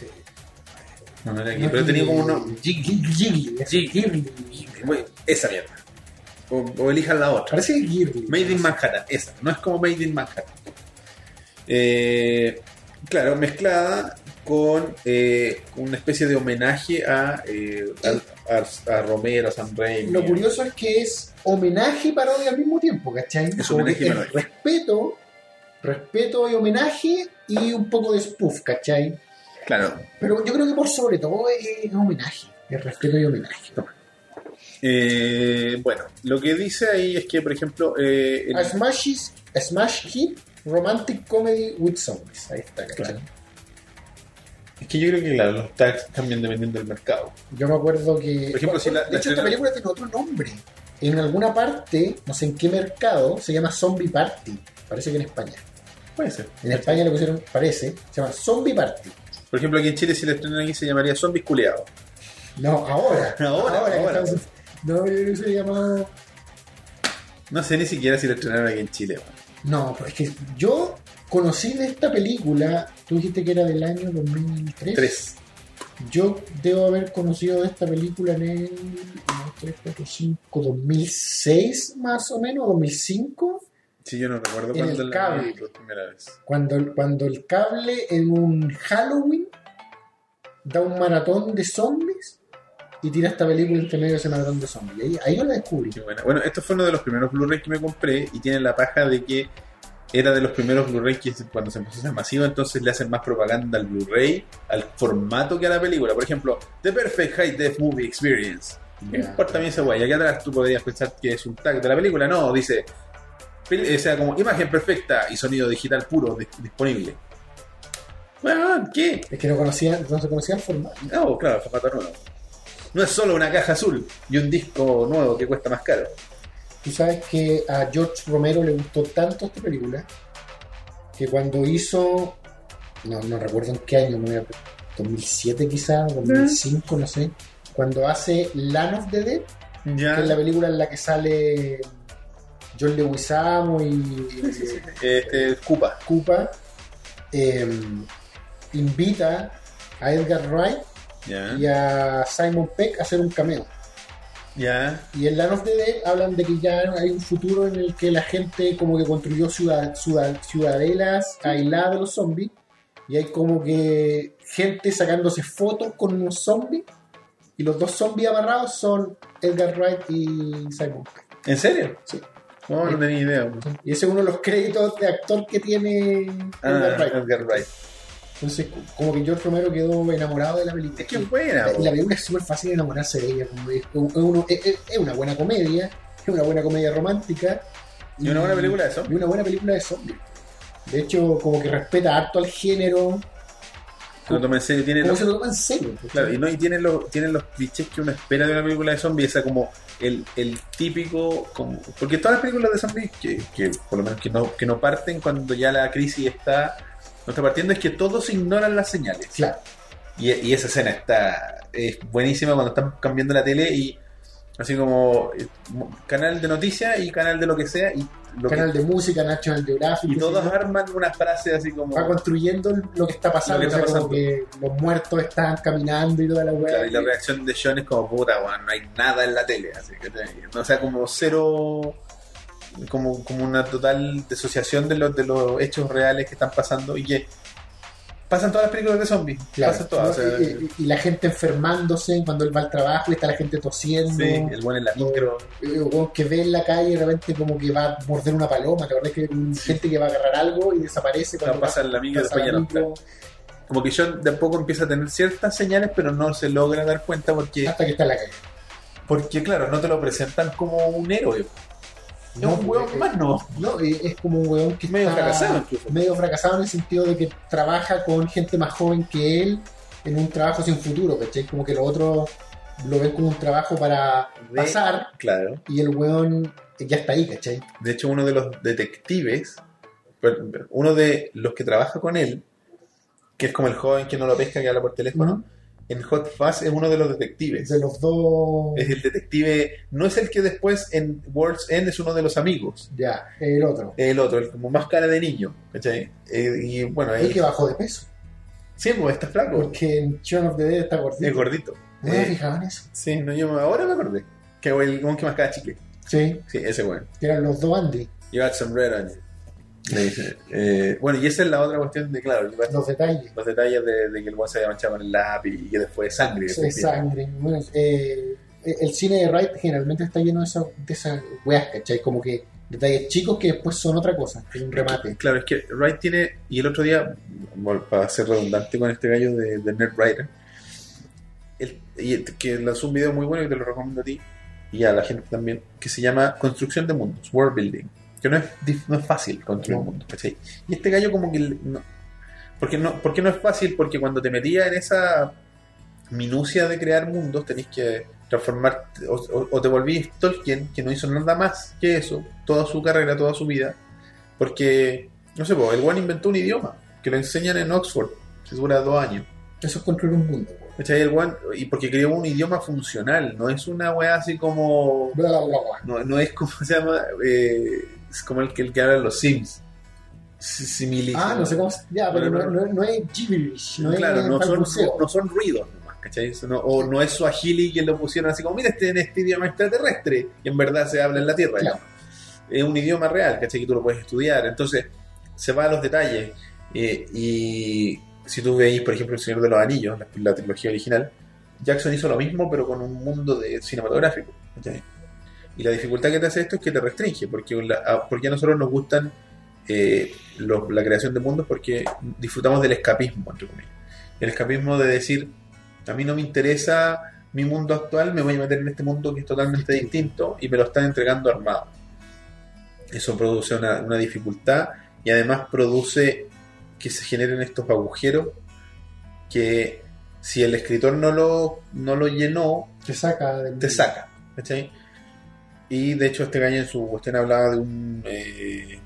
Sí.
No, no era Glee, pero tenía como uno. Glee,
Gigli. Gigli.
Gigli.
Gigli.
bueno, esa mierda. O, o elijan la otra.
Parece que Girly.
Made in Manhattan, esa, no es como Made in Manhattan. Eh, claro, mezclada con eh, una especie de homenaje a, eh, a, a- a Romero, a Sam Raimi.
Lo curioso es que es homenaje y parodia al mismo tiempo, ¿cachai?
Es
Como
homenaje y
que es
parodia.
respeto, respeto y homenaje y un poco de spoof, ¿cachai?
Claro,
Pero yo creo que por sobre todo es es homenaje, es respeto y homenaje.
Eh, bueno, lo que dice ahí es que, por ejemplo, eh, el-
A Smash, is- a Smash Hit Romantic Comedy with Zombies, ahí está, ¿cachai?
Claro. es que yo creo que claro, los tags cambian dependiendo del mercado.
Yo me acuerdo que...
Por ejemplo, si la-
de
la
hecho,
escena-
esta película tiene otro nombre. En alguna parte, no sé en qué mercado, se llama Zombie Party. Parece que en España.
Puede ser.
En España le pusieron, parece, se llama Zombie Party.
Por ejemplo, aquí en Chile, si la estrenan aquí, se llamaría Zombies Culeados.
No, ahora.
Ahora,
que
ahora.
estamos- No, yo creo que se llama.
No sé ni siquiera si la estrenaron aquí en Chile. weón.
No, pero es que yo conocí de esta película. Tú dijiste que era del año 2003.
Tres.
Yo debo haber conocido de esta película en el. uno, tres, cuatro, cinco, 2006 más o menos, 2005.
Si yo no recuerdo
En
cuándo
el
la vi
cable.
por primera vez.
Cuando, cuando el cable en un Halloween da un maratón de zombies y tira esta película entre medio de ese maratón de zombies. Y Ahí, ahí yo la descubrí.
Qué buena. Bueno, esto fue uno de los primeros Blu-ray que me compré y tiene la paja de que era de los primeros Blu-ray que se- cuando se empezó a hacer masivo, entonces le hacen más propaganda al Blu-ray, al formato que a la película. Por ejemplo, The Perfect High Def Movie Experience. ¿Qué
Ya.
importa bien esa guay? Aquí atrás tú podrías pensar que es un tag de la película. No, dice, pel- o sea, como imagen perfecta y sonido digital puro dis- disponible. Bueno, ¿qué?
Es que no conocían, no se conocían el formato.
No, claro, el formato nuevo. No es solo una caja azul y un disco nuevo que cuesta más caro.
Tú sabes que a George Romero le gustó tanto esta película que cuando hizo, no, no recuerdo en qué año, no era 2007 quizás, 2005, no sé, cuando hace Land of the Dead,
Ya.
que es la película en la que sale John Leguizamo y
Este, Cupa.
Koopa, eh, invita a Edgar Wright
Ya.
y a Simon Peck a hacer un cameo.
Ya.
Y en Land of the Dead hablan de que ya hay un futuro en el que la gente como que construyó ciudad, ciudad- ciudadelas aisladas de los zombies y hay como que gente sacándose fotos con unos zombies y los dos zombies amarrados son Edgar Wright y Simon Pegg.
¿En serio?
Sí.
No, no tenía idea. güey.
Y ese es uno de los créditos de actor que tiene
Ah,
Edgar Wright.
Edgar Wright.
Entonces como que George Romero quedó enamorado de la película.
Es que es buena.
La,
güey.
la película es súper fácil enamorarse de ella. como es, es uno- es- es- es una buena comedia, es una buena comedia romántica.
Y una buena película de eso.
Y una buena película de zombies. De hecho, como que respeta harto al género.
No toma en serio. Tiene
Como
los,
se lo toma en serio. ¿cachai?
claro, y no, y tiene los, tiene los clichés que uno espera de una película de zombies. Esa como el, el típico. Como, porque todas las películas de zombies, que, que por lo menos que no, que no parten cuando ya la crisis está. No está partiendo, es que todos ignoran las señales.
Claro.
Y, y esa escena está es buenísima cuando están cambiando la tele y así como eh, mo- canal de noticias y canal de lo que sea y, lo que-
Canal de música, National Geographic.
y
qué sé
todos
yo.
arman una frase así como
va construyendo lo que está pasando.
Lo que está
o sea, como
pasando.
que los muertos están caminando y toda la weá.
claro, y la reacción de John es como puta weón, no hay nada en la tele así que eh, no, o sea como cero como, como una total desociación de los de los hechos reales que están pasando y que pasan todas las películas de zombies
Claro,
pasan todas
¿no?
o sea,
y, y- y la gente enfermándose cuando él va al trabajo y está la gente tosiendo.
sí, el buen en la micro
Eh, weón, que ve en la calle y de repente como que va a morder una paloma. La verdad es que hay gente que va a agarrar algo y desaparece cuando
no, pasan la micro
pasa
después ya
la
no está.
micro,
como que John de a poco empieza a tener ciertas señales, pero no se logra dar cuenta porque,
hasta que está en la calle.
porque claro, no te lo presentan como un héroe. Es un
porque-
hueón más, no.
No, eh, es como un weón que
Medio
está
fracasado incluso.
medio fracasado en el sentido de que trabaja con gente más joven que él en un trabajo sin futuro, ¿cachai? Como que los otros lo ven como un trabajo para
De-
pasar
Claro.
y el weón ya está ahí, ¿cachai?
De hecho, uno de los detectives, per- per- uno de los que trabaja con él, que es como el joven que no lo pesca, que habla por teléfono, en Hot Fuzz es uno de los detectives.
De los dos...
Es el detective, no es el que después en World's End es uno de los amigos.
Ya, el otro.
El otro, el como más cara de niño. ¿cachai? Eh, y bueno,
El
ahí.
que bajó de peso.
Sí, pues está flaco.
Porque en Shaun of the Dead está gordito.
Es gordito.
¿No me
Eh,
fijaba en eso?
sí, no, yo me- ahora me acordé. Que el como que más cada chicle.
Sí,
Sí, ese weón.
eran los dos Andy.
You got some red on you. Le dice. Eh, bueno, y esa es la otra cuestión de, claro, el-
Los detalles.
los detalles de, de que el weón se había manchado en el lápiz y que después de sangre.
Sí,
efectivamente.
sangre. Bueno, eh, el cine de Wright generalmente está lleno de esas, de esas weas, ¿cachai? Como que detalles chicos que después son otra cosa, que es un remate.
Claro, es que Wright tiene. Y el otro día, bueno, para ser redundante con este gallo de, de Nerd Writer, el- y el- que lanzó un video muy bueno y te lo recomiendo a ti y a la gente también, que se llama Construcción de Mundos, World Building. Que no es, dif- no es fácil construir
No.
un mundo, ¿cachai? Y este gallo, como que. le- No, porque no, ¿Por qué no es fácil? Porque cuando te metías en esa minucia de crear mundos, tenés que transformar o, o- o te volvís Tolkien, que no hizo nada más que eso, toda su carrera, toda su vida, porque, no sé, po, el one inventó un idioma, que lo enseñan en Oxford, que dura dos años.
Eso es construir un mundo.
¿Cachai? El one, y porque creó un idioma funcional, no es una weá así como...
Bla, bla, bla, bla.
No, no es como <laughs> se llama... Eh, es como el que, el que hablan los Sims. Si- simili-
Ah, no sé cómo. se- Ya, pero no, no- no es gibberish, no
claro,
es
no son,
balbuceo.
no son ruidos nomás, ¿cachai? Eso no- o no es Swahili que lo pusieron así como, mira, este en este idioma extraterrestre, y en verdad se habla en la Tierra.
Claro.
¿no? Es un idioma real, ¿cachai? Que tú lo puedes estudiar. Entonces, se va a los detalles. Eh, y si tú veis, por ejemplo, El Señor de los Anillos, la, la trilogía original, Jackson hizo lo mismo, pero con un mundo de cinematográfico. ¿cachai? Y la dificultad que te hace esto es que te restringe, porque, la- a- porque a nosotros nos gustan eh, lo- la creación de mundos porque disfrutamos del escapismo, entre comillas. El escapismo de decir, a mí no me interesa mi mundo actual, me voy a meter en este mundo que es totalmente distinto y me lo están entregando armado. Eso produce una, una dificultad y además produce que se generen estos agujeros que si el escritor no lo, no lo llenó,
Te saca del.
te saca. ¿cachai? Y de hecho este gallo en su cuestión hablaba de un eh,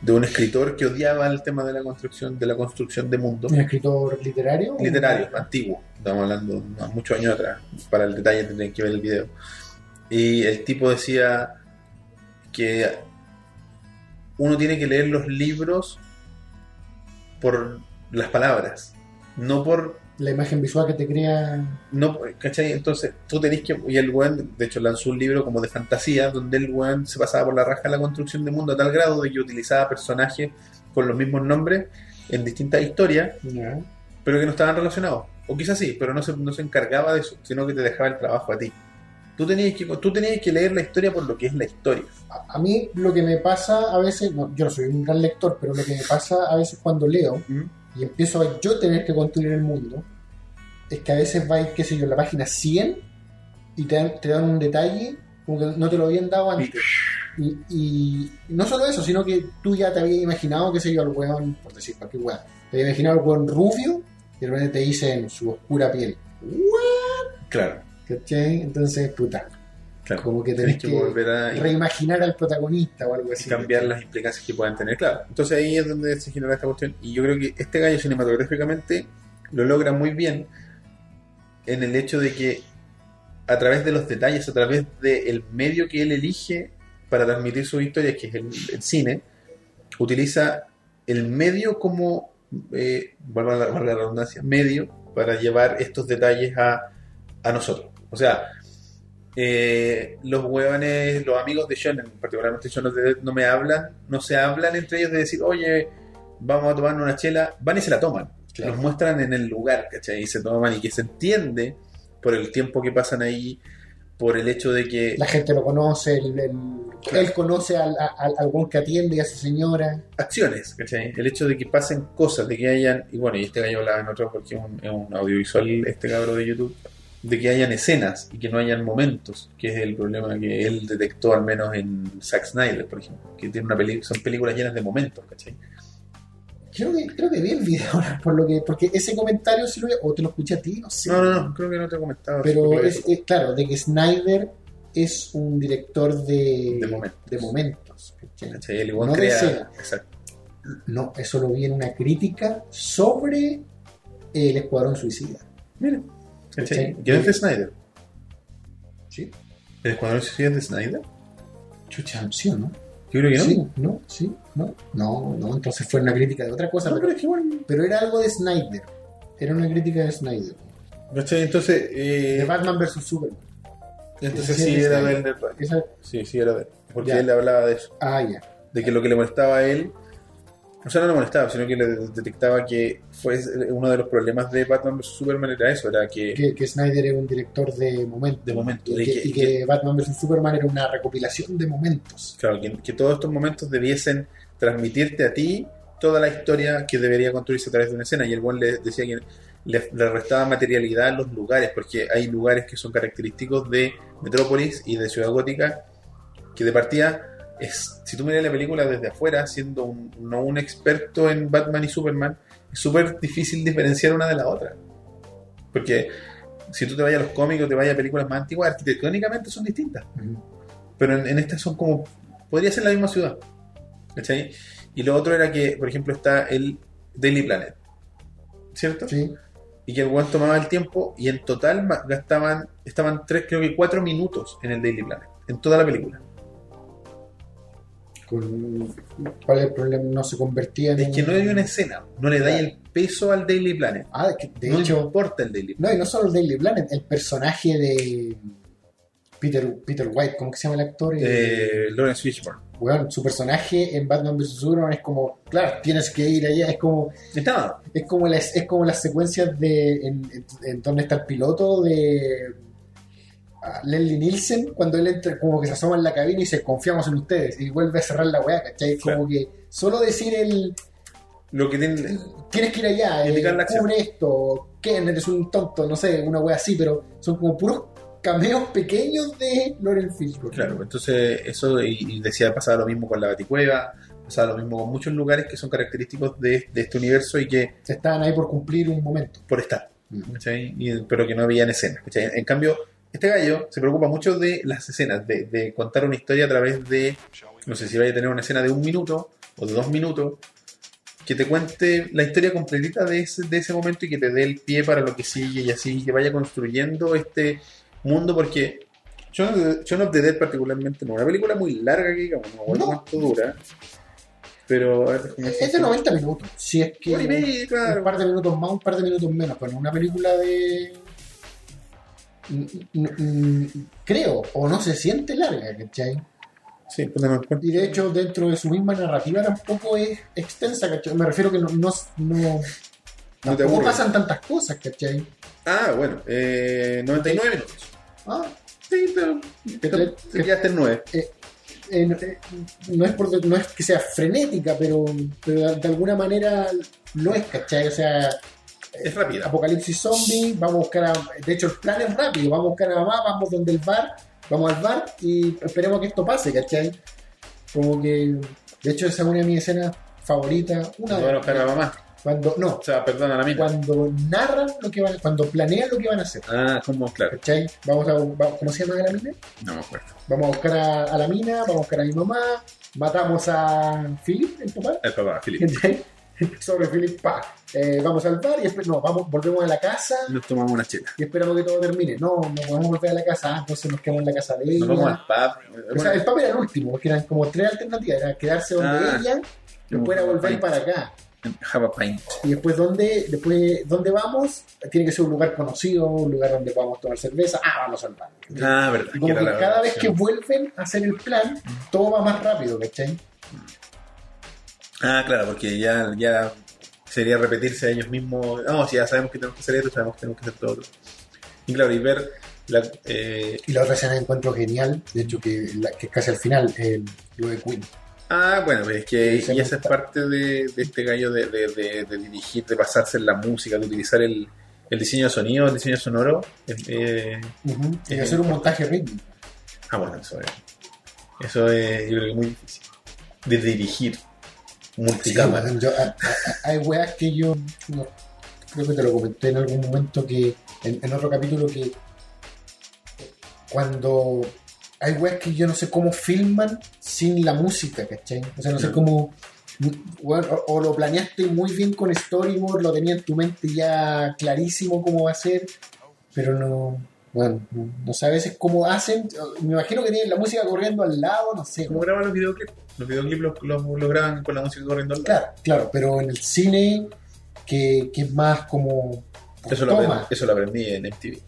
de un escritor que odiaba el tema de la construcción, de la construcción de mundo.
¿Un escritor literario?
Literario, antiguo. Estamos hablando de muchos años atrás. Para el detalle tendrían que ver el video. Y el tipo decía que uno tiene que leer los libros por las palabras, no por
La imagen visual que te crea.
no, ¿cachai? Entonces, tú tenés que. Y el weón, de hecho, lanzó un libro como de fantasía, donde el weón se pasaba por la raja la construcción del mundo a tal grado de que utilizaba personajes con los mismos nombres en distintas historias,
Ya.
pero que no estaban relacionados. O quizás sí, pero no se, no se encargaba de eso, sino que te dejaba el trabajo a ti. Tú tenías, que, tú tenías que leer la historia por lo que es la historia.
A, a mí lo que me pasa a veces, no, yo no soy un gran lector, pero lo que me pasa a veces cuando leo
¿Mm?
y empiezo a yo tener que construir el mundo, es que a veces va, qué sé yo, en la página 100 y te dan, te dan un detalle como que no te lo habían dado antes. Y, y no solo eso, sino que tú ya te habías imaginado, qué sé yo, al weón, por decir cualquier weón, te habías imaginado al weón rubio y de repente te dicen su oscura piel.
Claro,
¿Cachai? Entonces, puta,
claro.
como que
Tenés
tenés
que
que
volver a.
reimaginar al protagonista o algo así.
cambiar las implicancias que puedan tener, claro. Entonces ahí es donde se genera esta cuestión. Y yo creo que este gallo cinematográficamente lo logra muy bien en el hecho de que a través de los detalles, a través del medio que él elige para transmitir sus historias, que es el, el cine, utiliza el medio como, eh, valga la, valga la redundancia, medio para llevar estos detalles a, a nosotros. O sea, eh, los hueones, los amigos de Shonen, particularmente Shonen de Death, no me hablan, no se hablan entre ellos de decir, oye, vamos a tomar una chela, van y se la toman,
Claro.
los muestran en el lugar, ¿cachai? Y se toman y que se entiende por el tiempo que pasan ahí, por el hecho de que...
la gente lo conoce, el- el-
Claro.
él conoce al, al, al weón que atiende y a su señora.
acciones, ¿cachai? El hecho de que pasen cosas, de que hayan, y bueno, y este gallo hablaba en otro porque es un, es un audiovisual, este cabro de YouTube, de que hayan escenas y que no hayan momentos, que es el problema que él detectó al menos en Zack Snyder, por ejemplo, que tiene una peli son películas llenas de momentos, ¿cachai?
Creo que, creo que vi el video <laughs> ahora, por lo que, porque ese comentario sí lo vi, o te lo escuché a ti, no sé.
No, no, no, creo que no te he comentado.
Pero
creo que
es, es claro, de que Snyder es un director de,
De momentos.
de momentos, ¿cachai?
¿cachai? El igual
no de
crea-
escena.
exacto.
No, eso lo vi en una crítica sobre el Escuadrón Suicida.
Mira, ¿cachai?
¿Cachai?
Yo es de Snyder.
¿Sí?
¿El Escuadrón Suicida es de Snyder?
Chucha, sí, ¿o ¿no?
Yo creo que no.
Sí, ¿no? Sí, ¿no? No, no, entonces fue una crítica de otra cosa,
No,
pero
pero es que igual,
pero era algo de Snyder. Era una crítica de Snyder.
¿cachai? Entonces, eh,
De Batman vs. Superman.
entonces
Sí,
sí
es
era
Snyder.
del...
Esa-
Sí, sí, era de él. Porque
Ya.
él hablaba de eso.
ah, ya.
De que lo que le molestaba a él. O sea, no le molestaba, sino que le detectaba que fue uno de los problemas de Batman vs Superman era eso, era que.
Que, que Snyder era un director de momentos.
De momento,
Y
de
que,
que-
y que Batman vs. Superman era una recopilación de momentos.
Claro, que, que todos estos momentos debiesen transmitirte a ti toda la historia que debería construirse a través de una escena. Y el buen le decía que le, le restaba materialidad a los lugares, porque hay lugares que son característicos de Metrópolis y de Ciudad Gótica, que de partida, es, si tú miras la película desde afuera, siendo un- no un experto en Batman y Superman, es súper difícil diferenciar una de la otra. Porque si tú te vayas a los cómics o te vayas a películas más antiguas, arquitectónicamente son distintas pero en, en estas son como podría ser la misma ciudad ¿cachai? y lo otro era que por ejemplo está el Daily Planet ¿cierto?
Sí.
y que el weón tomaba el tiempo y en total ma- gastaban estaban tres creo que cuatro minutos en el Daily Planet en toda la película
Con- ¿Cuál es el problema? No se convertía en.
es que no hay una escena no le da el peso al Daily Planet
Ah, que de
no le
hecho.
importa el Daily Planet
No, y no solo el Daily Planet, el personaje de. Peter, Peter White, ¿cómo que se llama el actor?
eh, Lawrence Fishburne
Weón, su personaje en Batman vs. Superman es como, claro, tienes que ir allá, es como,
está
Es como las, es como las secuencias de en, en- en donde está el piloto de a Leslie Nielsen cuando él entra, como que se asoma en la cabina y dice confiamos en ustedes y vuelve a cerrar la weá, ¿cachai? Como que solo decir el
Lo que tienen.
tienes que ir allá, eh,
Indicar la acción.
cubre esto, Ken eres un tonto, no sé, una weá así, pero son como puros cameos pequeños de Lauren Fishburne.
pues, Claro, entonces eso, y, y decía, pasaba lo mismo con la Baticueva, pasaba lo mismo con muchos lugares que son característicos de, de este universo y que
Se estaban ahí por cumplir un momento.
por estar,
Mm.
¿cachai? Y- pero que no había en escena. ¿cachai? En cambio, este gallo se preocupa mucho de las escenas, de, de contar una historia a través de, no sé si vaya a tener una escena de un minuto o de dos minutos, que te cuente la historia completita de ese, de ese momento y que te dé el pie para lo que sigue y así, que vaya construyendo este mundo, porque Shaun of the- Shaun of the Dead particularmente no es una película muy larga que digamos, no me acuerdo
No.
cuánto dura, pero... Es
Es de 90 minutos, si es que...
Hora y media, claro.
un par de minutos más, un par de minutos menos, pero en una película de. Mm, mm, Creo, o no se siente larga, ¿cachai?
Sí, pues no me acuerdo.
Y de hecho, dentro de su misma narrativa tampoco es extensa, ¿cachai? Me refiero que no. no, no
No te
tampoco
aburre.
pasan tantas cosas, ¿cachai?
Ah, bueno, eh, 99 minutos.
Ah,
Sí, pero.
te-
pero
que-
Te quedaste en 9.
eh, no- eh, no, es por- no es que sea frenética, pero, pero de alguna manera lo es, ¿cachai? O sea,
Es rápida.
Apocalipsis Zombie, vamos a buscar a, De hecho, el plan es rápido, vamos a buscar a mamá, vamos donde el bar, vamos al bar y esperemos que esto pase, ¿cachai? Como que... De hecho, esa es una de mis escenas favoritas. Una
No
de
van a buscar a la mamá.
cuando No,
O sea, perdón, a la misma.
cuando narran lo que van cuando planean lo que van a hacer,
Ah, como, claro.
¿cachai? Vamos a... va- ¿Cómo se llama la mina?
No me acuerdo.
Vamos a buscar a, a la mina, vamos a buscar a mi mamá, matamos a Philip, el papá. <laughs>
El papá, Felipe.
¿cachai? Sobre Philip, pa. Eh, vamos al bar y después... No, vamos, volvemos a la casa.
Nos tomamos una chela.
y esperamos que todo termine. No, no podemos volver a la casa, ah, entonces nos quedamos en la casa de ella.
Nos vamos al pub. eh,
o sea,
Bueno,
el papel era el último, porque eran como tres alternativas, era quedarse donde
Ah.
ella, después era volver para acá.
Have a pint.
Y después dónde, después dónde vamos, tiene que ser un lugar conocido, un lugar donde podamos tomar cerveza, ah, vamos al bar.
Ah, verdad.
Y como
era
que
la
cada vez que
opción.
vuelven a hacer el plan, todo va más rápido, ¿cachai?
Ah, claro, porque ya, ya sería repetirse a ellos mismos. No, si ya sabemos que tenemos que hacer esto, sabemos que tenemos que hacer todo otro. Y claro, y ver. La, eh,
Y la otra escena de encuentro genial, de hecho que, la- que es casi al final, el- lo de Queen.
Ah, bueno, pues es que
Sí,
y esa es
está.
parte de, de este gallo de, de- de- de dirigir, de basarse en la música, de utilizar el, el diseño de sonido, el diseño sonoro. eh,
Ujú. Y
Eh,
hacer un montaje rítmico.
ah, bueno, eso es. Eso es, yo creo que muy difícil. De dirigir
Sí,
multicámara.
bueno, yo- a- a- hay weas que yo no, creo que te lo comenté en algún momento que en, en otro capítulo que cuando hay weas que yo no sé cómo filman sin la música, ¿cachai? O sea, no sé
Mm.
cómo weón, o, o lo planeaste muy bien con storyboard, lo tenías en tu mente ya clarísimo cómo va a ser, pero no bueno, no, no sé a veces cómo hacen, me imagino que tienen la música corriendo al lado, no sé,
¿Cómo graban los videoclips? Los videoclips los, los- los graban con la música corriendo al lado.
Claro, claro, pero en el cine, que, que es más como por
Eso lo, aprendí,
toma,
eso lo aprendí en MTV.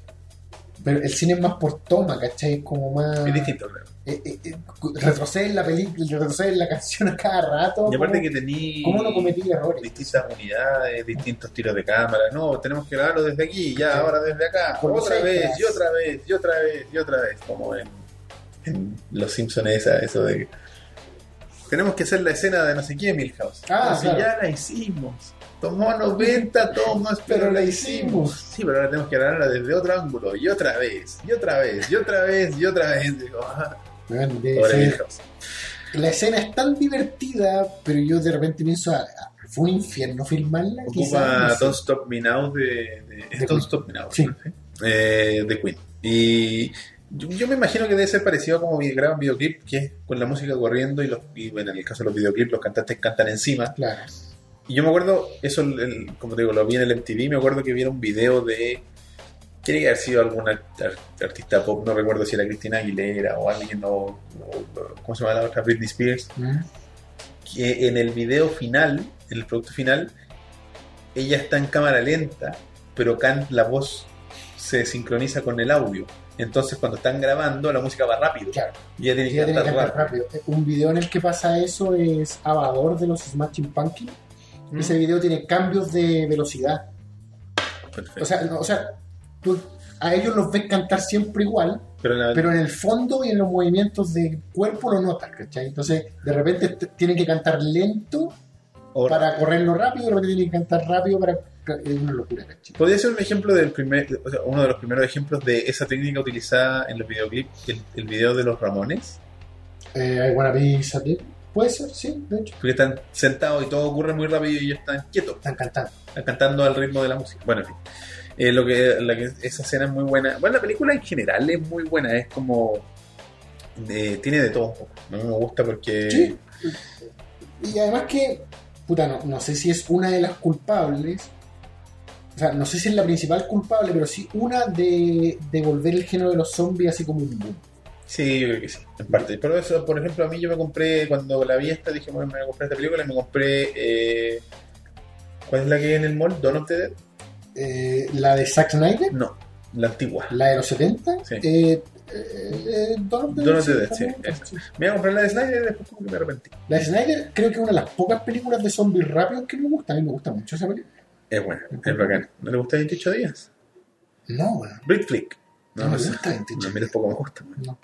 pero el cine es más por toma, ¿cachai? Es como más.
Es distinto, claro.
eh, eh, eh, retroceder en la película, retroceder en la <laughs> canción a cada rato.
Y aparte
¿cómo-
que tení
¿Cómo no cometí errores?
distintas unidades, distintos tiros de cámara. No, tenemos que grabarlo desde aquí, ya,
Sí.
ahora desde acá.
Con
otra
secas.
vez, y otra vez, y otra vez, y otra vez. Como en, en Los Simpsons, esa, eso de que tenemos que hacer la escena de no sé qué, Milhouse.
Ah,
No, si
claro.
ya la hicimos. Tomó 90 tomas, pero,
Pero la
la
hicimos.
hicimos. Sí, pero ahora tenemos que grabarla desde otro ángulo, y otra vez, y otra vez, y otra vez, y otra vez. Digo, ah,
Weón, debe
pobre
ser-
Milhouse.
la escena es tan divertida, pero yo de repente pienso, ah, ah, fue un infierno filmarla. quizás,
ocupa
no sé.
Don't Stop Me Now de, de-
Queen.
Don't Stop Me Now,
Sí.
¿no? Eh, de Queen y yo, yo me imagino que debe ser parecido a como vi- graban videoclip que es con la música corriendo y, los, y, bueno, en el caso de los videoclips los cantantes cantan encima
Claro.
y yo me acuerdo eso el- el- como te digo lo vi en el MTV me acuerdo que vi un video de tiene que haber sido alguna ar- artista pop no recuerdo si era Cristina Aguilera o alguien o, o- cómo se llama la otra Britney Spears
Mm.
que en el video final, en el producto final, ella está en cámara lenta, pero can- la voz se sincroniza con el audio. Entonces cuando están grabando la música va rápido.
Claro.
Y ella tiene
Y
que
ya tiene que
cantar
cantar
rápido.
rápido. Eh, Un video en el que pasa eso es Abador de los Smashing Pumpkins.
¿Mm?
Ese video tiene cambios de velocidad.
Mm. Perfecto.
O sea, no, o sea, tú a ellos los ves cantar siempre igual,
Pero la-
pero en el fondo y en los movimientos de cuerpo lo notas, ¿cachai? Entonces, de repente t- tienen que cantar lento
O-
para correrlo rápido, de repente tienen que cantar rápido para... Es una locura, ¿cachai?
Podría ser un ejemplo del primer, o sea, uno de los primeros ejemplos de esa técnica utilizada en los videoclips, el, el video de los Ramones,
Eh, I wanna be something. Puede ser, sí, de hecho.
porque están sentados y todo ocurre muy rápido y ellos están quietos,
Están cantando.
están cantando al ritmo de la música. Bueno, en fin. Eh, lo que, la que- esa escena es muy buena. Bueno, la película en general es muy buena, es como... eh, tiene de todo un poco. No me gusta porque...
Sí. Y además que, puta, no, no sé si es una de las culpables, o sea, no sé si es la principal culpable, pero sí una de, de volver el género de los zombies así como un boom.
Sí, yo creo que sí, en parte. Pero eso, por ejemplo, a mí yo me compré, cuando la vi esta, dije, bueno, me voy a comprar esta película, me compré... eh, ¿Cuál es la que hay en el mall? ¿Dawn of the Dead?
Eh, la de Zack Snyder,
No, la antigua.
la de los 70,
Sí.
eh, eh, eh, Dawn of the
Dawn of
Dead,
the Dead, sí,
también,
esa. Me iba a comprar la de Snyder y después como que me arrepentí.
La de Snyder creo que es una de las pocas películas de zombies rápidos que me gusta, a mí me gusta mucho esa película.
Es buena, es bacán. ¿No le gusta 28 días?
No, weón,
Brit Flick.
no,
No, no
me
sé.
gusta 28.
No, a mí tampoco me gusta. man.
No.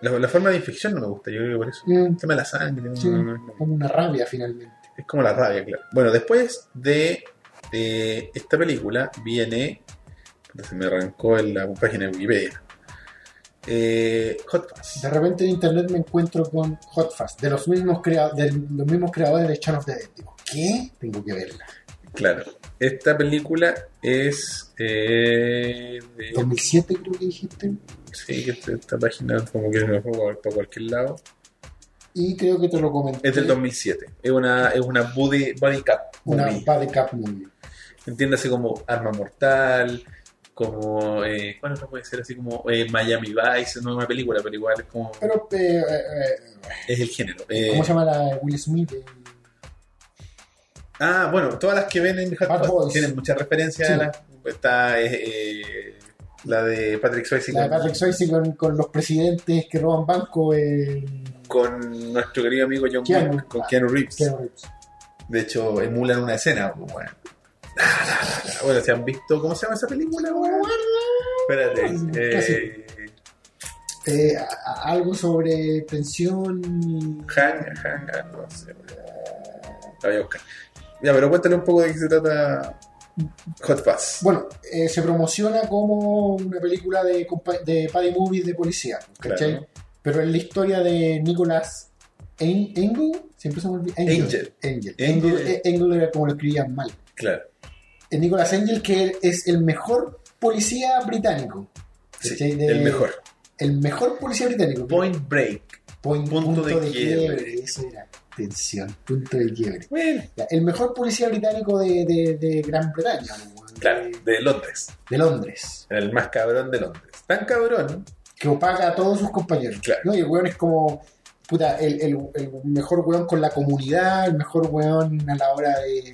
La, la forma de infección no me gusta, yo creo que por eso.
Mm,
El tema de la sangre. no,
Sí.
no, no, no.
como una rabia finalmente.
Es como la rabia, claro. Bueno, después de eh, esta película viene. puta, Se me arrancó en la página de Wikipedia. Eh, Hot Fuzz.
De repente en internet me encuentro con Hot Fast, de los mismos, crea- de los mismos creadores de Shaun of the Dead. Digo, ¿qué? Tengo que verla.
Claro. Esta película es. eh, de-
2007 creo que dijiste.
Sí, que esta, esta página como que me fue por, por cualquier lado.
Y creo que te lo comenté.
Es del 2007. Es una, es una body, body cap
Una
movie.
Bad Cap movie.
Entiéndase como Arma Mortal, como... Eh, ¿Cuál otra puede ser? Así como eh, Miami Vice. No es una película, pero igual es como...
Pero, eh, eh, eh,
Es el género. Eh,
¿cómo se llama la Will Smith? Eh,
ah, bueno, todas las que ven en Hot
Bad
Fuzz
Boys.
tienen muchas referencias.
Sí.
a las- está eh, eh, la de Patrick Swayze
la de
con-
Patrick Swayze con, con los presidentes que roban banco. Eh,
con nuestro querido amigo John
Keanu.
Wick, con Keanu Reeves.
Keanu Reeves.
De hecho, emulan una escena. pues, Bueno. bueno, si han visto. ¿Cómo se llama esa película, weón? Espérate. Eh,
Eh, a- a- algo sobre tensión y... eh,
Hang, hang, no sé. weón. La voy a buscar. Ya, pero cuéntale un poco de qué se trata Hot Fuzz.
Bueno, eh, se promociona como una película de, compa- de Paddy Movies de policía, ¿cachai?
Claro.
Pero es la historia de Nicolas Ein- Engel, siempre se me olvida.
Angel.
Angel.
Angel.
Engel. eh, Engel era como lo escribían mal.
Claro.
El Nicolas Angel, que es el mejor policía británico.
Sí,
¿cachai? este De-
el mejor.
El mejor policía británico.
Point Break.
Point-
punto de quiebre.
Eso era. Tensión, punto de quiebre.
Bueno.
Ya, El mejor policía británico de, de- de Gran Bretaña, ¿no? de-
Claro, de Londres.
de Londres.
El más cabrón de Londres. Tan cabrón.
que opaca a todos sus compañeros.
Claro.
¿no? Y el weón es como puta, el, el- el mejor weón con la comunidad, el mejor weón a la hora de,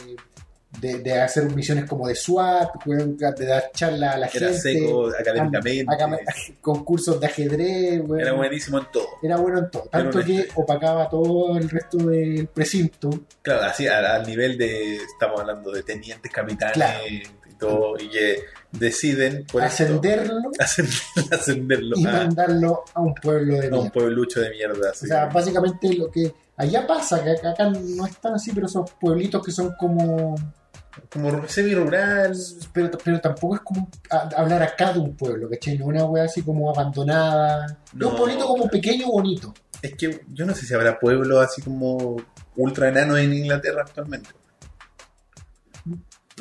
de, de hacer misiones como de SWAT, weón de dar charla a la
Era
gente,
seco académicamente.
acá- <laughs> concursos de ajedrez, weón.
Era buenísimo en todo.
Era bueno en todo,
Era
tanto
una
que
estrella.
opacaba a todo el resto del precinto.
Claro, así al, al nivel de, estamos hablando de tenientes, capitanes
Claro.
y todo, y que deciden por esto
ascenderlo
<laughs> ascender- ascenderlo
y
a,
mandarlo a un pueblo de
a un
mierda.
pueblucho de mierda. así.
O sea, básicamente lo que allá pasa, que acá acá no es tan así, pero son pueblitos que son como
como semi-rural.
pero, pero tampoco es como a- hablar acá de un pueblo, ¿cachai? No una wea así como abandonada.
No.
No, un pueblito como pequeño bonito.
Es que yo no sé si habrá pueblos así como ultra enanos en Inglaterra actualmente.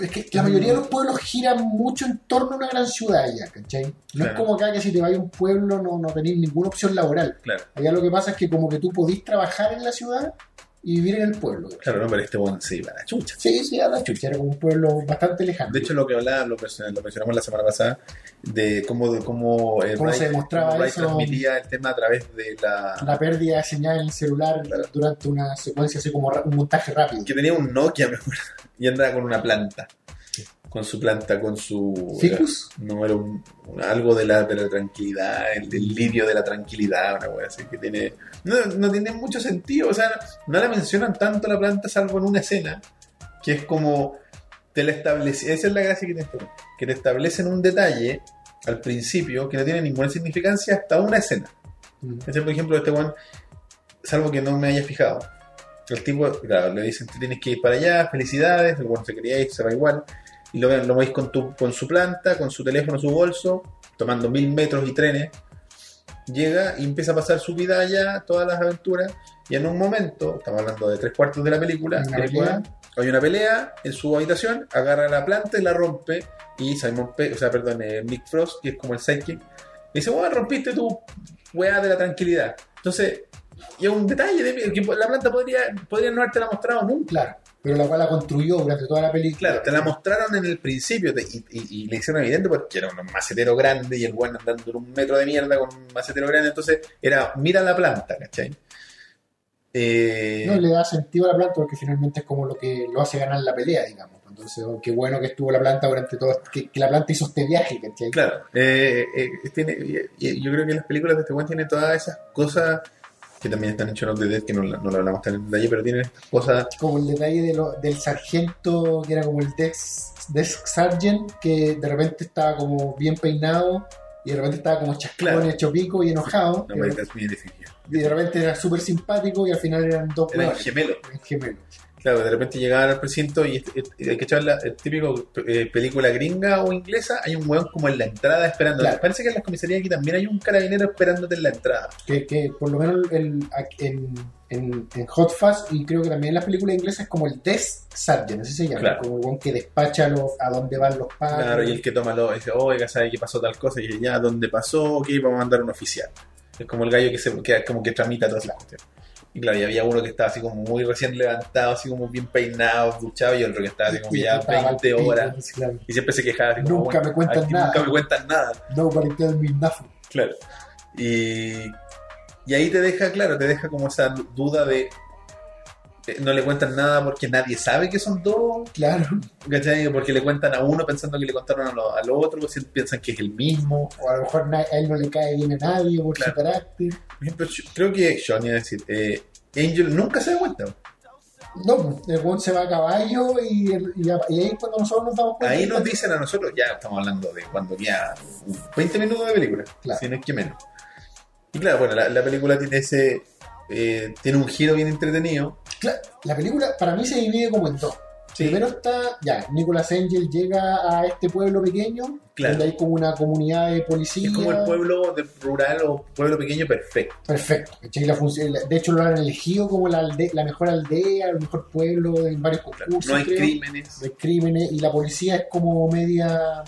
Es que
Mm.
la mayoría de los pueblos giran mucho en torno a una gran ciudad allá, ¿cachai? No es
Claro.
como acá que si te vas a un pueblo no, no tenés ninguna opción laboral.
Claro,
Allá lo que pasa es que como que tú podís trabajar en la ciudad y vivir en el pueblo. ¿cachai?
claro, no, pero este buen sí, para la chucha.
Sí, sí, a la chucha, era como un pueblo bastante lejano.
De hecho, lo que hablaba, lo, mencion- lo mencionamos la semana pasada, de cómo, de cómo, eh,
Cómo se demostraba
cómo Wright
eso.
transmitía el tema a través de la...
la pérdida de señal en el celular
Claro.
durante una secuencia así como ra- un montaje rápido.
que tenía un Nokia, me acuerdo, <laughs> y andaba con una planta. Con su planta, con su...
¿Ficus?
No, era un, un- algo de la, de la tranquilidad, el del lirio de la tranquilidad, una wea así que tiene... No, no tiene mucho sentido, o sea, no la mencionan tanto la planta salvo en una escena, que es como... Te la establece, esa es la gracia que te, que te establecen un detalle al principio que no tiene ninguna significancia hasta una escena.
Mm.
¿Cachai? Por ejemplo, este one, salvo que no me haya fijado. El tipo, claro, le dicen, "Tú tienes que ir para allá, felicidades, el one se quería ir, se va igual. Y lo, lo veis con, tu, con su planta, con su teléfono, su bolso, tomando mil metros y trenes. Llega y empieza a pasar su vida allá, todas las aventuras. Y en un momento, estamos hablando de tres cuartos de la película,
Una
película,
pelea.
hay una pelea en su habitación, agarra la planta y la rompe. Y Simon Pe- o sea, perdón, eh, Nick Frost, que es como el sidekick, y dice, bueno, rompiste tu weá de la tranquilidad. Entonces, y es un detalle de que la planta podría, podría no haberte la mostrado nunca.
Claro, pero la cual la construyó durante toda la película.
Claro, te la mostraron en el principio te- y, y- y le hicieron evidente porque era un macetero grande y el weón andando en un metro de mierda con un macetero grande. Entonces, era, mira la planta, ¿cachai? Eh,
No le da sentido a la planta porque finalmente es como lo que lo hace ganar la pelea, digamos. Entonces, oh, qué bueno que estuvo la planta durante todo, que, que la planta hizo este viaje, ¿cachai?
Claro, eh, eh, tiene- y- y yo creo que las películas de este weón tienen todas esas cosas que también están en Shaun of the Dead, que no, la- no lo hablamos tan en detalle, pero tienen estas cosas.
Como el detalle de lo- del sargento, que era como el desk, desk sergeant, que de repente estaba como bien peinado y de repente estaba como chascón,
Claro.
hecho pico y enojado.
No,
y,
me that's me difícil.
y de repente era súper simpático y al final eran dos
Eran
hueones,
gemelos.
eran gemelos.
Claro, de repente llegaban al precinto y, este- este- hay que echar la el típico eh, película gringa o inglesa, hay un weón como en la entrada esperando.
Claro.
Parece que en las comisarías aquí también hay un carabinero esperándote en la entrada.
que, que por lo menos el- en, en, en Hot Fuzz y creo que también en las películas inglesas es como el desk sergeant, así se llama,
Claro.
como el weón que despacha los, a dónde van los padres.
Claro, y el que toma lo dice, oiga, ¿sabe qué pasó tal cosa? Y dice, ya, ¿dónde pasó? Ok, vamos a mandar un oficial. Es como el gallo que se que como que tramita todas las cuestiones. Y claro, y había uno que estaba así como muy recién levantado, así como bien peinado, duchado, y otro que estaba así como
Y
ya
estaba al
20
pico,
horas.
así, claro.
Y siempre se quejaba así como,
Nunca me cuentan
aquí
nada.
Nunca me cuentan nada.
Nobody tell me nothing.
Claro. Y, y ahí te deja, claro, te deja como esa duda de. eh, No le cuentan nada porque nadie sabe que son dos,
Claro.
¿cachai? Porque le cuentan a uno pensando que le contaron a lo- al otro, si piensan que es el mismo.
O a lo mejor na- a él no le cae bien a nadie por
Claro.
su carácter.
Por ejemplo, yo- creo que Sean iba a decir, eh, Angel nunca se da cuenta.
No, el weón se va a caballo y, el- y, a- y ahí es cuando nosotros nos damos cuenta.
Ahí
que
nos
está-
dicen a nosotros, ya estamos hablando de cuando queda 20 minutos de película,
Claro.
si no es que menos. Y claro, bueno, la, la película tiene ese. eh, tiene un giro bien entretenido.
Claro, la película para mí se divide como en dos. Primero está, ya, Nicolas Angel llega a este pueblo pequeño,
Claro.
donde hay como una comunidad de policías.
Es como el pueblo de- rural o pueblo pequeño perfecto.
Perfecto. ¿cachai? La función- la- de hecho, lo han elegido como la, alde- la mejor aldea, el mejor pueblo en varios
Claro,
concursos.
no hay
creo.
crímenes.
No hay crímenes. Y la policía es como media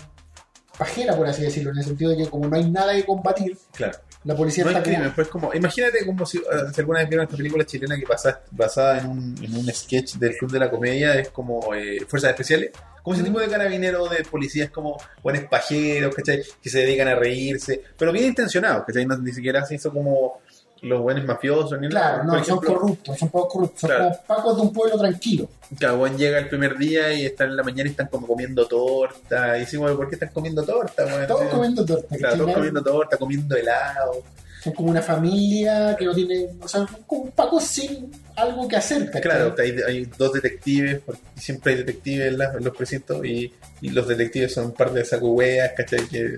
pajera, por así decirlo, en el sentido de que como no hay nada que combatir,
Claro.
la policía
No hay
está como-
crímenes. Pues como, imagínate como si, eh, si alguna vez vieron esta película chilena que pasa, basada en un, en un sketch del Club de la Comedia, es como eh, Fuerzas Especiales. Como ese
Mm.
tipo de carabineros, de policías, como buenos pajeros, ¿cachai? Que se dedican a reírse, pero bien intencionados, ¿cachai? No, ni siquiera se hizo como los buenos mafiosos, ni nada.
Claro, no,
Por
son
ejemplo,
corruptos, son pocos corruptos, son
Claro.
como pacos de un pueblo tranquilo.
Caguán llega el primer día y están en la mañana y están como comiendo torta. Y decimos, ¿por qué están comiendo torta? weón?"
Todos comiendo torta.
Claro,
¿cachai?
todos comiendo torta, comiendo helado.
Son como una familia que no tiene, o sea, son como un paco sin algo que hacer, ¿cachai?
Claro, hay, hay dos detectives, porque siempre hay detectives en, la- en los precintos y, y los detectives son parte de esas weas, ¿cachai? Que,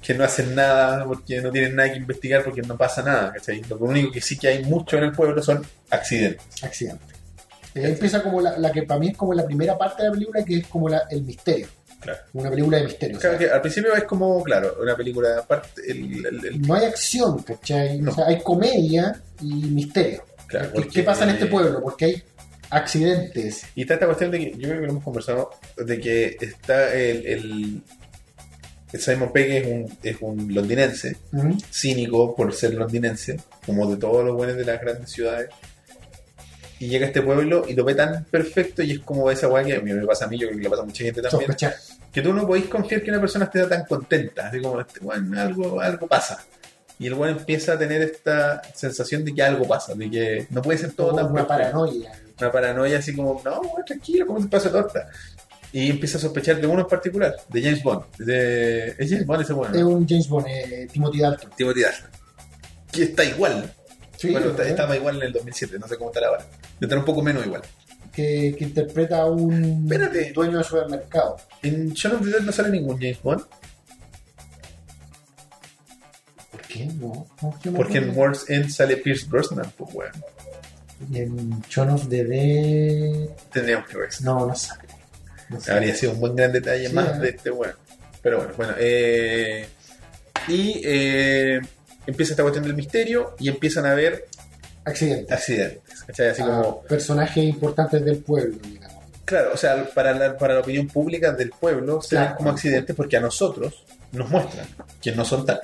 que no hacen nada porque no tienen nada que investigar porque no pasa nada, ¿cachai? Lo único que sí que hay mucho en el pueblo son accidentes.
Accidente. Eh, empieza como la, la que para mí es como la primera parte de la película, que es como la- el misterio.
Claro.
Una película de misterio. o sea,
Claro que al principio es como, claro, una película aparte, el, el- el-
no hay acción, ¿cachai?
No.
O sea, hay comedia y misterio.
claro,
¿Qué-
porque- eh,
¿Qué pasa en este pueblo? Porque hay accidentes.
Y está esta cuestión de que, yo creo que lo hemos conversado, de que está el, el, el Simon Pegg es un, es un londinense,
¿Mm?
cínico por ser londinense, como de todos los buenos de las grandes ciudades. Y llega a este pueblo y lo ve tan perfecto y es como esa weá que a mí me pasa a mí, yo creo que le pasa a mucha gente también,
Sospechar.
que tú no podéis confiar que una persona esté tan contenta, así como, este, bueno, algo, algo pasa. Y el weón empieza a tener esta sensación de que algo pasa, de que no puede ser todo
Como
tan
una
perfecto
paranoia.
una paranoia así como, no, güey, tranquilo, como un paso de torta. Y empieza a sospechar de uno en particular, de James Bond. De, es James Bond ese bueno,
Es un James Bond, eh, Timothy Dalton.
Timothy Dalton. Que está igual.
Sí, ¿eh?
bueno, está-
¿verdad?
estaba igual en el 2007, no sé cómo estará ahora. Estará un poco menos igual.
que, que interpreta a un
Espérate.
dueño de supermercado.
En Shaun of the Dead no sale ningún James Bond.
qué no? No, yo me
Porque en
acuerdo.
World's End sale Pierce Brosnan, pues bueno,
Y en Shaun of the Dead.
tendríamos que ver eso.
No, no sale. No sale.
Habría sido un buen gran detalle
Sí,
más
ah.
de este bueno. Pero bueno, bueno. eh, y eh, empieza esta cuestión del misterio y empiezan a haber
Accidente.
accidentes, ¿cachai? Así
Ah,
como,
Personajes importantes del pueblo, digamos.
claro, o sea, para la, para la opinión pública del pueblo se dan
Claro.
como accidentes porque a nosotros nos muestran que no son tal.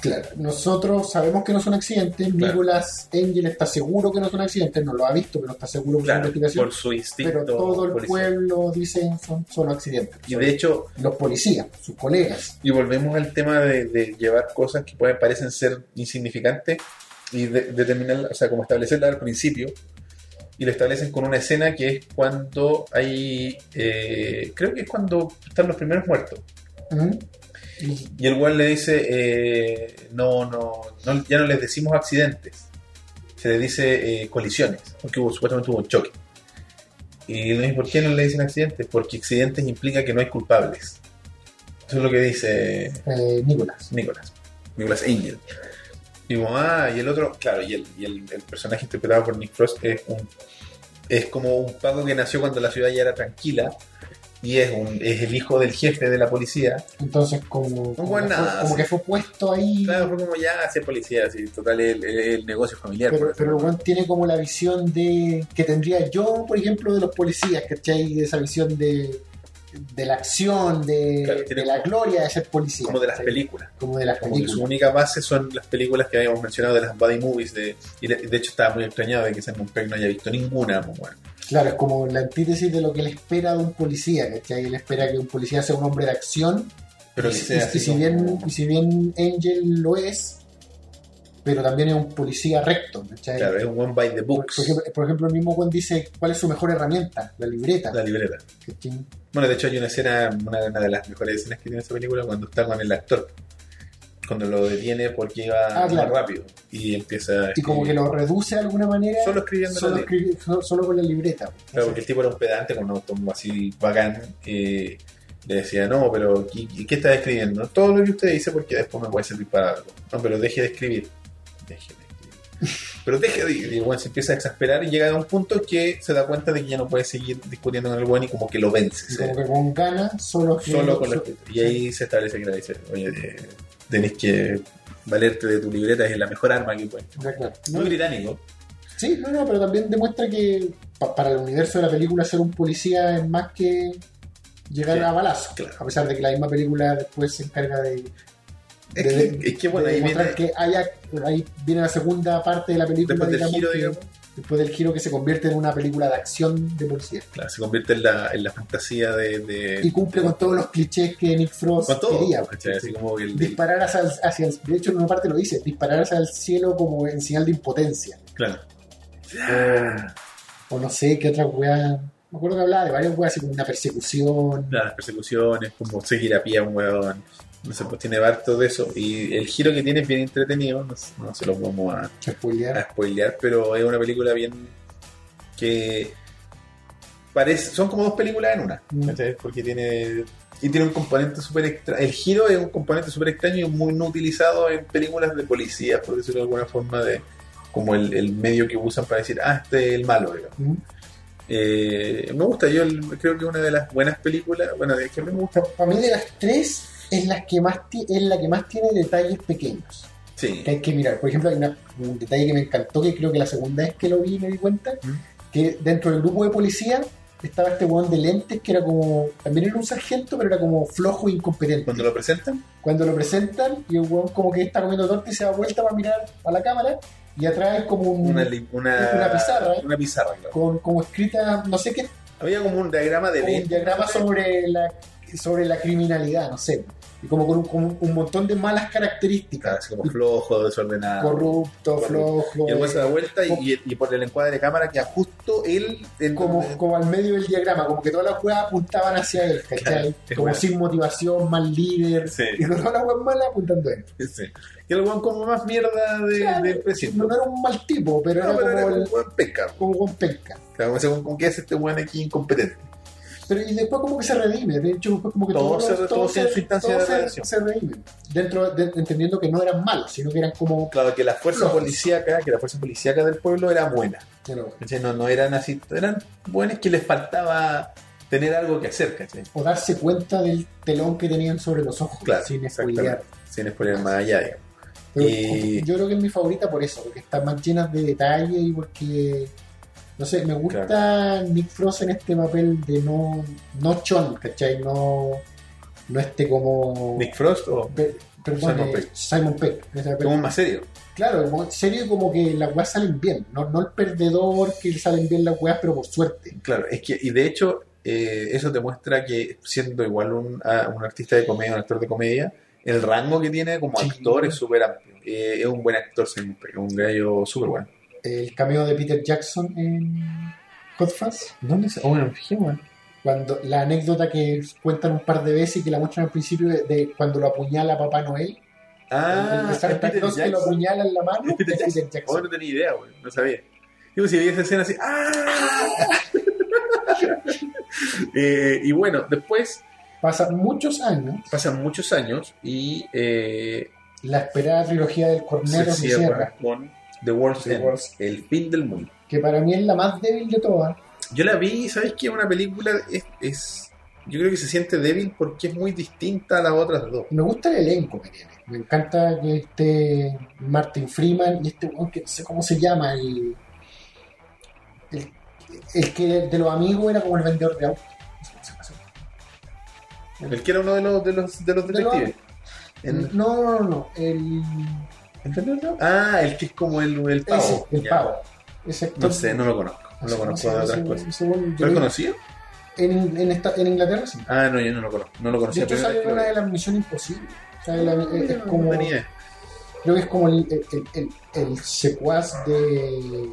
Claro, nosotros sabemos que no son accidentes.
Claro.
Nicolas Angel está seguro que no son accidentes, no lo ha visto, pero está seguro por su
Claro,
investigación.
por su instinto.
Pero todo el
policial.
pueblo dicen son solo accidentes.
Y de hecho,
Los policías, sus colegas.
y volvemos al tema de, de llevar cosas que pueden, parecen ser insignificantes y de- determinar, o sea, como establecerla al principio, y lo establecen con una escena que es cuando hay, eh, creo que es cuando están los primeros muertos,
¿Mm? Y-
y el weón le dice, eh, no, no, no, ya no les decimos accidentes, se les dice eh, colisiones, porque hubo, supuestamente hubo un choque. Y le dice, ¿por qué no le dicen accidentes? Porque accidentes implica que no hay culpables. Eso es lo que dice
eh, Nicolas.
Nicolás. Nicolás Angel. Y como, ah, y el otro, claro, y el, y el, el personaje interpretado por Nick Frost es un es como un pago que nació cuando la ciudad ya era tranquila y es un es el hijo del jefe de la policía.
Entonces, como, como,
buen
que fue-
nada,
como
sí.
que fue puesto ahí.
Claro, fue como ya hace policía, así, total el, el- el negocio familiar.
Pero,
por
pero el
ejemplo.
weón tiene como la visión de que tendría yo, por ejemplo, de los policías, ¿cachai? De esa visión de, de la acción, de,
Claro, tiene
de la
como-
gloria de ser policía.
como de las
¿cachai?
películas.
Como de las
Como que su
películas.
única base son las películas que habíamos mencionado de las body movies. De, y de, de hecho estaba muy extrañado de que Simon Pegg no haya visto ninguna. pues, bueno.
Claro, es como la antítesis de lo que él espera de un policía, ¿cachai? Él espera que un policía sea un hombre de acción.
Pero
y,
que
si-
sea
y
así
si
como-
bien, y si bien Angel lo es, pero también es un policía recto, ¿cachai?
Claro, es un one by the
Por,
books.
por ejemplo, por ejemplo, el mismo Juan dice cuál es su mejor herramienta, la libreta.
la libreta.
¿cachai?
Bueno, de hecho hay una escena, una, una de las mejores escenas que tiene esa película, cuando está con el actor. Cuando lo detiene porque iba
Ah, claro.
muy rápido. Y empieza a
Y como que
escribir.
lo reduce de alguna manera
Solo escribiendo
solo,
la letra.
escribir- so- solo con la libreta.
Claro, porque el tipo era un pedante con un automóvil así bacán. eh, le decía, no, pero ¿y, y qué está escribiendo? Todo lo que usted dice porque después me puede servir para algo. No, pero deje de escribir. Deje de escribir.
<laughs>
Pero deje de Y el weón se empieza a exasperar y llega a un punto que se da cuenta de que ya no puede seguir discutiendo con el buen y como que lo vence.
Y
se-
como que con ganas, solo escribiendo-
solo con los y ahí se establece que le dice oye eh, tenés que valerte de tu libreta es la mejor arma que puedes
Ya, claro.
muy británico
Sí, no, no, pero también demuestra que pa- para el universo de la película ser un policía es más que llegar
Sí,
a balazos.
claro.
A pesar de que la misma película después se encarga de,
es,
De-
que, es que,
de
bueno ahí
demostrar
viene
que haya, ahí viene la segunda parte de la película.
después del
digamos,
giro
que-
digamos
después del giro que se convierte en una película de acción de policía.
claro, se convierte en la, en la fantasía de, de-
Y cumple
Eh, de-
con todos los clichés que Nick Frost
con todo
quería.
¿cachai? así como el, el-
disparar hacia el, hacia el- de hecho en una parte lo dice disparar hacia el cielo como en señal de impotencia
claro
Oh. o no sé qué otra weá me acuerdo que hablaba de varias weas así como una persecución
las persecuciones como seguir a pie a un huevón no sé pues tiene harto de eso y el giro que tiene es bien entretenido no, s- no se lo vamos a
spoilear.
a spoilear, pero es una película bien que parece son como dos películas en una,
Mm.
¿cachai? porque tiene y tiene un componente súper extra, el giro es un componente súper extraño y muy no utilizado en películas de policías, por decirlo de alguna forma de como el, el medio que usan para decir, ah, este es el malo, digamos.
¿Mm?
Eh, me gusta, yo el- creo que una de las buenas películas, bueno, es que a mí me gusta,
para mí de las tres es la que más ti- es la que más tiene detalles pequeños
sí,
que hay que mirar por ejemplo hay una- un detalle que me encantó que creo que la segunda vez que lo vi me di cuenta
¿Mm?
que dentro del grupo de policía estaba este weón de lentes que era como también era un sargento pero era como flojo e incompetente
cuando lo presentan,
cuando lo presentan y el weón como que está comiendo torta y se da vuelta para mirar a la cámara y atrás es como un,
una, li- una,
Una pizarra, ¿eh?
una pizarra, claro.
con, como escrita no sé qué
Había como un diagrama de
como un
eventos,
diagrama sobre la sobre la criminalidad no sé y como con un, con un montón de malas características
así como flojo, desordenado.
corrupto
Corrupto.
flojo
Y el weón se da vuelta y,
Como-
y- y por el encuadre de cámara queda justo él en
eh, como,
donde-
como al medio del diagrama como que todas las weas apuntaban hacia él ¿cachai?
Claro, es
como
bueno.
sin motivación mal líder
Sí.
y con todas las weas malas apuntando a él
Sí. Y el weón como más mierda de,
Claro,
del presidente.
no, no era un mal tipo pero
No,
era
pero
como
era
el-
un buen pesca.
como un penca
Claro, como ese weón, ¿con qué hace este weón aquí incompetente?
Pero y después como que se redime, de hecho después como que
Todos
todos
se-
los-
todos tienen su instancia
todos
de
se-
redención.
se redimen. Dentro de- entendiendo que no eran malos, sino que eran como
Claro, que la fuerza
No.
policíaca, que la fuerza policíaca del pueblo era buena.
bueno,
¿cachai? No, no eran así, eran buenos que les faltaba tener algo que hacer, ¿cachai?
o darse cuenta del telón que tenían sobre los ojos
Claro,
sin
exactamente.
spoilear.
Sin spoiler más allá, digamos.
Pero
Y-
Yo creo que es mi favorita por eso, porque está más llena de detalle y porque, no sé, me gusta Nick Frost en este papel de no, no chon, ¿cachai? No, no este como...
Nick Frost o
Pe- perdón,
Simon
eh,
Pegg.
Simon Pegg. Ese papel.
como más serio.
Claro, como serio como que las weas salen bien, no, no el perdedor que salen bien las weas, pero por suerte.
Claro, es que, y de hecho, eh, eso te muestra que siendo igual un, a- un artista de comedia, un actor de comedia, el rango que tiene como
Sí.
actor es súper amplio. Eh, es un buen actor siempre, un gallo súper bueno.
El cameo de Peter Jackson en Hot Fuzz,
¿Dónde se.? Oh, no me fijé, weón.
cuando la anécdota que cuentan un par de veces y que la muestran al principio de, de cuando lo apuñala Papá Noel,
Ah,
el
es
Santa
Peter
Claus que lo
Jackson.
apuñala en la mano,
Es Peter
es Peter
Oh, no
Jackson.
tenía idea, weón. No sabía. Yo si vi esa escena así. ¡Ah! <laughs> Eh, y bueno, después
Pasan muchos años,
pasan muchos años y eh,
la esperada trilogía del
se
Cornero se
cierra
cierra,
con The World's
The
End,
World's-
el fin del mundo.
que para mí es la más débil de todas.
Yo la vi, ¿sabes qué? Una película es, es- Yo creo que se siente débil porque es muy distinta a las otras dos.
Me gusta el elenco que tiene. Me encanta que esté Martin Freeman y este weón que no sé cómo se llama, el, el, el que de los amigos era como el vendedor de autos. No sé cómo se llama.
El que era uno de los, de los, de los
De los-
detectives. En-
No, no, no, no, el,
¿Entendió? Ah, el que es como el, el pavo.
ese, el
Ya.
pavo. Ese actor-
No sé, no lo conozco. No lo
sé cómo
conozco
se
de
llama
otras
ese-
cosas.
ese weón.
¿Lo
Yo
has
lo-
conocido?
en, en, esta- en Inglaterra sí.
Ah, no, yo no lo conozco. No lo
De
conocía.
hecho
primera vez
sale
que
en
lo
una
vi. Ah,
de las misiones imposibles. O sea, la- eh, es, es
No
como,
tenía idea.
creo que es como el, el, el- el, el secuaz de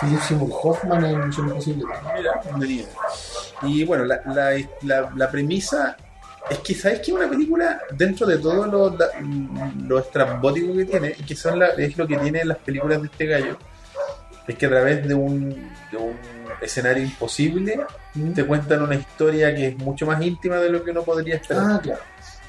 Philip Seymour Hoffman en Misión Imposible.
Mira, no tenía idea. Y bueno, la, la- la- la premisa es que, ¿sabes qué? Una película, dentro de todo lo, la- lo estrambótico que tiene, y que son la- es lo que tienen las películas de este gallo, es que a través de un, de un escenario imposible
¿Mm?
te cuentan una historia que es mucho más íntima de lo que uno podría esperar.
Ah, claro.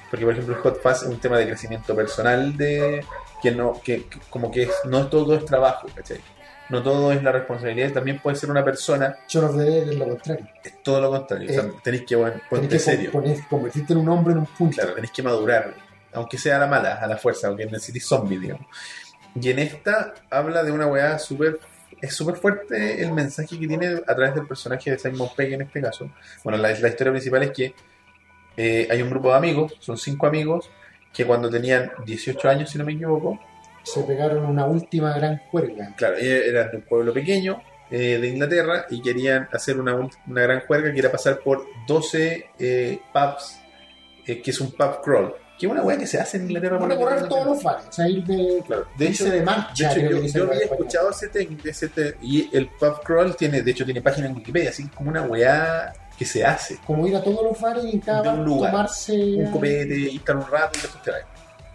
Porque, por ejemplo, el Hot Fuzz es un tema de crecimiento personal, de que no, que, que como que es- no todo es trabajo, ¿cachai? No todo es la responsabilidad, también puede ser una persona,
Shaun of the Dead es lo contrario.
es todo lo contrario. o sea,
Eh,
tenéis que, bueno,
Tenés
ponte
que
serio.
con- poner- convertirte en un hombre en un punto.
Claro, tenés que madurar, aunque sea a la mala, a la fuerza, aunque necesites zombie, digamos. Y en esta habla de una weá súper. Es súper fuerte el mensaje que tiene a través del personaje de Simon Pegg en este caso. Bueno, la, la historia principal es que eh, hay un grupo de amigos, son cinco amigos, que cuando tenían 18 años, si no me equivoco,
Se pegaron una última gran cuerda.
claro, ellos eran de un pueblo pequeño eh, de Inglaterra y querían hacer una, ult- una gran juerga que era pasar por 12 eh, pubs, eh, que es un pub crawl, que es una weá que se hace en Inglaterra. por
Van a
lo
borrar
menos.
todos los bares. O sea, ir de,
Claro, de hecho,
irse de marcha.
de hecho,
creo que
yo,
dice
yo
el
había
bar español.
escuchado ese, tec- de ese tec- y el pub crawl tiene, de hecho, tiene página en Wikipedia, así como una weá que se hace.
Como ir a todos los bares y en cada
De un
bar
lugar.
tomarse...
Un copete, y estar un rato y después te vas.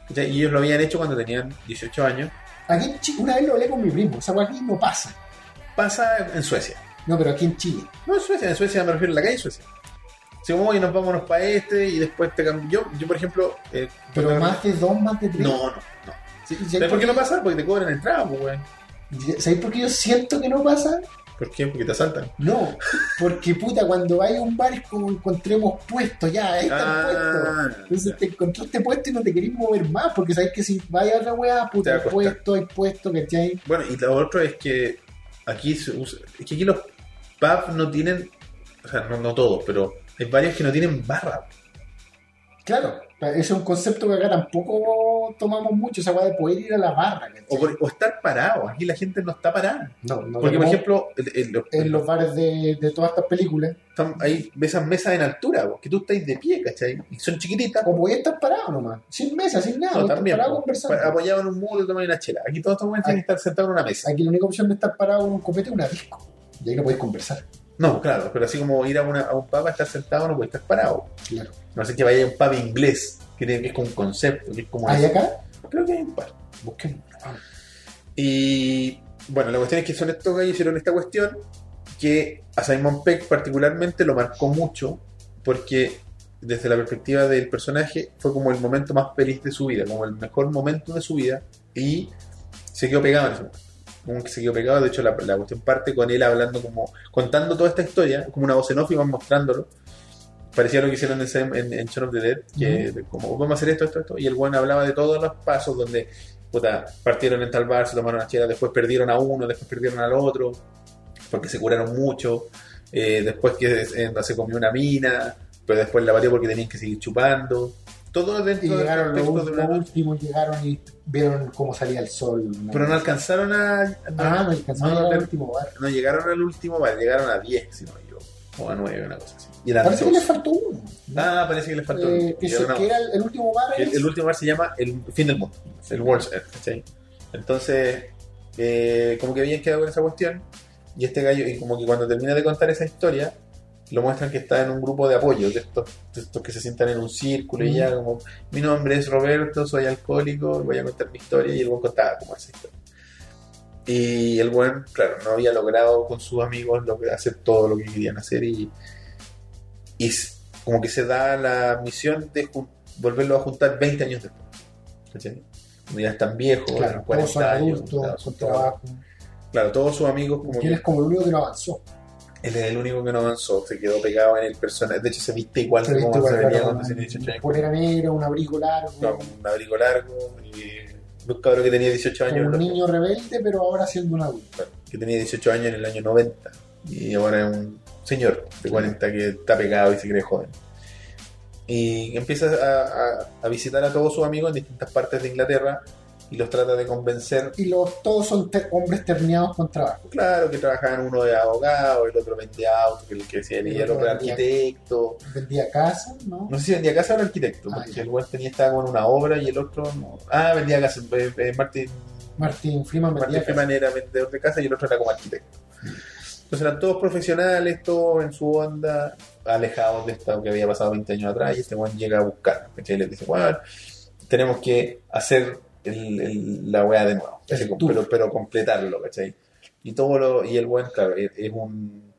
¿Cachai? Y ellos lo habían hecho cuando tenían 18 años.
Aquí en Chile, una vez lo hablé con mi primo. O sea, aquí no pasa.
Pasa en- en Suecia.
No, pero aquí en Chile.
No en Suecia, en Suecia me refiero a la calle Suecia. Si como y nos vámonos para este y después te cambio. Yo, yo por ejemplo. eh,
Pero
cuando-
más de dos, más de tres.
No, no. no.
Sí, ¿sabes
¿Sabes por
por
qué no pasa? Porque te cobran entrada, pues, weón.
qué- ¿Sabes por qué yo siento que no pasa?
¿Por qué? Porque te asaltan.
No, porque puta, cuando vaya a un bar es como encontremos puesto, ya, ahí está el puesto.
Ah,
Entonces te encontraste puesto y no te querés mover más, porque sabes que si vaya a otra weá,
Te
puta,
va a
hay
costar.
puesto, hay puesto, ¿cachai?
Bueno, y lo otro es que aquí se usa- es que aquí los pubs no tienen, o sea, no, no todos, pero hay varios que no tienen barra.
Claro, ese es un concepto que acá tampoco tomamos mucho, esa weá de poder ir a la barra, ¿cachai?
O, por- o estar parado, aquí la gente no está parada.
No, no
Porque, por
como
ejemplo, el- el- los-
en los bares de, de todas estas películas,
están- hay esas mesas en altura, vos, que tú estáis de pie, ¿cachai? Y son chiquititas.
o podías estar parado nomás, sin mesa, sin nada,
No,
podías
también.
estar parado
po, ah,
conversando.
pa- Apoyado en un muro y tomar una chela. Aquí todos estos buenos tienen que estar sentados en una mesa.
Aquí la única opción de estar parado con un copete es una disco, y ahí no podés conversar,
No, claro, pero así como ir a, una- a un pub a estar sentado no puede estar parado.
claro.
No sé que vaya a un pub inglés, que tiene que es con un concepto, que es como.
¿Hay acá?
Creo que hay un par.
Busquemos.
Y bueno, la cuestión es que son estos gallos hicieron esta cuestión que a Simon Peck particularmente lo marcó mucho porque desde la perspectiva del personaje fue como el momento más feliz de su vida, como el mejor momento de su vida y se quedó pegado en ese momento. Como que se quedó pegado, de hecho la, la cuestión parte con él hablando como, contando toda esta historia, como una voz en off y van mostrándolo. Parecía lo que hicieron en, Sam- en, en Shaun of the Dead, que como vamos a hacer esto, esto, esto, y el buen hablaba de todos los pasos donde puta, partieron en tal bar, se tomaron las chelas, después perdieron a uno, después perdieron al otro, porque se curaron mucho, eh, después que eh, se comió una mina, pero después la batió porque tenían que seguir chupando. Todo
Y
dentro del
llegaron los
contexto de una
últimos,
noche,
últimos llegaron y vieron cómo salía el sol. ¿no?
pero no alcanzaron a...
Ah, no alcanzaron
no,
a llegar al
no,
último bar.
no llegaron al último bar, llegaron a 10, si no me equivoco, o a 9, una cosa así. Y eran
Parece que
dos.
le faltó uno. ¿no?
Ah, parece que les faltó.
Eh,
uno.
que, se-
Llegaron a
que era el, el último bar.
El,
es-
el último bar se llama El Fin del Mundo, el World's End, ¿cachai? Entonces, eh, como que habían quedado con esa cuestión, y este gallo, y como que cuando termina de contar esa historia, lo muestran que está en un grupo de apoyo, de estos, de estos que se sientan en un círculo y
Mm.
ya, como, mi nombre es Roberto, soy alcohólico, voy a contar mi historia, y el buen contaba como esa historia. Y el buen, claro, no había logrado con sus amigos lo que- hacer todo lo que querían hacer y, y s- como que se da la misión de jun- volverlo a juntar 20 años después. ¿Cachai? Cuando Ya están viejos,
claro,
eran
todos son
40 años.
adultos,
claro,
con
son todos-
trabajo.
claro, todos sus amigos como
Él
que
es como el único que no avanzó.
él es el único que no avanzó, se quedó pegado en el personaje. De hecho, se viste igual
Se
que
viste
como se
igual,
venía
claro,
cuando tenía 18
una
años.
polera negra, un abrigo largo.
Claro, con un abrigo largo y un cabrón que tenía 18
como
años.
un
lo-
niño rebelde, pero ahora siendo un adulto.
que tenía 18 años en el año 90 y ahora es un señor de 40 que está pegado y se cree joven. Y empieza a, a- a visitar a todos sus amigos en distintas partes de Inglaterra y los trata de convencer.
Y los, todos son te- hombres terneados con trabajo.
Claro, que trabajaban uno de abogado, el otro vendía autos, que el que decía
El
el
otro
otro era
vendía-
arquitecto.
Vendía casa, ¿no?
No sé si vendía casa o era arquitecto,
Ah,
porque
ya.
el buen tenía estaba con una obra y el otro no. Ah, vendía casa, eh, eh, Martin
Martín Freeman vendía
Martín
casa.
Freeman era vendedor de casa y el otro era como arquitecto. Entonces eran todos profesionales, todos en su onda, alejados de esto que había pasado 20 años atrás, y este weón llega a buscar, ¿cachai? Y les dice, bueno, tenemos que hacer el- el- la weá de nuevo, ¿cachai?
El tour.
pero, pero completarlo, ¿cachai? Y todo lo, y el buen, claro, es, es un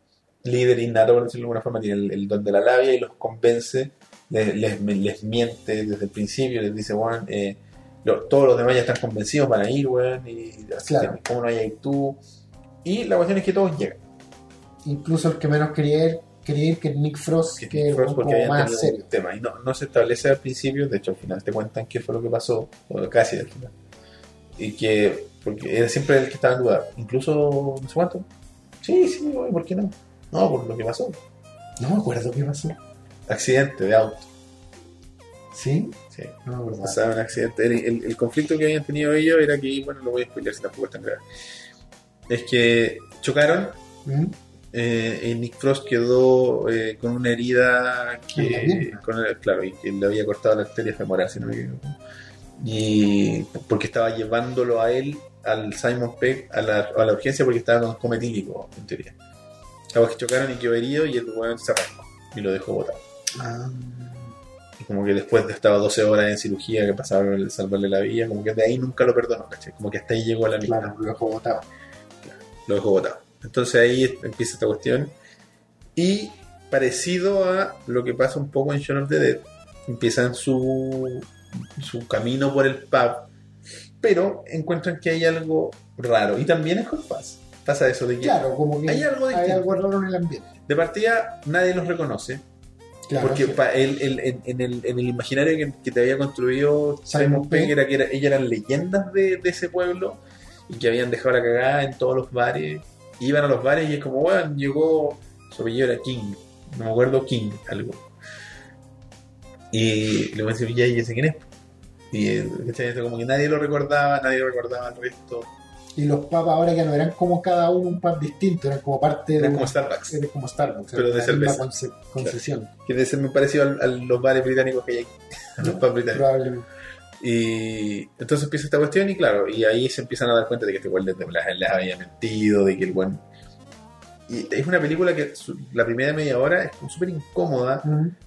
líder innato, por decirlo de alguna forma, tiene el, el don de la labia y los convence, les, les- les miente desde el principio, les dice, bueno, eh, lo- todos los demás ya están convencidos, van a ir, weón, y así
Claro.
que, ¿cómo no vayas tú? Y la cuestión es que todos llegan.
Incluso el que menos quería ir, quería ir que Nick Frost, que,
Porque
era
Frost, porque
como
habían
más
tenido
serio.
un tema. Y no, no se establece al principio, de hecho al final te cuentan qué fue lo que pasó, o casi al final. Y que, porque era siempre el que estaba en duda. Incluso, no sé cuánto. Sí, sí, oye, ¿por qué no? No, por lo que pasó.
No me acuerdo qué pasó.
Accidente de auto.
¿Sí?
Sí.
No me acuerdo.
O sea, un accidente. El, el- el conflicto que habían tenido ellos era que, bueno, lo voy a explicar si tampoco es tan grave. Es que chocaron
¿Mm?
eh, y Nick Frost quedó eh, con una herida
En la
que,
pierna.
con el- claro, y que le había cortado la arteria femoral, si no me equivoco. Y porque estaba llevándolo a él, al Simon Peck, a la, a la urgencia porque estaba con coma etílico, en teoría. Algo que chocaron y quedó herido y el weón se arrancó y lo dejó botado.
Ah,
Y como que después de estar 12 horas en cirugía que pasaron el salvarle la vida, como que de ahí nunca lo perdonó, ¿cachai? Como que hasta ahí llegó a la misma
claro, lo dejó botado.
lo dejó botado. Entonces ahí empieza esta cuestión. Y parecido a lo que pasa un poco en Shaun of the Dead, empiezan su, su camino por el pub, pero encuentran que hay algo raro. Y también es con Paz. Pasa eso de que
Claro, como que
hay algo
hay
distinto.
algo raro en el ambiente.
De partida, nadie los reconoce.
Claro,
porque
sí.
pa- el- el- en, en el, en el imaginario que, que te había construido
Simon
Simon Pegg,
Pegg.
era que era- ellas eran leyendas de, de ese pueblo y que habían dejado la cagada en todos los bares. Iban a los bares y es como, bueno, llegó, su apellido era King, no me acuerdo King, algo. Y le voy a decir, ya, ya sé quién es. Y eh, ¿cachai? Esto como que nadie lo recordaba, nadie lo recordaba al resto.
Y los pubs ahora ya no eran como cada uno un pub distinto, eran como parte
Era
de
como Starbucks,
era como Starbucks,
Pero
era
de
la misma
cerveza.
conce- concesión,
que debe ser muy parecido al- a los bares británicos que hay aquí, a los pubs británicos.
probablemente.
Y entonces empieza esta cuestión y claro, y ahí se empiezan a dar cuenta de que este güey les, les había mentido, de que el buen... Y es una película que su- la primera media hora es como súper incómoda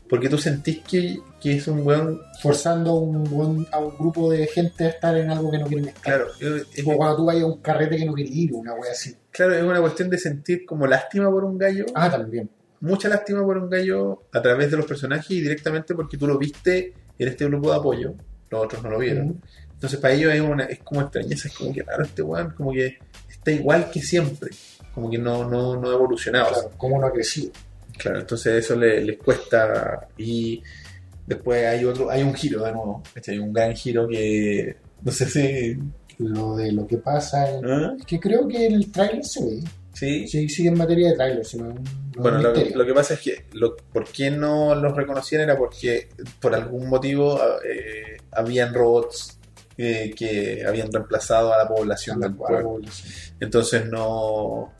porque tú sentís que, que es un weón.
Forzando a un, buen- a un grupo de gente a estar en algo que no quieren estar.
Claro, es- es-
Como cuando tú vayas a un carrete que no quieres ir, una wea así.
claro, es una cuestión de sentir como lástima por un gallo,
Ah, también.
mucha lástima por un gallo a través de los personajes y directamente porque tú lo viste en este grupo de apoyo. Los otros no lo vieron.
Mm.
Entonces para ellos es, una, es como extrañeza, es como que raro este weón, como que está igual que siempre, como que no, no, no ha evolucionado.
Claro, cómo no ha crecido.
Claro, entonces eso le- les cuesta. Y después hay otro, hay un giro de nuevo, hay un gran giro que no sé si.
Lo de lo que pasa. en-
¿Ah?
Es que creo que en el tráiler se ve.
Sí.
Sí, sigue en materia de tráiler, sino un, no
Bueno,
un
lo,
misterio.
lo que pasa es que lo, por qué no los reconocían era porque por algún motivo ah, eh, habían robots eh, que habían reemplazado a la población del
Algo- algo
pueblo.
así.
Entonces no,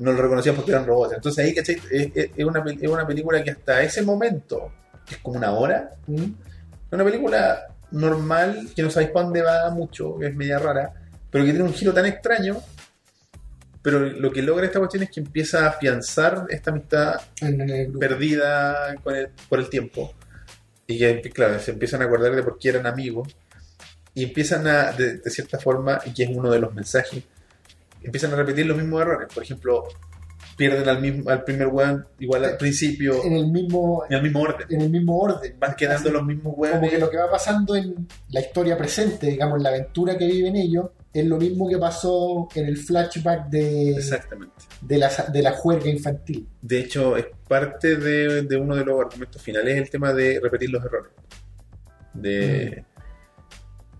no lo reconocían porque eran robots. Entonces ahí, ¿cachai? Es, es- es una, pel- es una película que hasta ese momento, que es como una hora,
Mm.
Es una película normal, que no sabéis para dónde va mucho, que es media rara, pero que tiene un giro tan extraño. Pero lo que logra esta cuestión es que empieza a afianzar esta amistad
En, en el grupo.
perdida con el- por el tiempo. Y que, claro, se empiezan a acordar de por qué eran amigos. Y empiezan a, de, de cierta forma, y que es uno de los mensajes, empiezan a repetir los mismos errores. Por ejemplo, pierden al, mismo, al primer weón igual al principio,
en el mismo
en el mismo orden.
en el mismo orden.
Van quedando los mismos weones.
Como que lo que va pasando en la historia presente, digamos, la aventura que viven ellos, es lo mismo que pasó en el flashback de,
Exactamente.
de, la, de la juerga infantil.
De hecho, es parte de, de uno de los argumentos finales el tema de repetir los errores. De,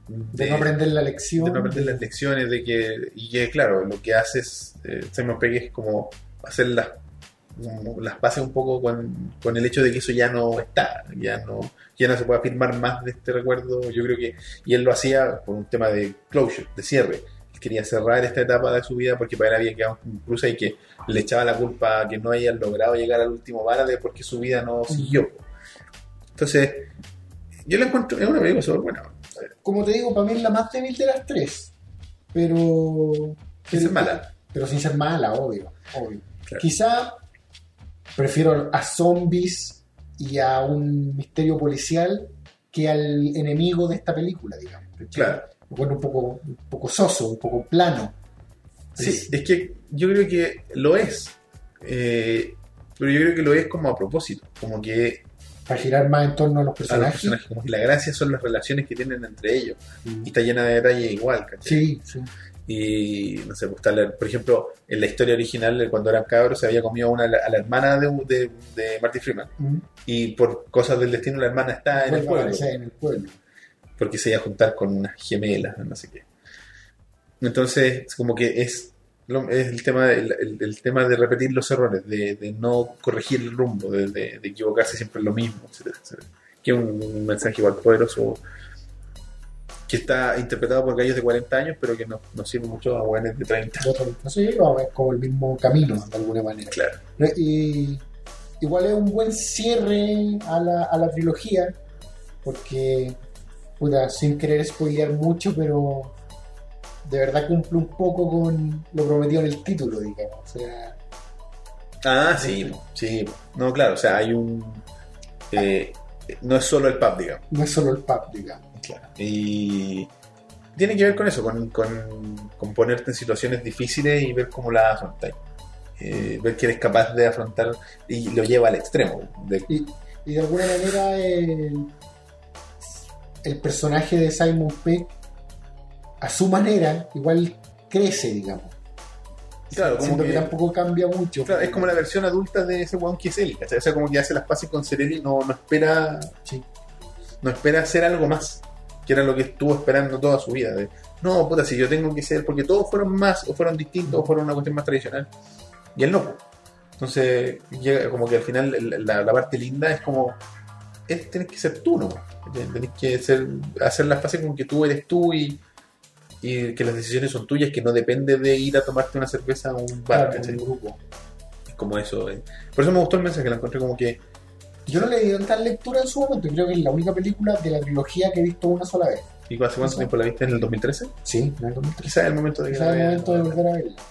Mm. De
de-
no aprender la
de
lección.
no aprender las lecciones, de que, y que claro, lo que haces, eh, Simon Pegg es como hacer las, como las pases un poco con, con el hecho de que eso ya no está, ya no, ya no se puede afirmar más de este recuerdo. Yo creo que, y él lo hacía por un tema de closure, de cierre. Él Quería cerrar esta etapa de su vida porque para él había quedado incluso y que le echaba la culpa a que no hayan logrado llegar al último bar de porque su vida no siguió. Entonces, yo le encuentro, es una película súper buena.
Como te digo, para mí es la más débil de las tres. Pero.
Sin ser mala.
Pero sin ser mala, obvio. obvio.
Claro.
Quizá prefiero a zombies y a un misterio policial que al enemigo de esta película, digamos. ¿cachai?
Claro.
Bueno, un poco, un poco soso, un poco plano.
Sí, es que yo creo que lo es. Eh, pero yo creo que lo es como a propósito. Como que
Para girar más en torno a
a
los
los
personajes.
personajes, como que la gracia son las relaciones que tienen entre ellos.
Mm.
Y está llena de detalle igual, ¿cachai?
Sí, sí.
Y no sé, pues, está la- por ejemplo, en la historia original, de cuando eran cabros, se había comido una, a la- a la hermana de, de, de Marty Freeman.
Mm.
Y por cosas del destino, la hermana está en el
Vuelve a
pueblo.
aparecer en el pueblo.
porque se iba a juntar con unas gemelas, no sé qué. Entonces, como que es, lo- es el, tema, de- el, el- el tema de repetir los errores, de, de no corregir el rumbo, de, de- de equivocarse siempre en lo mismo, etcétera, etcétera. Que es un, un mensaje igual poderoso que está interpretado por gallos de 40 años, pero que nos no sirve mucho a jóvenes de 30.
De otro- No sé, va a ver como el mismo camino, de alguna manera.
Claro,
Re- Y igual es un buen cierre a la, a la trilogía, porque, puta, sin querer spoilear mucho, pero de verdad cumple un poco con lo prometido en el título, digamos. O sea,
Ah, sí, po, sí. po. No, claro, o sea, hay un... eh, no es solo el pub, digamos.
no es solo el pub, digamos.
Claro. Y tiene que ver con eso, con, con- con ponerte en situaciones difíciles y ver cómo las afrontáis. Eh, ver que eres capaz de afrontar y lo lleva al extremo. de-
Y, y de alguna manera el, el personaje de Simon Peck, a su manera, igual crece, digamos.
claro, como
Siento que,
que-
tampoco cambia mucho.
claro, es como la versión adulta de ese weón que es él, ¿cachai? O sea, como que hace las paces con Cerelli y no, no espera
Sí.
no espera hacer algo más, que era lo que estuvo esperando toda su vida. de, no, puta, si yo tengo que ser, porque todos fueron más, o fueron distintos, o fueron una cuestión más tradicional. Y él no. po. Entonces, llega como que al final el- la, la parte linda es como, es, tenés que ser tú, ¿no? Tenés que ser, hacer las paces con que tú eres tú y, y que las decisiones son tuyas, que no depende de ir a tomarte una cerveza a un bar,
Claro, en
¿cachai?
el grupo.
Como eso. eh. Por eso me gustó el mensaje, la encontré como que,
Yo no le di tanta lectura en su momento, creo que es la única película de la trilogía que he visto una sola vez.
¿y hace cuánto tiempo la viste? ¿En el 2013?
Sí, en el 2003.
Quizás es el momento de que
Quizás
la
es el
veas,
momento de
¿no?
volver a verla.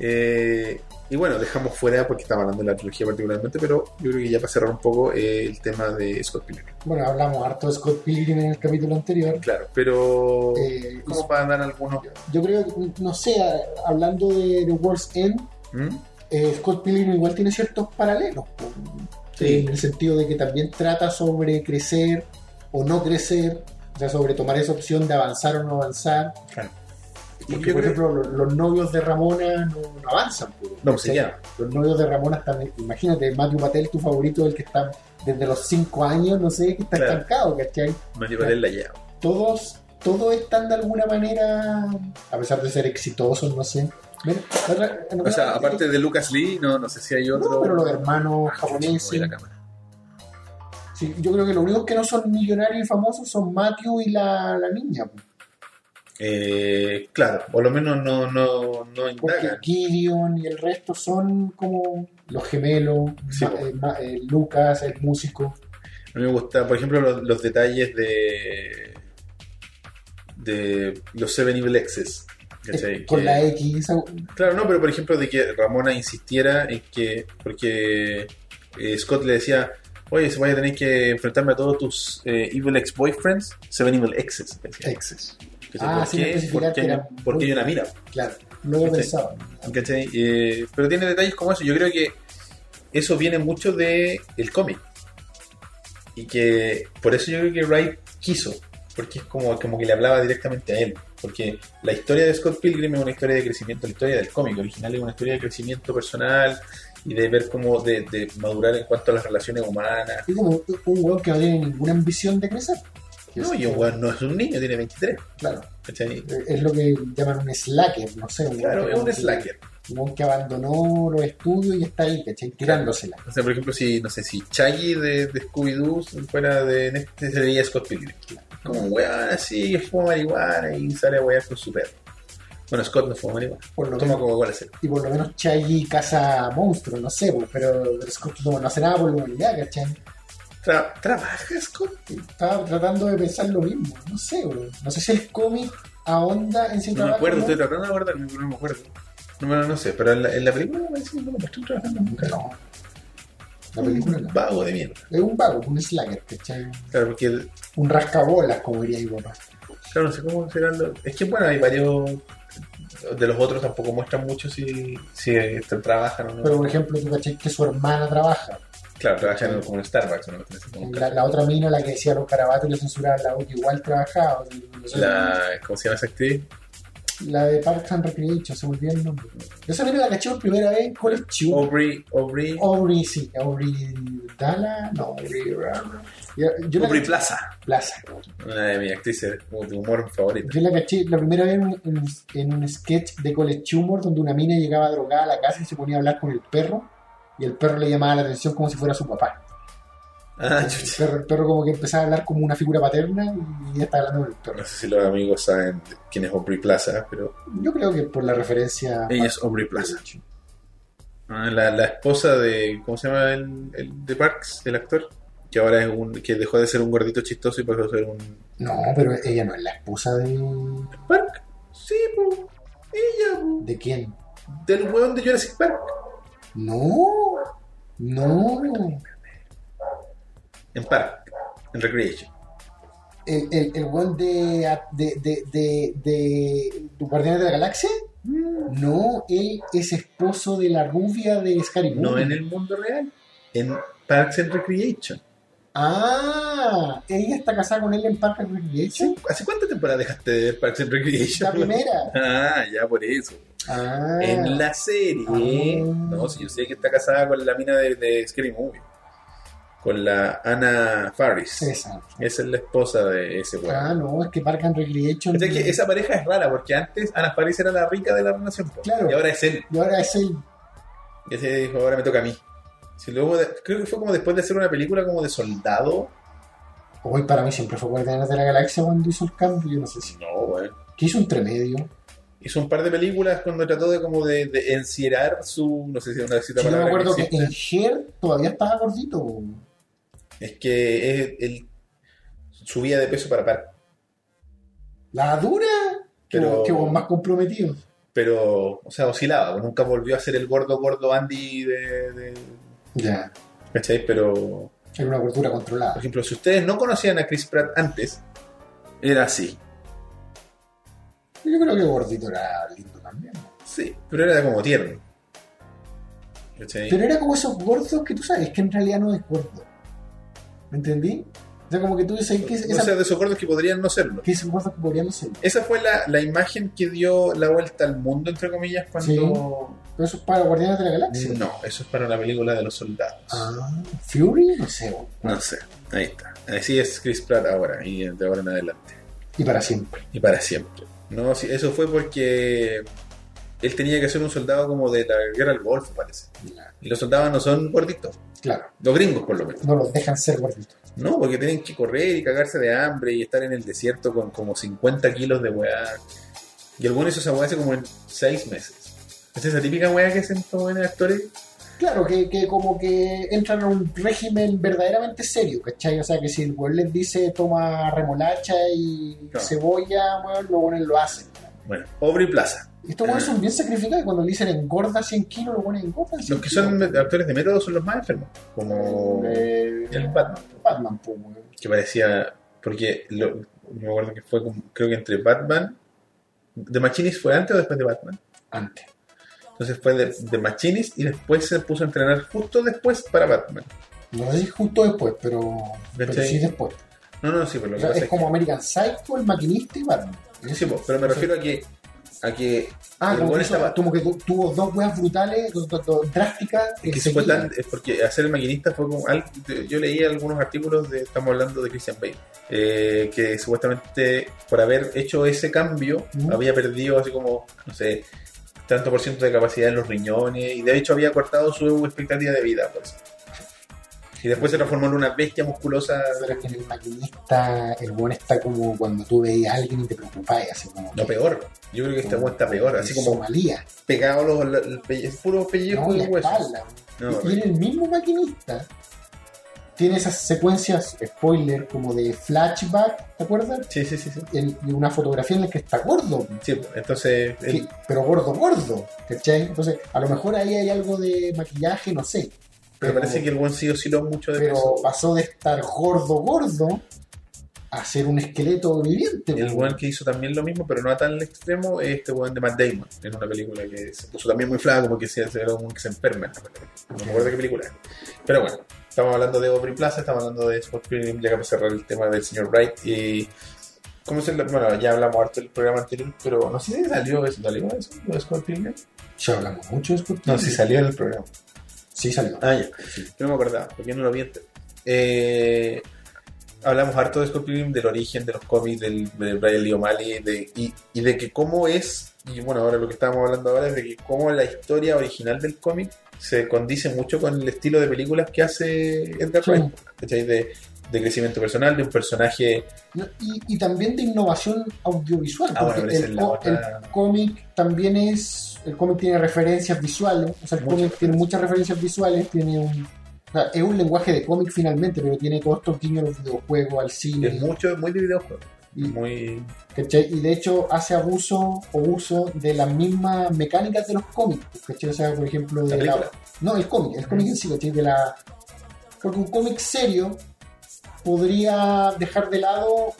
Eh, Y bueno, dejamos fuera, porque estaba hablando de la trilogía particularmente, pero yo creo que ya para cerrar un poco eh, el tema de Scott Pilgrim.
Bueno, hablamos harto de Scott Pilgrim en el capítulo anterior.
Claro, pero
Eh,
¿cómo para dar algunos?
Yo creo que, no sé, a- hablando de The World's End,
¿Mm?
eh, Scott Pilgrim igual tiene ciertos paralelos. po.
Sí.
En el sentido de que también trata sobre crecer o no crecer, o sea, sobre tomar esa opción de avanzar o no avanzar.
Claro. Y
Porque,
yo
por
creo-
ejemplo, lo- los, novios de Ramona no, no avanzan. po.
No, pues,
O
se
sea,
llama.
Los novios de Ramona están, imagínate, Matthew Patel, tu favorito, el que está desde los 5 años, no sé, que está
Claro.
estancado, ¿cachai?
Mario Varela la llave.
todos, todos están de alguna manera, a pesar de ser exitosos, no sé. Ven, la otra- en
O sea,
otra-
aparte de Lucas Lee, no, no sé si hay
No,
otro. Ah,
pero los hermanos japoneses.
Oye, la cámara.
sí, yo creo que los únicos que no son millonarios y famosos son Matthew y la, la niña. pues. po.
Eh, claro, por lo menos no, no, no
Porque
indagan.
Gideon y el resto son como los gemelos,
Sí,
Ma-
po.
eh, Ma- eh, Lucas, el músico.
A mí me gusta, por ejemplo, los, los detalles de de los Seven Evil Exes. ¿cachai?
eh, Con
Que-
la X. esa-
Claro, no, pero por ejemplo, de que Ramona insistiera en que. Porque eh, Scott le decía. Oye, se vaya a tener que enfrentarme a todos tus eh, evil ex-boyfriends, seven evil exes. decía.
Exes.
¿Cachai?
Ah,
¿Por
sin
qué?
especificar
Porque
que
hay-
eran-
porque hay una mira.
Claro, no lo
Sí.
pensaba.
¿Cachai? Eh, pero tiene detalles como eso. Yo creo que eso viene mucho de el cómic. Y que por eso yo creo que Wright quiso. Porque es como, como que le hablaba directamente a él. Porque la historia de Scott Pilgrim es una historia de crecimiento, la historia del cómic original es una historia de crecimiento personal y de ver cómo de, de madurar en cuanto a las relaciones humanas.
Y como un un weón que no tiene ninguna ambición de crecer.
No, y un weón no es un niño, tiene 23.
Claro. eh,
¿cachai?
es lo que llaman un slacker, no sé. Un
Claro,
que
es un
como
slacker.
que- Un que abandonó los estudios y está ahí, ¿cachai? Tirándosela.
O sea, por ejemplo, si, no sé, si Chaggy de, de Scooby-Doo fuera de Netflix, sería Scott Pilgrim. Como un weón así, fuma marihuana y sale a wear con su perro. Bueno, Scott no fuma marihuana.
Por lo
Toma
menos,
Coca-Cola cero.
y por lo menos Chaggy caza monstruos, no sé, pues, pero pero Scott no, no hace nada por la humanidad, ¿cachai?
Tra- ¿Trabaja Scott?
Estaba tratando de pensar lo mismo, no sé, bro. No sé si el cómic ahonda en cierta
No me
parte,
acuerdo,
¿no?
estoy tratando de acordarme, pero no me acuerdo. No, no, no sé, pero en la, en la película me parece que no lo muestran trabajando nunca.
No. La película
Un
no.
vago de mierda.
Es un vago, un slacker, ¿cachai?
Claro, porque,
Un rascabolas, como diría mi papá.
claro, no sé cómo serán los... Es que, bueno, hay varios... De los otros tampoco muestran mucho si, si este, trabajan o no.
Pero por ejemplo, tú cachai que su hermana trabaja.
claro, trabajan como en Starbucks, ¿no? Como un
La, la otra mina, la que decía los carabatos y le censuraban la voz, que igual trabajaba. o sea, no sé,
la, ¿cómo se llama esa actriz?
la de Park and Recreation, se me olvidó el nombre. Yo esa mina la caché por primera vez en College Tube.
Aubrey, Aubrey,
Aubrey, sí, Aubrey Dala, no, Aubrey. Yo, yo la
Aubrey
caché,
Plaza,
Plaza.
una de mis actrices de humor favorita.
Yo la caché la primera vez en, en- en un sketch de College Humor donde una mina llegaba drogada a la casa y se ponía a hablar con el perro y el perro le llamaba la atención como si fuera su papá.
Ah, <laughs>
El
chucha.
perro, el perro como que empezaba a hablar como una figura paterna y ella estaba hablando con el perro.
No sé si los amigos saben quién es Aubrey Plaza, pero
Yo creo que por la referencia.
ella es Aubrey Plaza. Ah, La, la esposa de, ¿cómo se llama el, el- de Parks, el actor? Que ahora es un, que dejó de ser un gordito chistoso y pasó a ser un...
No, pero ella no es la esposa de.
¿Park? Sí, po. Ella, po.
¿De quién?
Del weón de Jurassic Park.
No. No.
En Park. En Recreation.
El, el, el weón de. de. de. de. de. ¿Tu Guardianes de la Galaxia? Mm. No, él es esposo de la rubia de Scary Movie.
No en el mundo real. En Parks and Recreation.
Ah, ella está casada con él en Park and Recreation.
¿Hace cuánta temporada dejaste de ver Parks and Recreation?
La primera.
Ah, ya por eso.
Ah.
En la serie.
Ah.
No, si yo sé que está casada con la mina de, de Scary Movie. Con la Anna Faris.
Esa.
Esa es la esposa de ese weón.
Ah, no, es que Park and Recreation.
O sea que esa pareja es rara porque antes Anna Faris era la rica de la relación. po.
Claro.
Y ahora es él.
Y ahora es el
Y ese dijo, ahora me toca a mí. Si luego de- creo que fue como después de hacer una película como de soldado.
Hoy para mí siempre fue Guardianes de la Galaxia cuando hizo el cambio, yo no sé si.
No, weón.
Que hizo un tremedio.
Hizo un par de películas cuando trató de como de, de encierrar su. No sé si es una cita
Si yo me
palabra
acuerdo que
existe.
en Her todavía estaba gordito. bo.
Es que es el, subía de peso para par.
La dura, que
Pero-
que vos más comprometido.
pero, o sea, oscilaba. pues, Nunca volvió a ser el gordo, gordo Andy de. de
Ya.
¿Cachai? Pero,
Era una gordura
por
controlada.
ejemplo, si ustedes no conocían a Chris Pratt antes, era así.
Yo creo que gordito era lindo también.
Sí, pero era como tierno. ¿Cachai?
Pero era como esos gordos que tú sabes que en realidad no es gordo. ¿Me entendí? O sea, como que tú dices que es,
O
esa-
sea, de esos gordos que podrían no serlo.
que es un gordo que podríamos ser.
Esa fue la, la imagen que dio la vuelta al mundo, entre comillas, cuando...
Pero eso es para Guardianes de la Galaxia.
No, eso es para la película de los soldados.
Ah, Fury, no sé. bueno.
No sé, ahí está. Así es Chris Pratt ahora, y de ahora en adelante.
Y para siempre.
Y para siempre. No, sí, eso fue porque él tenía que ser un soldado como de la guerra del Golfo, parece. Y los soldados no son gorditos,
Claro,
los gringos por lo menos.
no los dejan ser gorditos.
No, porque tienen que correr y cagarse de hambre y estar en el desierto con como 50 kilos de weá. Y el bueno hizo esa weá hace como en 6 meses. Es esa típica weá que hacen estos buenos actores.
Claro, que, que como que entran a un régimen verdaderamente serio, ¿cachai? O sea, que si el weón les dice toma remolacha y
Claro.
cebolla, weón, los buenos lo hacen.
Bueno, Aubrey Plaza.
Estos weones son bien sacrificados y cuando le dicen engorda 100 kilos, los buenos engordan 100
Eh. Los que son
kilos.
actores de método son los más enfermos. Como
Eh,
el Batman.
Batman, pues, weón.
que parecía. Porque lo- me acuerdo que fue, como- creo que entre Batman. ¿The Machinist fue antes o después de Batman?
Antes.
Entonces fue de, The Machinist y después se puso a entrenar justo después para Batman.
No sé si justo después, pero, pero
¿Cachai?
sí después.
No, no, sí, pero lo
O
que
sea,
pasa es
es
que.
como American Psycho, el maquinista y Batman.
Sí, po, pero me refiero a que. A que
Ah,
el
como que,
buen
hizo-
estaba-
como que tu- tuvo dos weas brutales, dos, dos- dos drásticas.
que
eh,
se fue
seguidas.
tan- es porque hacer el maquinista fue como al- yo leí algunos artículos de estamos hablando de Christian Bale eh, que supuestamente por haber hecho ese cambio
Ujú.
había perdido así como no sé tanto por ciento de capacidad en los riñones y de hecho había cortado su expectativa de vida por eso. y después se transformó en una bestia musculosa
Pero es que en el maquinista, el buen está como cuando tú veías a alguien y te preocupabas, así como.
no peor yo creo que
Oh,
esta weá está peor así como pues,
Somalía,
pegado los la- el pelle- puros
¿no?
pellejos
En
y
la
huesos
espalda.
No,
y en el mismo maquinista tiene esas secuencias, spoiler, como de flashback, ¿te acuerdas?
sí sí sí sí,
En- y una fotografía en la que está gordo,
Sí, pues, entonces el-
que- pero gordo, gordo, ¿cachai? Entonces, a lo mejor ahí hay algo de maquillaje, no sé.
pero parece que el buen sí osciló mucho de
Pero
peso.
pasó de estar gordo, gordo, a ser un esqueleto viviente.
El
po.
Este weón que hizo también lo mismo, pero no a tal extremo, es este weón de Matt Damon, en una película que se puso también muy flaco porque se, se era un que se enferma. en la película. No me acuerdo qué película es. Pero bueno, estamos hablando de Aubrey Plaza, estamos hablando de Sport Premium, ya que para cerrar el tema del señor Wright. Y, ¿cómo se le- bueno, ya hablamos harto del programa anterior, pero no sé si salió eso, ¿salió eso? ¿Lo de Scott Pilgrim?
Ya hablamos mucho de Scorpion.
No, si salió en el programa.
Sí, salió.
Ah, ya. Yo no me acordaba, porque no lo vi antes. Eh, hablamos harto de Scott Pilgrim, del origen de los cómics, del, de Brian Lee O'Malley, de, y, y de que cómo es, y bueno, ahora lo que estábamos hablando ahora es de que cómo la historia original del cómic se condice mucho con el estilo de películas que hace Edgar
Sí.
Wright, ¿cachai? De, de crecimiento personal, de un personaje...
No, Y, y también de innovación audiovisual.
Ah, bueno,
porque
pero esa es
el,
la
co-
otra-
el cómic también es. El cómic tiene referencias visuales. O sea, el
Muchas
cómic tiene muchas referencias visuales. Tiene un. o sea, es un lenguaje de cómic finalmente, pero tiene todos estos guiños a los videojuegos, al
Es
cine.
mucho, es muy de videojuegos.
y-
Muy...
¿cachai? Y de hecho hace abuso o uso de las mismas mecánicas de los cómics, ¿cachai? O sea, por ejemplo,
La
de la-
película. Mm.
No, el cómic, el cómic en sí, ¿cachai? De la... Porque un cómic serio podría dejar de lado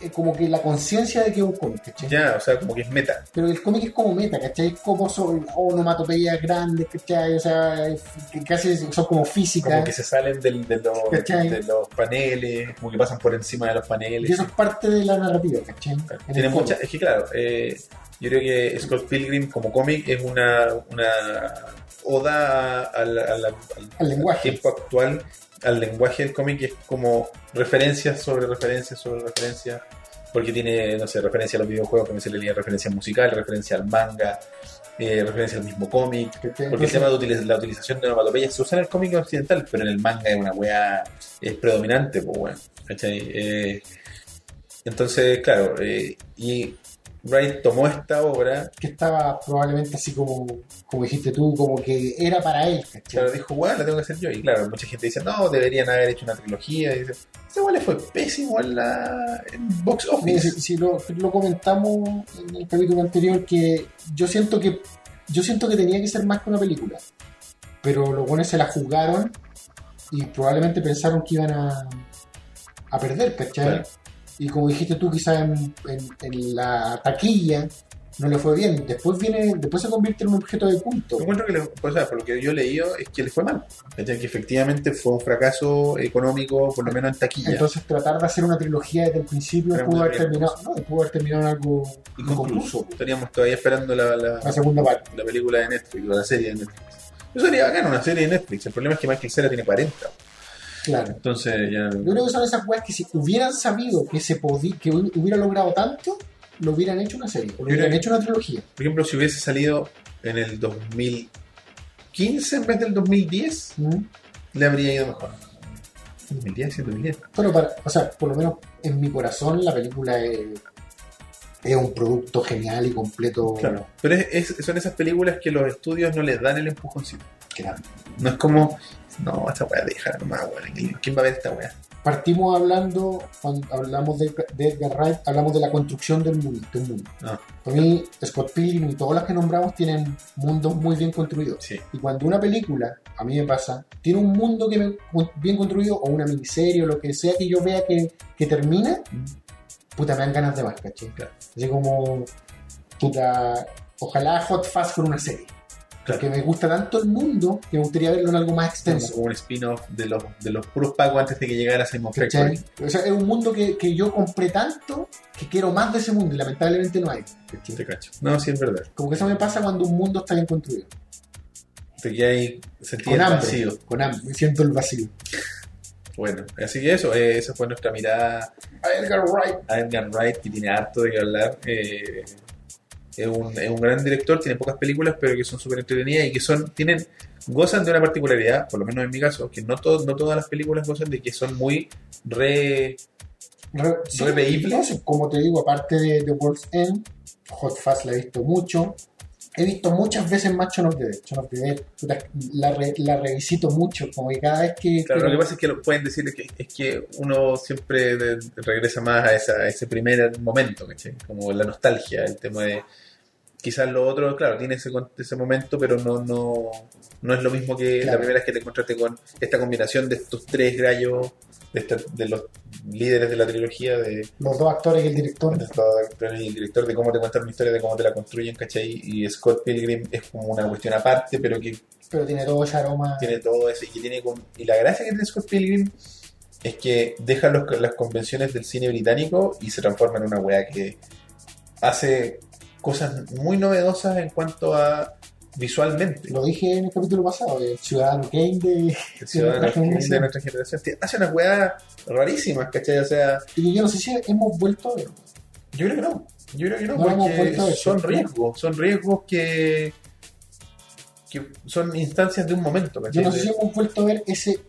eh, como que la conciencia de que es un cómic, ¿cachai?
Ya, o sea, como que es meta.
Pero el cómic es como meta, ¿cachai? Es como son onomatopeyas grandes, ¿cachai? O sea, es- que casi son como
Como
físicas.
que se salen del- de, los,
¿Cachai?
de los paneles, como que pasan por encima de los paneles.
Y eso es parte de la narrativa, ¿cachai?
Claro,
En el
Tiene
cómic.
mucha, es que claro, eh, yo creo que Scott Pilgrim como cómic es una, una oda a- al, al- al- al
lenguaje.
tiempo actual, al lenguaje del cómic, y es como referencias sobre referencias sobre referencias, porque tiene, no sé, referencia a los videojuegos, también se le leía referencia musical, referencia al manga, eh, referencia al mismo cómic,
¿cachai?
porque el
Entonces-
tema de utiliz- la utilización de onomatopeyas se usa en el cómic occidental, pero en el manga es una weá es predominante, pues bueno. ¿cachai? Eh, entonces, claro, eh, y Wright tomó esta obra,
que estaba probablemente así como, como dijiste tú, como que era para él, ¿cachai?
claro, dijo, bueno, la tengo que hacer yo. Y claro, mucha gente dice, no, deberían haber hecho una trilogía. Y dice, ese igual le fue pésimo en la en box
Mira,
office.
si, si lo, lo comentamos en el capítulo anterior, que yo siento que yo siento que tenía que ser más que una película. Pero los buenos se la jugaron y probablemente pensaron que iban a, a perder, ¿cachai?
Claro.
Y como dijiste tú, quizás en, en- en la taquilla no le fue bien. Después viene, después se convierte en un objeto de culto.
Yo encuentro que, le- o sea, por lo que yo he leído, es que le fue mal. ¿Cachai? Que efectivamente fue un fracaso económico, por lo menos en taquilla.
Entonces tratar de hacer una trilogía desde el principio
Era muy
pudo haber,
riesgoso.
terminado, no, pudo haber terminado en algo
Inconcluso.
inconcluso.
Estaríamos todavía esperando la, la-
La segunda parte.
la película de Netflix, o la serie de Netflix. Eso sería bacán, una serie de Netflix. El problema es que Michael Cera tiene 40.
Claro.
Entonces ya...
Yo creo que son esas weas que si hubieran sabido que se podía, que hu- hubiera logrado tanto, lo hubieran hecho una serie, o lo
creo
hubieran
que-
hecho una trilogía.
Por ejemplo, si hubiese salido en el 2015 en vez del 2010,
¿Mm?
le habría ido mejor. 2010, 2010.
Pero para, o sea, por lo menos en mi corazón la película es, es un producto genial y completo
Claro. Pero es- es- son esas películas que los estudios no les dan el empujoncito.
grande.
No es como, no, esta weá deja nomás, weón. ¿Quién quién va a ver esta weá?
Partimos hablando, cuando hablamos de, de Edgar Wright, hablamos de la construcción del mundo. Del mundo.
Ah.
Para mí, Scott Pilgrim y todas las que nombramos tienen mundos muy bien construidos.
Sí.
Y cuando una película, a mí me pasa, tiene un mundo que me- bien construido, o una miniserie, o lo que sea que yo vea que, que termina, puta, me dan ganas de más, ¿cachai?
Claro.
Así como, puta, ojalá Hot Fast fuera una serie.
Claro.
Porque me gusta tanto el mundo que me gustaría verlo en algo más
Como
extenso.
un spin-off de los, de los puros pagos antes de que llegara Simon
¿Cachai?
Factory.
O sea, es un mundo que, que yo compré tanto que quiero más de ese mundo y lamentablemente no hay. ¿cachai?
Te cacho. No, sí, es verdad.
Como que eso me pasa cuando un mundo está bien construido.
Te quedas ahí sentí
Con
el
hambre.
vacío.
Con hambre. Me siento el vacío.
Bueno, así que eso, eh, esa fue nuestra mirada
Edgar Wright.
a Edgar Wright, que tiene harto de qué hablar. eh, es, un, es un gran director, tiene pocas películas, pero que son súper entretenidas y que son, tienen, gozan de una particularidad, por lo menos en mi caso, que no, to- no todas las películas gozan de que son muy re...
Re- sí,
Reveíble.
no sé, como te digo, aparte de The World's End, Hot Fast la he visto mucho. He visto muchas veces más Shaun of the Dead. Shaun of the Dead, puta, la, re- la revisito mucho, como que cada vez que...
Claro, lo
que-
que pasa es que lo pueden decir es que, es que uno siempre de- regresa más a, esa- a ese primer momento, ¿cachai? Como la nostalgia, el tema de... Quizás lo otro, claro, tiene ese, con- ese momento, pero no, no, no es lo mismo que la
Claro.
primera vez que te encontraste con esta combinación de estos tres gallos, de, esta- de los líderes de la trilogía, de,
Los dos actores y el director.
de estos actores y el director, de cómo te cuentan una historia, de cómo te la construyen, ¿cachai? Y Scott Pilgrim es como una cuestión aparte, pero que
Pero tiene todo ese aroma...
tiene todo eso y que tiene con- y la gracia que tiene Scott Pilgrim es que deja los- las convenciones del cine británico y se transforma en una weá que hace cosas muy novedosas en cuanto a visualmente
Lo dije en el capítulo pasado, el Ciudadano Kane de...
el ciudadano
nuestra generación.
de nuestra generación Tiene- hace unas weas rarísimas ¿cachai? o sea
Y yo no sé si hemos vuelto a ver.
yo creo que no yo creo que no,
No lo hemos
porque
vuelto a ver.
son riesgos son riesgos que que son instancias de un momento
Yo
¿cachai?
no sé si hemos vuelto a ver ese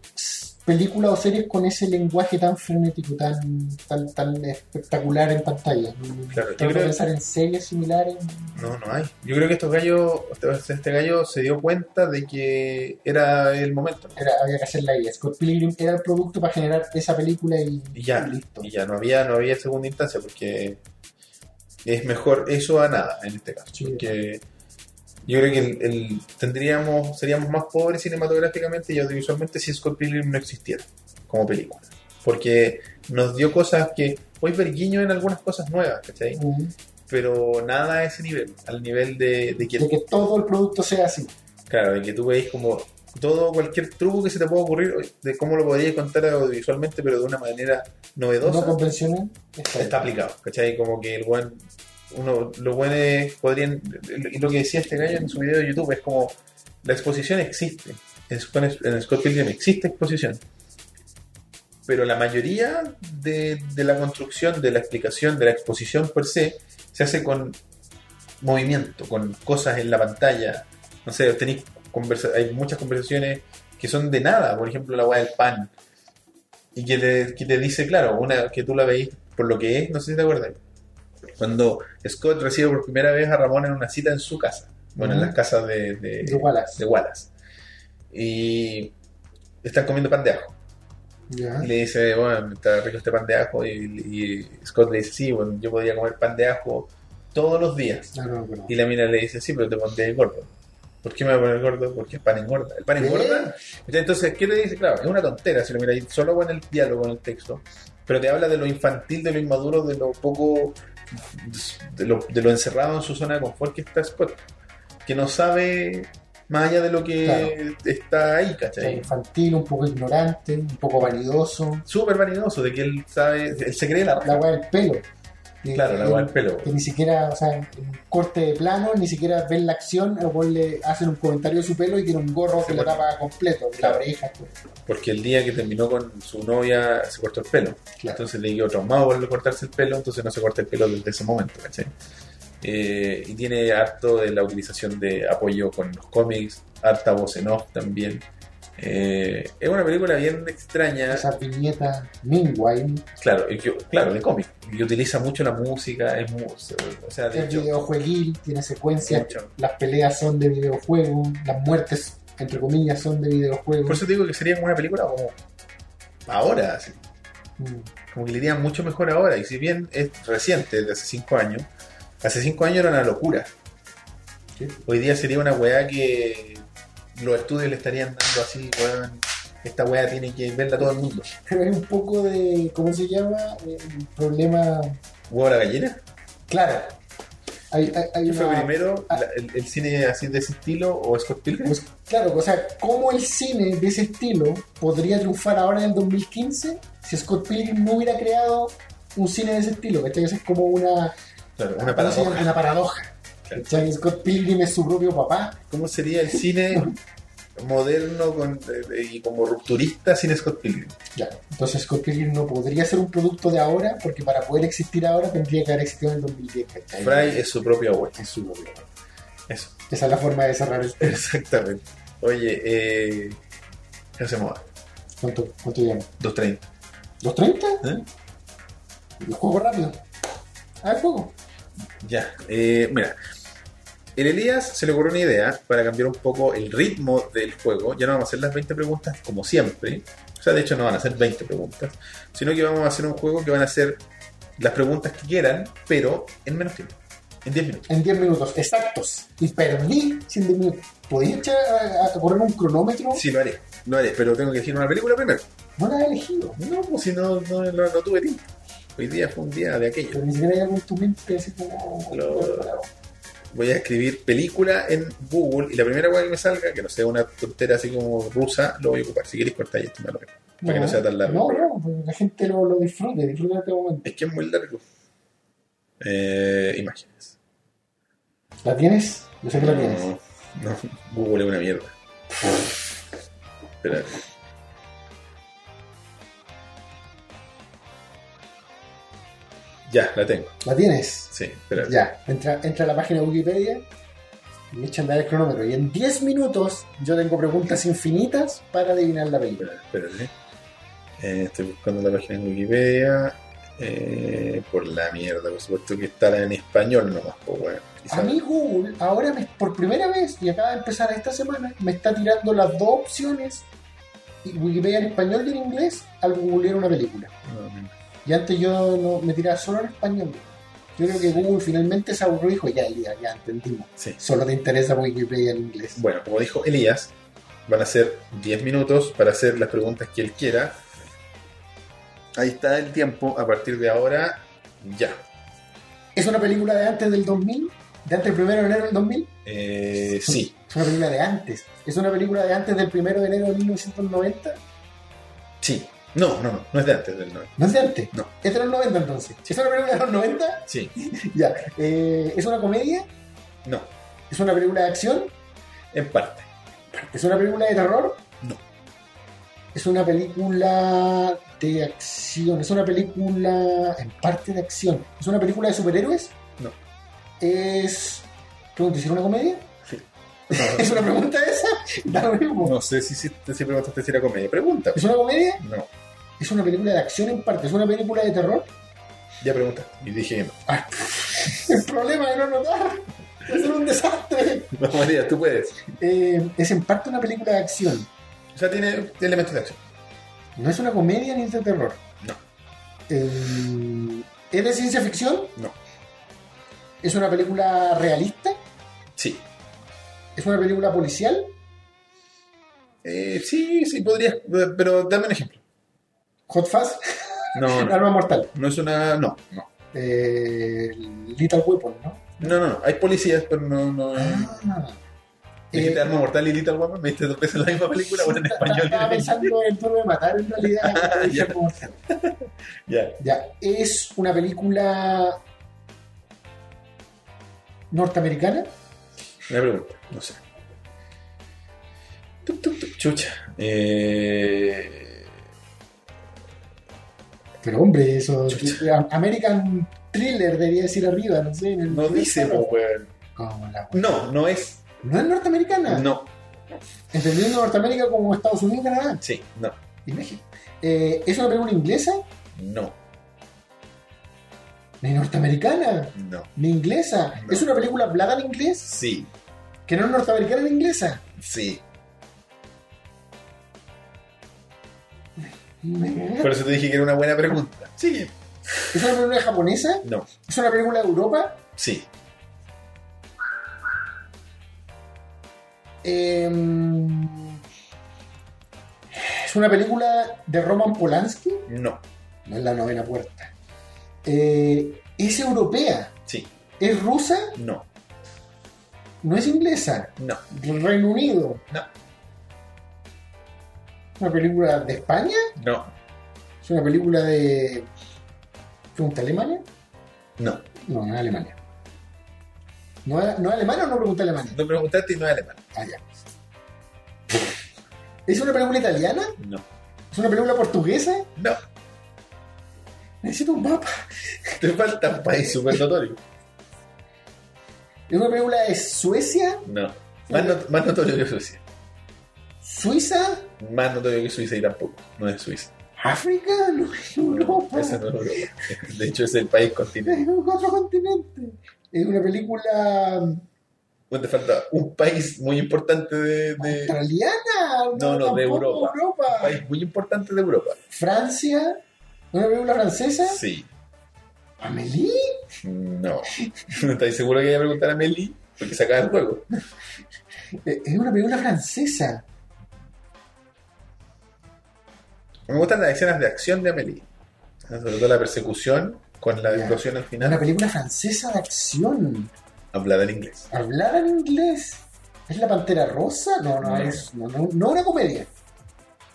película o series con ese lenguaje tan frenético, tan, tan, tan espectacular en pantalla.
Claro, yo
Trato de
creo-
pensar en series similares.
No, no hay. Yo creo que estos gallos, este, este gallo se dio cuenta de que era el momento.
Era, había que hacerla ahí. Scott Pilgrim era el producto para generar esa película y,
Y ya,
y listo.
Y ya no había, no había segunda instancia porque es mejor eso a nada en este caso.
Sí.
Porque yo creo que el- el- tendríamos, seríamos más pobres cinematográficamente y audiovisualmente si Scott Pilgrim no existiera como película. Porque nos dio cosas que hoy ver guiño en algunas cosas nuevas, ¿cachai?
Mm.
Pero nada a ese nivel, al nivel de, de que
De que todo el producto sea así.
Claro, de que tú veis como todo, cualquier truco que se te pueda ocurrir, de cómo lo podrías contar audiovisualmente, pero de una manera novedosa,
No convencional. Está bien.
está aplicado, ¿cachai? Como que el buen, uno, los buenos podrían, y lo que decía este gallo en su video de YouTube, es como, la exposición existe, en, Scott- en Scott Pilgrim existe exposición, pero la mayoría de, de la construcción, de la explicación, de la exposición per se, se hace con movimiento, con cosas en la pantalla. No sé, tenéis conversa hay muchas conversaciones que son de nada, por ejemplo, la weá del pan. Y que te, que te dice, claro, una que tú la veis por lo que es, no sé si te acuerdas. Cuando Scott recibe por primera vez a Ramón en una cita en su casa. Bueno, en
Ujú.
las casas de, de,
De Wallace.
de Wallace. Y están comiendo pan de ajo.
Ya.
Y le dice, bueno, está rico este pan de ajo. Y, y Scott le dice, sí, bueno, yo podía comer pan de ajo todos los días.
Ah, no, pero-
Y la mina le dice, sí, pero te pondré gordo. ¿Por qué me voy a poner gordo? Porque el pan engorda. ¿El pan engorda? Entonces, ¿qué te dice? Claro, es una tontera si lo miras ahí, solo en el diálogo, en el texto. Pero te habla de lo infantil, de lo inmaduro, de lo poco. de lo, de lo encerrado en su zona de confort que está Scott. Que no sabe más allá de lo que
Claro.
está ahí,
O sea,
¿cachai?
infantil, un poco ignorante, un poco vanidoso.
Súper vanidoso, de que él sabe. él se cree la raja.
La weá del pelo. Que-
Claro, la
que-
weá del pelo.
Que ni siquiera, o sea, en un corte de plano, ni siquiera ven la acción, o le hacen un comentario de su pelo y tiene un gorro
Se
que la
pone-
tapa completo, la
Claro.
oreja. todo.
Porque el día que terminó con su novia se cortó el pelo.
Claro.
Entonces le quedó traumado por cortarse el pelo, entonces no se corta el pelo desde ese momento, ¿cachai? Eh, y tiene harto de la utilización de apoyo con los cómics, harta voz en off también. Eh, es una película bien extraña,
Esas viñetas Meanwhile,
claro, y que- claro, de cómic. Y utiliza mucho la música, es muy, o sea, de
es
hecho,
videojueguil, tiene secuencias,
mucho.
las peleas son de videojuego, las muertes, entre comillas, son de videojuego.
Por eso te digo que sería como una película como ahora, así.
Mm.
como que le iría mucho mejor ahora. Y si bien es reciente, de hace 5 años, hace 5 años era una locura.
Sí.
Hoy día sería una weá que los estudios le estarían dando así, weón. Esta weá tiene que verla todo el mundo.
Pero hay un poco de, ¿cómo se llama? Eh, problema,
¿Huevo a la gallina?
claro. Hay, hay, hay
¿Qué fue
una-
primero?
Ah.
la- el, el cine así de ese estilo o Scott Pilgrim?
Pues, claro, o sea, ¿cómo el cine de ese estilo podría triunfar ahora en el 2015 si Scott Pilgrim no hubiera creado un cine de ese estilo? ¿Cachai? Esa es como una,
Claro, una
¿cómo se llama?
paradoja.
Una paradoja.
Claro.
¿Cachai? Scott Pilgrim es su propio papá.
¿Cómo sería el cine moderno con- eh, y como rupturista sin Scott Pilgrim?
Claro. Entonces Scott Pilgrim no podría ser un producto de ahora porque para poder existir ahora tendría que haber existido en el 2010. ¿cachai?
Fry es su propia abuela.
Es su propio papá.
Eso.
Esa es la forma de cerrar el
<laughs> Exactamente. Oye, eh, ¿qué hacemos?
¿Cuánto, cuánto llama?
2.30.
¿230?
¿eh?
Lo juego rápido. Ah, el juego.
Ya. eh, mira, el Elías se le ocurrió una idea para cambiar un poco el ritmo del juego. Ya no vamos a hacer las 20 preguntas como siempre. O sea, de hecho no van a ser 20 preguntas. Sino que vamos a hacer un juego que van a ser las preguntas que quieran, pero en menos tiempo. En 10 minutos.
en 10 minutos exactos y perdí sin 10 minutos. ¿Podías echar a, a correr un cronómetro?
Sí, lo haré. Lo haré, pero tengo que elegir una película primero.
No la he elegido.
No, pues si no, no, no, no tuve tiempo. Hoy día fue un día de aquello.
Pero ni siquiera hay algo en tu mente que así como.
Lo- voy a escribir película en Google y la primera web que me salga, que no sea una tontera así como rusa, lo voy a ocupar. Si queréis cortar esto, me lo rego. para que no sea tan largo.
No, no, porque la gente lo, lo disfrute, disfruta este momento.
Es que es muy largo. Eh, imágenes.
¿La tienes? Yo sé que la tienes.
No, no, Google es una mierda. Espera. Ya, la tengo.
¿La tienes?
Sí, espera.
Ya, entra, entra a la página de Wikipedia y echa a andar el cronómetro. Y en 10 minutos yo tengo preguntas infinitas para adivinar la película.
Espera, espérate. Eh, estoy buscando la página en Wikipedia. eh, por la mierda, por supuesto que está en español nomás, pues bueno.
A mí Google ahora me- por primera vez, y acaba de empezar esta semana, me está tirando las dos opciones, y Wikipedia en español y en inglés, al googlear una película. Y antes yo no, me tiraba solo en español. Yo creo que Google finalmente se aburrió y dijo, ya, ya, ya entendimos.
Sí.
Solo te interesa Wikipedia en inglés.
Bueno, como dijo Elías, van a ser 10 minutos para hacer las preguntas que él quiera. Ahí está el tiempo, a partir de ahora, ya.
¿Es una película de antes del 2000? ¿De antes del 1 de enero del 2000?
Eh, sí,
Es una película de antes. ¿Es una película de antes del 1 de enero de 1990?
sí. No, no, no, no es de antes del 9.
No es de antes.
No.
Es de los 90 entonces. Si es una película de los 90,
Sí,
ya. Eh, ¿Es una comedia?
no,
¿Es una película de acción?
en parte.
¿Es una película de terror?
No.
Es una película de acción. Es una película en parte de acción. ¿Es una película de superhéroes?
No.
Es. Pregunta, ¿es una comedia?
Sí.
¿Es una pregunta esa? <laughs> Da lo mismo.
No sé si, si, si preguntaste si era comedia. Pregunta. pues.
¿Es una comedia?
No,
¿Es una película de acción en parte? ¿Es una película de terror?
Ya preguntaste. Y dije, no.
Ay, pff, el problema de no notar va a ser un desastre.
<laughs> No, María, tú puedes.
Eh, es en parte una película de acción.
O sea, tiene elementos de acción.
No es una comedia ni es de terror.
No.
Eh, ¿Es de ciencia ficción?
No.
¿Es una película realista?
Sí.
¿Es una película policial?
Eh, sí, sí, podrías. Pero dame un ejemplo.
¿Hot Fuzz?
No, no.
Arma mortal.
No es una. No, no.
Eh, Little Weapon, ¿no?
No, no, no. Hay policías, pero no. no
Ah.
Dijiste
Eh,
Arma Mortal y Little Woman, me diste dos veces la misma película, bueno, en
ta- ta-
español.
Estaba pensando en el turno de matar en realidad.
<laughs>
cuando dije
Ya.
Arma mortal.
<laughs> Ya.
Ya, es una película norteamericana.
Una pregunta, no sé. Tuc, tuc, tuc, chucha. Eh,
Pero hombre, eso. eh,
Chucha.
American Thriller debería decir arriba, no sé. en el-
no dice, po, weón.
Como la-
No, no es.
No es norteamericana.
No,
Entendiendo Norteamérica como Estados Unidos, Canadá
sí, no,
y México. Eh, ¿Es una película inglesa?
no,
Ni norteamericana,
no.
ni inglesa.
No.
¿Es una película hablada en inglés?
Sí,
Que no es norteamericana ni inglesa.
sí. Por
¿Es
eso te dije que era una buena pregunta. Sí,
una película japonesa?
no,
¿Es una película de Europa?
sí,
Eh, ¿Es una película de Roman Polanski?
no,
No es la novena puerta. Eh, ¿Es europea?
sí,
¿Es rusa?
no,
No es inglesa.
no,
Reino Unido.
No.
¿Es una película de España?
no,
¿Es una película de. ¿Pregunta Alemania?
no.
No, no es Alemania. ¿No es, no es alemana o no pregunta Alemania?
No preguntaste y no es alemán.
Ah, ya. ¿Es una película italiana?
No,
¿Es una película portuguesa?
no.
Necesito un mapa.
Te falta un país súper notorio.
¿Es una película de Suecia?
No. Más, not- más notorio que Suecia.
¿Suiza?
Más notorio que Suiza y tampoco. No es Suiza.
¿África? No, es Europa.
Esa no es Europa. De hecho, es el país continente.
Es un otro continente. Es una película
Bueno, Pues te falta un país muy importante de. de- un
australiana.
No, no, de
tampoco
Europa.
Europa.
país muy importante de Europa.
Francia. ¿Una película francesa?
Sí.
¿Amélie?
No. <laughs> ¿Estáis seguro que voy a preguntar a Meli? Porque se acaba el juego.
Eh, Es una película francesa.
Me gustan las escenas de acción de Amelie. Sobre todo la persecución con la
Ya.
explosión al
Una
final.
película francesa de acción.
Hablada en inglés.
Hablada en inglés. ¿Es la Pantera Rosa? No, no,
No.
es no, no, no una comedia.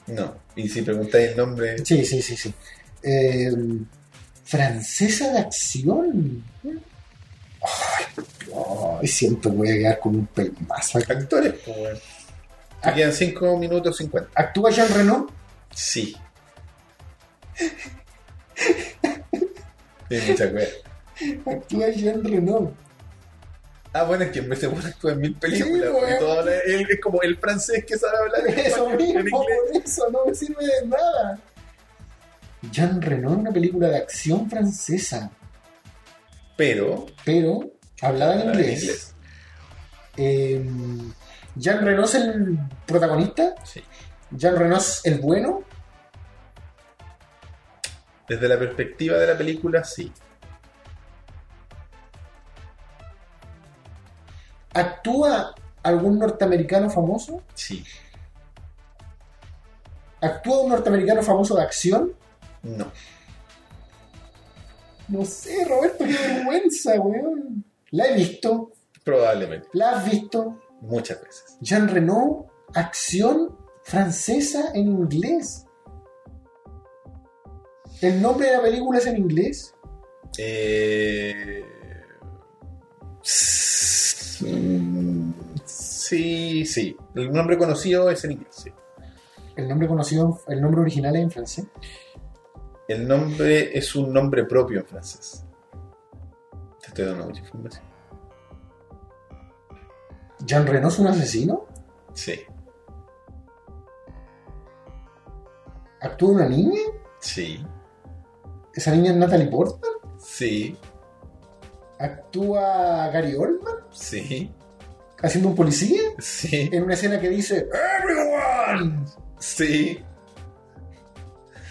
No. Y si preguntáis el nombre.
Sí, sí, sí, sí. Eh, francesa de acción. Ay, ay, siento que voy a quedar con un pelmazo. acá.
Actores, pues, bueno.
Ah.
Te quedan 5 minutos 50.
¿Actúa Jean Reno? <laughs>
Sí. Tiene mucha cueva.
Actúa Jean Reno.
Ah, bueno, es que en vez de bueno, actúa en mil películas.
Sí, weón.
y todo habla- él es como el francés que sabe hablar en
Eso
español, en
mismo,
inglés.
por eso no me sirve de nada. Jean Reno una película de acción francesa,
Pero.
pero hablada en
habla
inglés. Eh, Jean Reno es el protagonista.
Sí.
Jean Reno es el bueno.
Desde la perspectiva de la película, sí.
¿Actúa algún norteamericano famoso?
Sí.
¿Actúa un norteamericano famoso de acción?
No.
No sé, Roberto, qué vergüenza, weón. La he visto,
Probablemente.
la has visto.
Muchas veces.
Jean Reno, acción francesa en inglés. ¿El nombre de la película es en inglés?
Eh... Sí, sí. El nombre conocido es en inglés. sí.
¿El nombre conocido, el nombre original es en francés?
El nombre es un nombre propio en francés. Te estoy dando mucha información.
¿Jean Reno es un asesino?
Sí,
¿Actúa una niña?
sí,
¿Esa niña es Natalie Portman?
Sí,
Actúa Gary Oldman
sí,
haciendo un policía
sí,
en una escena que dice ¡Everyone!
sí.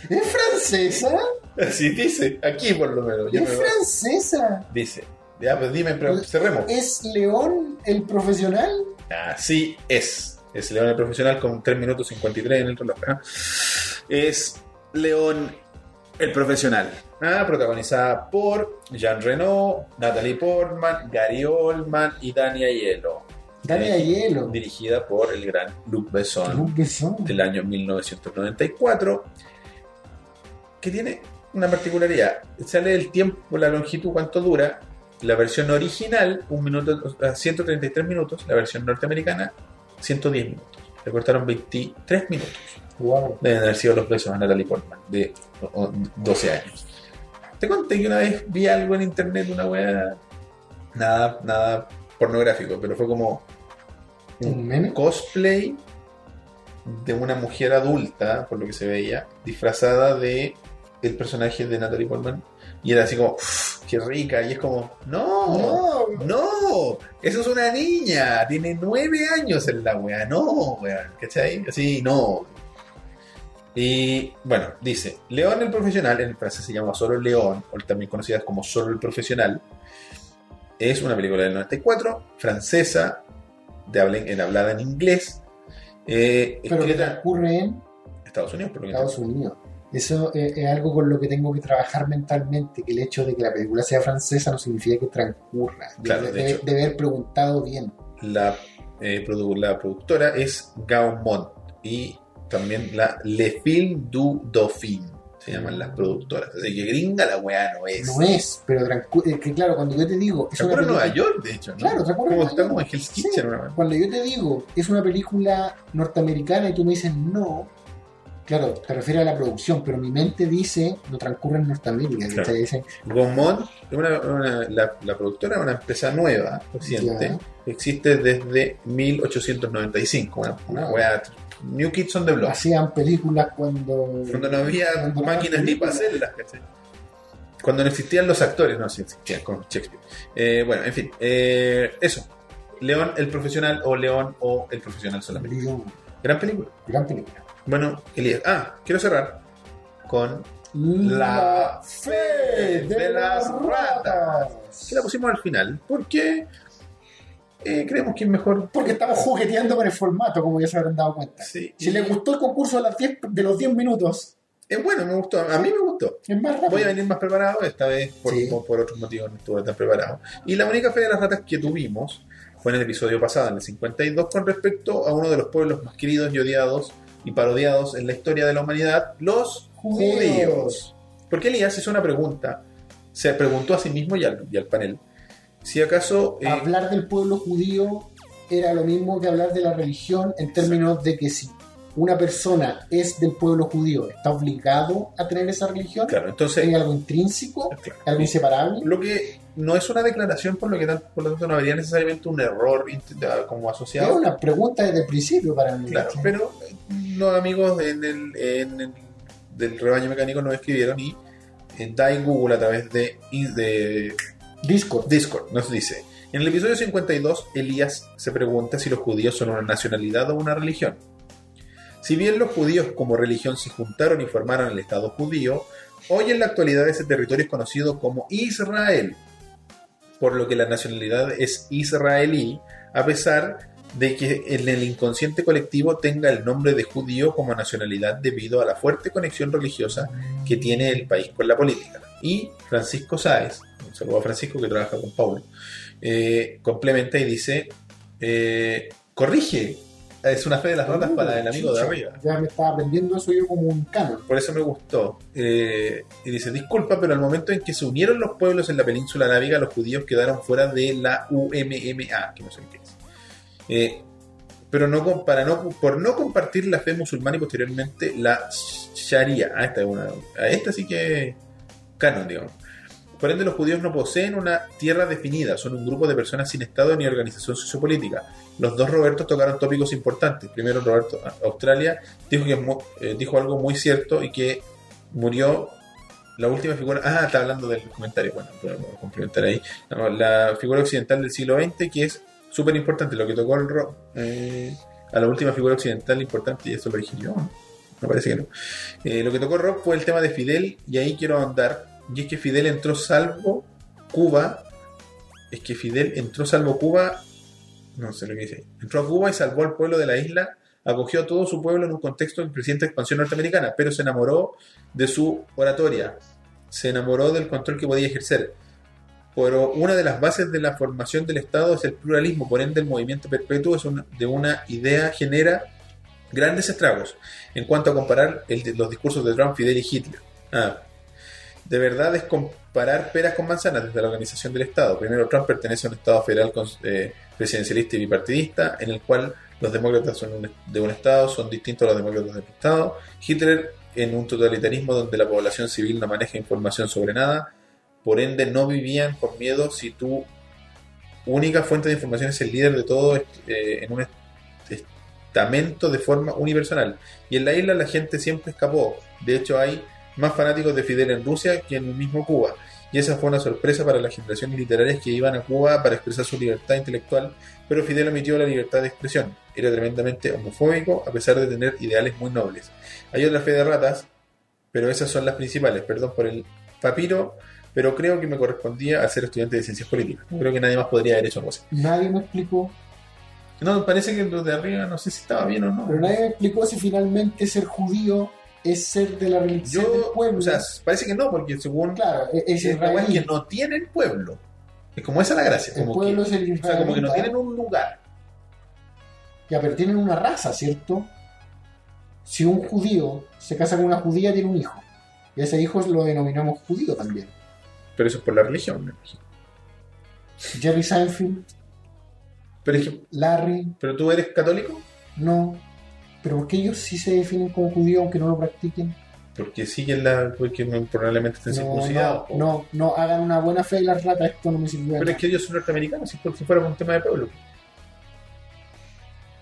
¿Es francesa?
Así dice, aquí por lo menos. ya
¿Es
me-
francesa?
Dice, ya, pues dime, pero cerremos.
¿Es León el profesional?
Así es. Es León el profesional con 3 minutos 53 en el reloj. ¿ah? Es León el profesional. Ah, protagonizada por Jean Reno, Natalie Portman, Gary Oldman y Dani Aiello.
Dale a
Dirigi-
hielo.
Dirigida por el gran Luc Besson
Un besón.
del año 1994. Que tiene una particularidad. Sale el tiempo, la longitud, cuánto dura. La versión original, un minuto, o sea, 133 minutos. La versión norteamericana, 110 minutos. Le cortaron 23 minutos.
Wow.
Deben haber sido los besos a Natalie Portman, de o- o 12 años. Te conté que una vez vi algo en internet, una weá. Nada, nada pornográfico, pero fue como
¿Un meme?
cosplay de una mujer adulta, por lo que se veía, disfrazada de el personaje de Natalie Portman. Y era así como, "Uf, qué rica. Y es como, no,
No.
no, eso es una niña. Tiene nueve años en la wea. No, wea. ¿Cachai? Así, no. Y bueno, dice, León el Profesional, en francés se llama Solo León, o también conocida como Solo el Profesional, es una película del 94, francesa, de habla, en, hablada en inglés, eh,
Pero que
escrita
transcurre en
en Estados Unidos, por lo que
Estados Unidos. Eso eh, es algo con lo que tengo que trabajar mentalmente, que el hecho de que la película sea francesa no significa que transcurra. Debe-
Claro, de
debe,
hecho.
debe haber preguntado bien.
la, eh, produ- la productora es Gaumont y también la Le Film du Dauphin se llaman las productoras. Así que gringa la weá no es.
No es, pero transcurre. que claro, cuando yo te digo... Es una
Transcurre en
película-
Nueva York, de hecho, ¿no?
Claro, transcurre en
Como
Nueva
está
York.
como en Hell's
Sí.
Kitchen, una weá.
Cuando yo te digo, es una película norteamericana y tú me dices no, claro, te refieres a la producción, pero mi mente dice, no transcurre en Norteamérica,
Claro.
¿cachai? Dicen,
Gaumont es una- una- la, la productora es una empresa nueva, reciente,
Ya.
que existe desde 1895. Una, una
Wow.
weá. New Kids on the Block.
hacían películas cuando...
Cuando no había
cuando no
máquinas
había
ni para
películas.
hacerlas, ¿cachai? Cuando no existían los actores, no, sí existían con Shakespeare. Eh, bueno, en fin, eh, eso. León el profesional o León o el profesional solamente.
León,
Gran película.
Gran película.
Bueno, Elías. Ah, quiero cerrar con La fe de las
ratas.
que la pusimos al final porque eh, creemos que es mejor.
Porque estamos jugueteando con el formato, como ya se habrán dado cuenta.
Sí.
Si les gustó el concurso de, las 10 de los 10 minutos,
Es bueno, me gustó. A mí me gustó.
es más rápido.
Voy a venir más preparado, esta vez por,
Sí.
por otros motivos no estuve tan preparado. Y la única fe de las ratas que tuvimos fue en el episodio pasado, en el 52, con respecto a uno de los pueblos más queridos y odiados y parodiados en la historia de la humanidad, los
Judíos.
judíos. Porque Elías hizo una pregunta, se preguntó a sí mismo y al, y al panel, si acaso... eh,
hablar del pueblo judío era lo mismo que hablar de la religión en términos de que si una persona es del pueblo judío, está obligado a tener esa religión,
claro, entonces...
es algo intrínseco,
claro.
algo inseparable.
Lo que no es una declaración, por lo que tan- por lo tanto no habría necesariamente un error int- como
Es
asociado.
una pregunta desde el principio para mí.
Claro,
¿cachai?
pero eh, los amigos en el, en el- del rebaño mecánico nos escribieron y eh, da en Google a través de, in- de
Discord.
Discord, nos dice. En el episodio 52, Elías se pregunta si los judíos son una nacionalidad o una religión. Si bien los judíos como religión se juntaron y formaron el Estado judío, hoy en la actualidad ese territorio es conocido como Israel, por lo que la nacionalidad es israelí, a pesar de que en el inconsciente colectivo tenga el nombre de judío como nacionalidad debido a la fuerte conexión religiosa que tiene el país con la política. Y Francisco Sáez, un saludo a Francisco que trabaja con Paulo, eh, complementa y dice, eh, corrige, es una fe de las ratas para el amigo de
Chucha,
arriba.
Ya me estaba aprendiendo eso yo como un canon.
Por eso me gustó. Eh, y dice, disculpa, pero al momento en que se unieron los pueblos en la península arábiga, los judíos quedaron fuera de la UMMA, que no sé qué es. Eh, pero no, con- para no, por no compartir la fe musulmana y posteriormente la Sharia. Ah, esta, es una, a esta sí que canon, digamos. Por ende, los judíos no poseen una tierra definida, son un grupo de personas sin Estado ni organización sociopolítica. Los dos Robertos tocaron tópicos importantes. Primero, Roberto Australia dijo, que, es mu- eh, dijo algo muy cierto y que murió la última figura. Ah, está hablando del comentario. Bueno, vamos a complementar ahí. No, la figura occidental del siglo XX, que es súper importante, lo que tocó el rock. eh, a la última figura occidental importante, y eso lo dije yo. Me parece que no. Eh, lo que tocó Rob fue el tema de Fidel, y ahí quiero andar. Y es que Fidel entró salvo Cuba. Es que Fidel entró salvo Cuba. No sé lo que dice. ahí. Entró a Cuba y salvó al pueblo de la isla. Acogió a todo su pueblo en un contexto de creciente expansión norteamericana, pero se enamoró de su oratoria. Se enamoró del control que podía ejercer. Pero una de las bases de la formación del Estado es el pluralismo, por ende el movimiento perpetuo es una- de una idea genera grandes estragos en cuanto a comparar el- los discursos de Trump, Fidel y Hitler. Ah, de verdad es comparar peras con manzanas desde la organización del Estado. Primero, Trump pertenece a un Estado federal cons- eh, presidencialista y bipartidista, en el cual los demócratas son un- de un Estado son distintos a los demócratas del Estado. Hitler en un totalitarismo donde la población civil no maneja información sobre nada, por ende no vivían por miedo si tu única fuente de información es el líder de todo eh, en un est- estamento de forma universal. Y en la isla la gente siempre escapó. De hecho, hay más fanáticos de Fidel en Rusia que en el mismo Cuba. Y esa fue una sorpresa para las generaciones literarias que iban a Cuba para expresar su libertad intelectual, pero Fidel omitió la libertad de expresión. Era tremendamente homofóbico, a pesar de tener ideales muy nobles. Hay otra fe de ratas, pero esas son las principales. Perdón por el papiro, pero creo que me correspondía al ser estudiante de ciencias políticas. No creo que nadie más podría haber hecho algo así.
Nadie me explicó,
No, parece que los de arriba no sé si estaba bien o no.
pero nadie me explicó si finalmente ser judío es ser de la religión del
Yo,
pueblo.
o sea, parece que no, porque según
claro, es- es
es la weá
israelí.
que no tienen pueblo. Es como esa la gracia.
El
Como
pueblo
que,
es el
o sea, como que no
israelita.
tienen un lugar.
Ya, pero tienen una raza, ¿cierto? Si un judío se casa con una judía, tiene un hijo. Y a ese hijo lo denominamos judío también.
Pero eso es por la religión, me imagino.
Jerry Seinfeld,
Pero, es que,
Larry,
¿Pero tú eres católico?
no. Pero ¿por qué ellos sí se definen como judíos aunque no lo practiquen?
Porque siguen la. Porque probablemente estén
No,
circuncidados.
no,
po.
no, no, hagan una buena fe y las ratas, esto no me sirvió. de
ah, Pero es
nada.
que ellos son norteamericanos, si es por si fuera un tema de pueblo.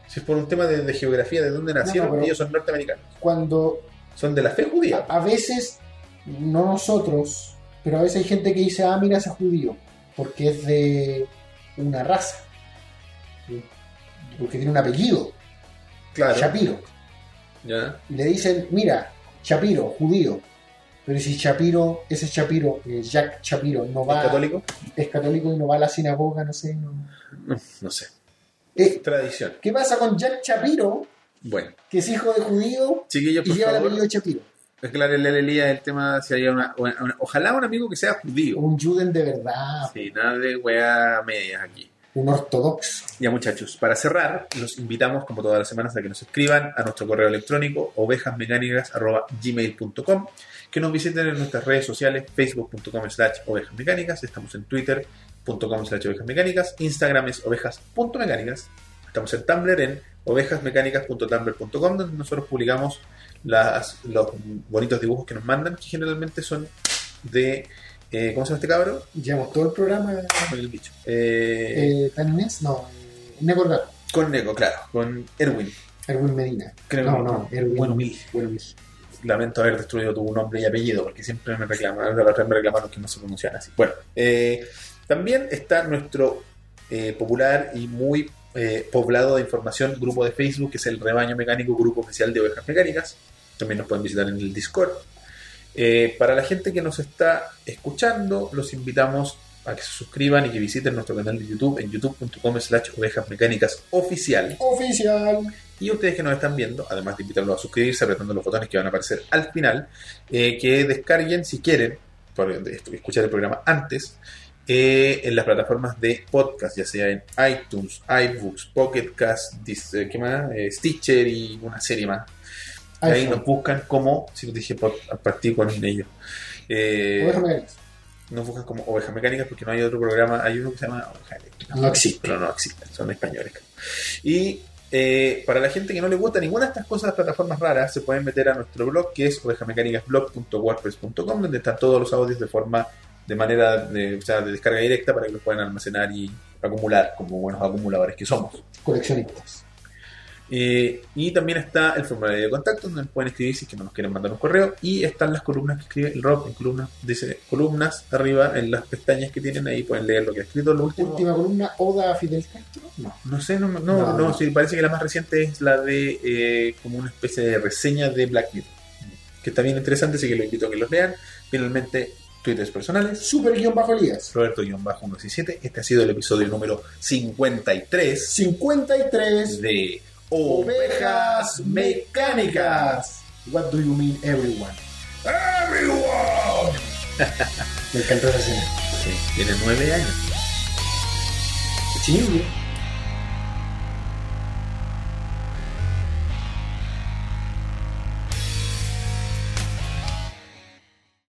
Si es por un tema de, de geografía, de dónde nacieron,
pero- Ah,
ellos son norteamericanos.
Cuando
Son de la fe
a,
judía.
a veces, no nosotros, pero a veces hay gente que dice, ah, mira ese judío, porque es de una raza. Porque tiene un apellido,
Claro.
Shapiro.
Ya.
y le dicen, mira, Shapiro, judío. Pero si Shapiro, ese Shapiro, eh, Jack Shapiro, no
¿Es
va,
católico?
es católico y no va a la sinagoga, no sé. no.
No sé.
Eh,
Tradición.
¿Qué pasa con Jack Shapiro,
Bueno.
que es hijo de judío
Chiquillos,
y
por
lleva el
favor.
apellido de Shapiro?
Aclárele a Elías el tema si había una, una- una- Ojalá un amigo que sea judío.
Un juden de verdad,
Sí, nada de wea medias aquí.
un ortodoxo.
Ya muchachos, para cerrar, los invitamos como todas las semanas a que nos escriban a nuestro correo electrónico ovejasmecánicas.gmail.com que nos visiten en nuestras redes sociales facebook.com slash ovejasmecánicas, estamos en twitter.com slash ovejasmecánicas, instagram es ovejas.mecánicas, estamos en tumblr en ovejasmecánicas.tumblr.com donde nosotros publicamos las, los bonitos dibujos que nos mandan que generalmente son de... eh, ¿Cómo se llama este cabro?
Llevamos todo el programa eh,
Con el bicho. Eh,
eh, tan inmenso, no, eh, Neko Gato,
Con Neko, claro, con Erwin.
Erwin Medina.
Creo
No, no, Erwin.
Bueno, Mil.
Bueno, mis-
Lamento haber destruido tu nombre y apellido, porque siempre me reclaman, la otra vez me reclamaron que no se pronuncian así. Bueno, eh, también está nuestro eh, popular y muy eh, poblado de información grupo de Facebook, que es el Rebaño Mecánico, grupo oficial de ovejas mecánicas. También nos pueden visitar en el Discord. Eh, para la gente que nos está escuchando, los invitamos a que se suscriban y que visiten nuestro canal de YouTube en youtube.com slash ovejas mecánicas oficial.
Oficial.
Y ustedes que nos están viendo, además de invitarlos a suscribirse apretando los botones que van a aparecer al final, eh, que descarguen si quieren, por escuchar el programa antes, eh, en las plataformas de podcast, ya sea en iTunes, iBooks, Pocket Cast, dis- eh, ¿qué más? Eh, Stitcher y una serie más. Ahí
iPhone.
nos buscan como, si lo dije, pod- partí con ellos. Eh,
Ovejas Mecánicas.
nos buscan como Ovejas Mecánicas porque no hay otro programa, hay uno que se llama Ovejas Eléctricas.
No existe.
Pero no existe, son españoles. Y eh, para la gente que no le gusta ninguna de estas cosas, las plataformas raras, se pueden meter a nuestro blog que es ovejamecánicasblog.wordpress.com donde están todos los audios de forma de manera de, o sea, de descarga directa para que los puedan almacenar y acumular como buenos acumuladores que somos.
coleccionistas.
Eh, y también está el formulario de contacto donde nos pueden escribir si es que no nos quieren mandar un correo. Y están las columnas que escribe el Rob en columnas, dice columnas arriba en las pestañas que tienen ahí, pueden leer lo que ha escrito. Lo último,
Última columna, Oda a Fidel Castro.
no, no sé, no, no,
No,
no,
no.
sí, parece que la más reciente es la de eh, como una especie de reseña de Black Mirror, que está bien interesante, así que los invito a que los lean. Finalmente, twitters personales.
Super guión bajo Elías.
Roberto-117, este ha sido el episodio número 53
53
de
ovejas mecánicas. What do you mean, everyone? <laughs>
¡Everyone!
Me encantó esa escena.
Sí, tiene nueve años.
Sí, güey.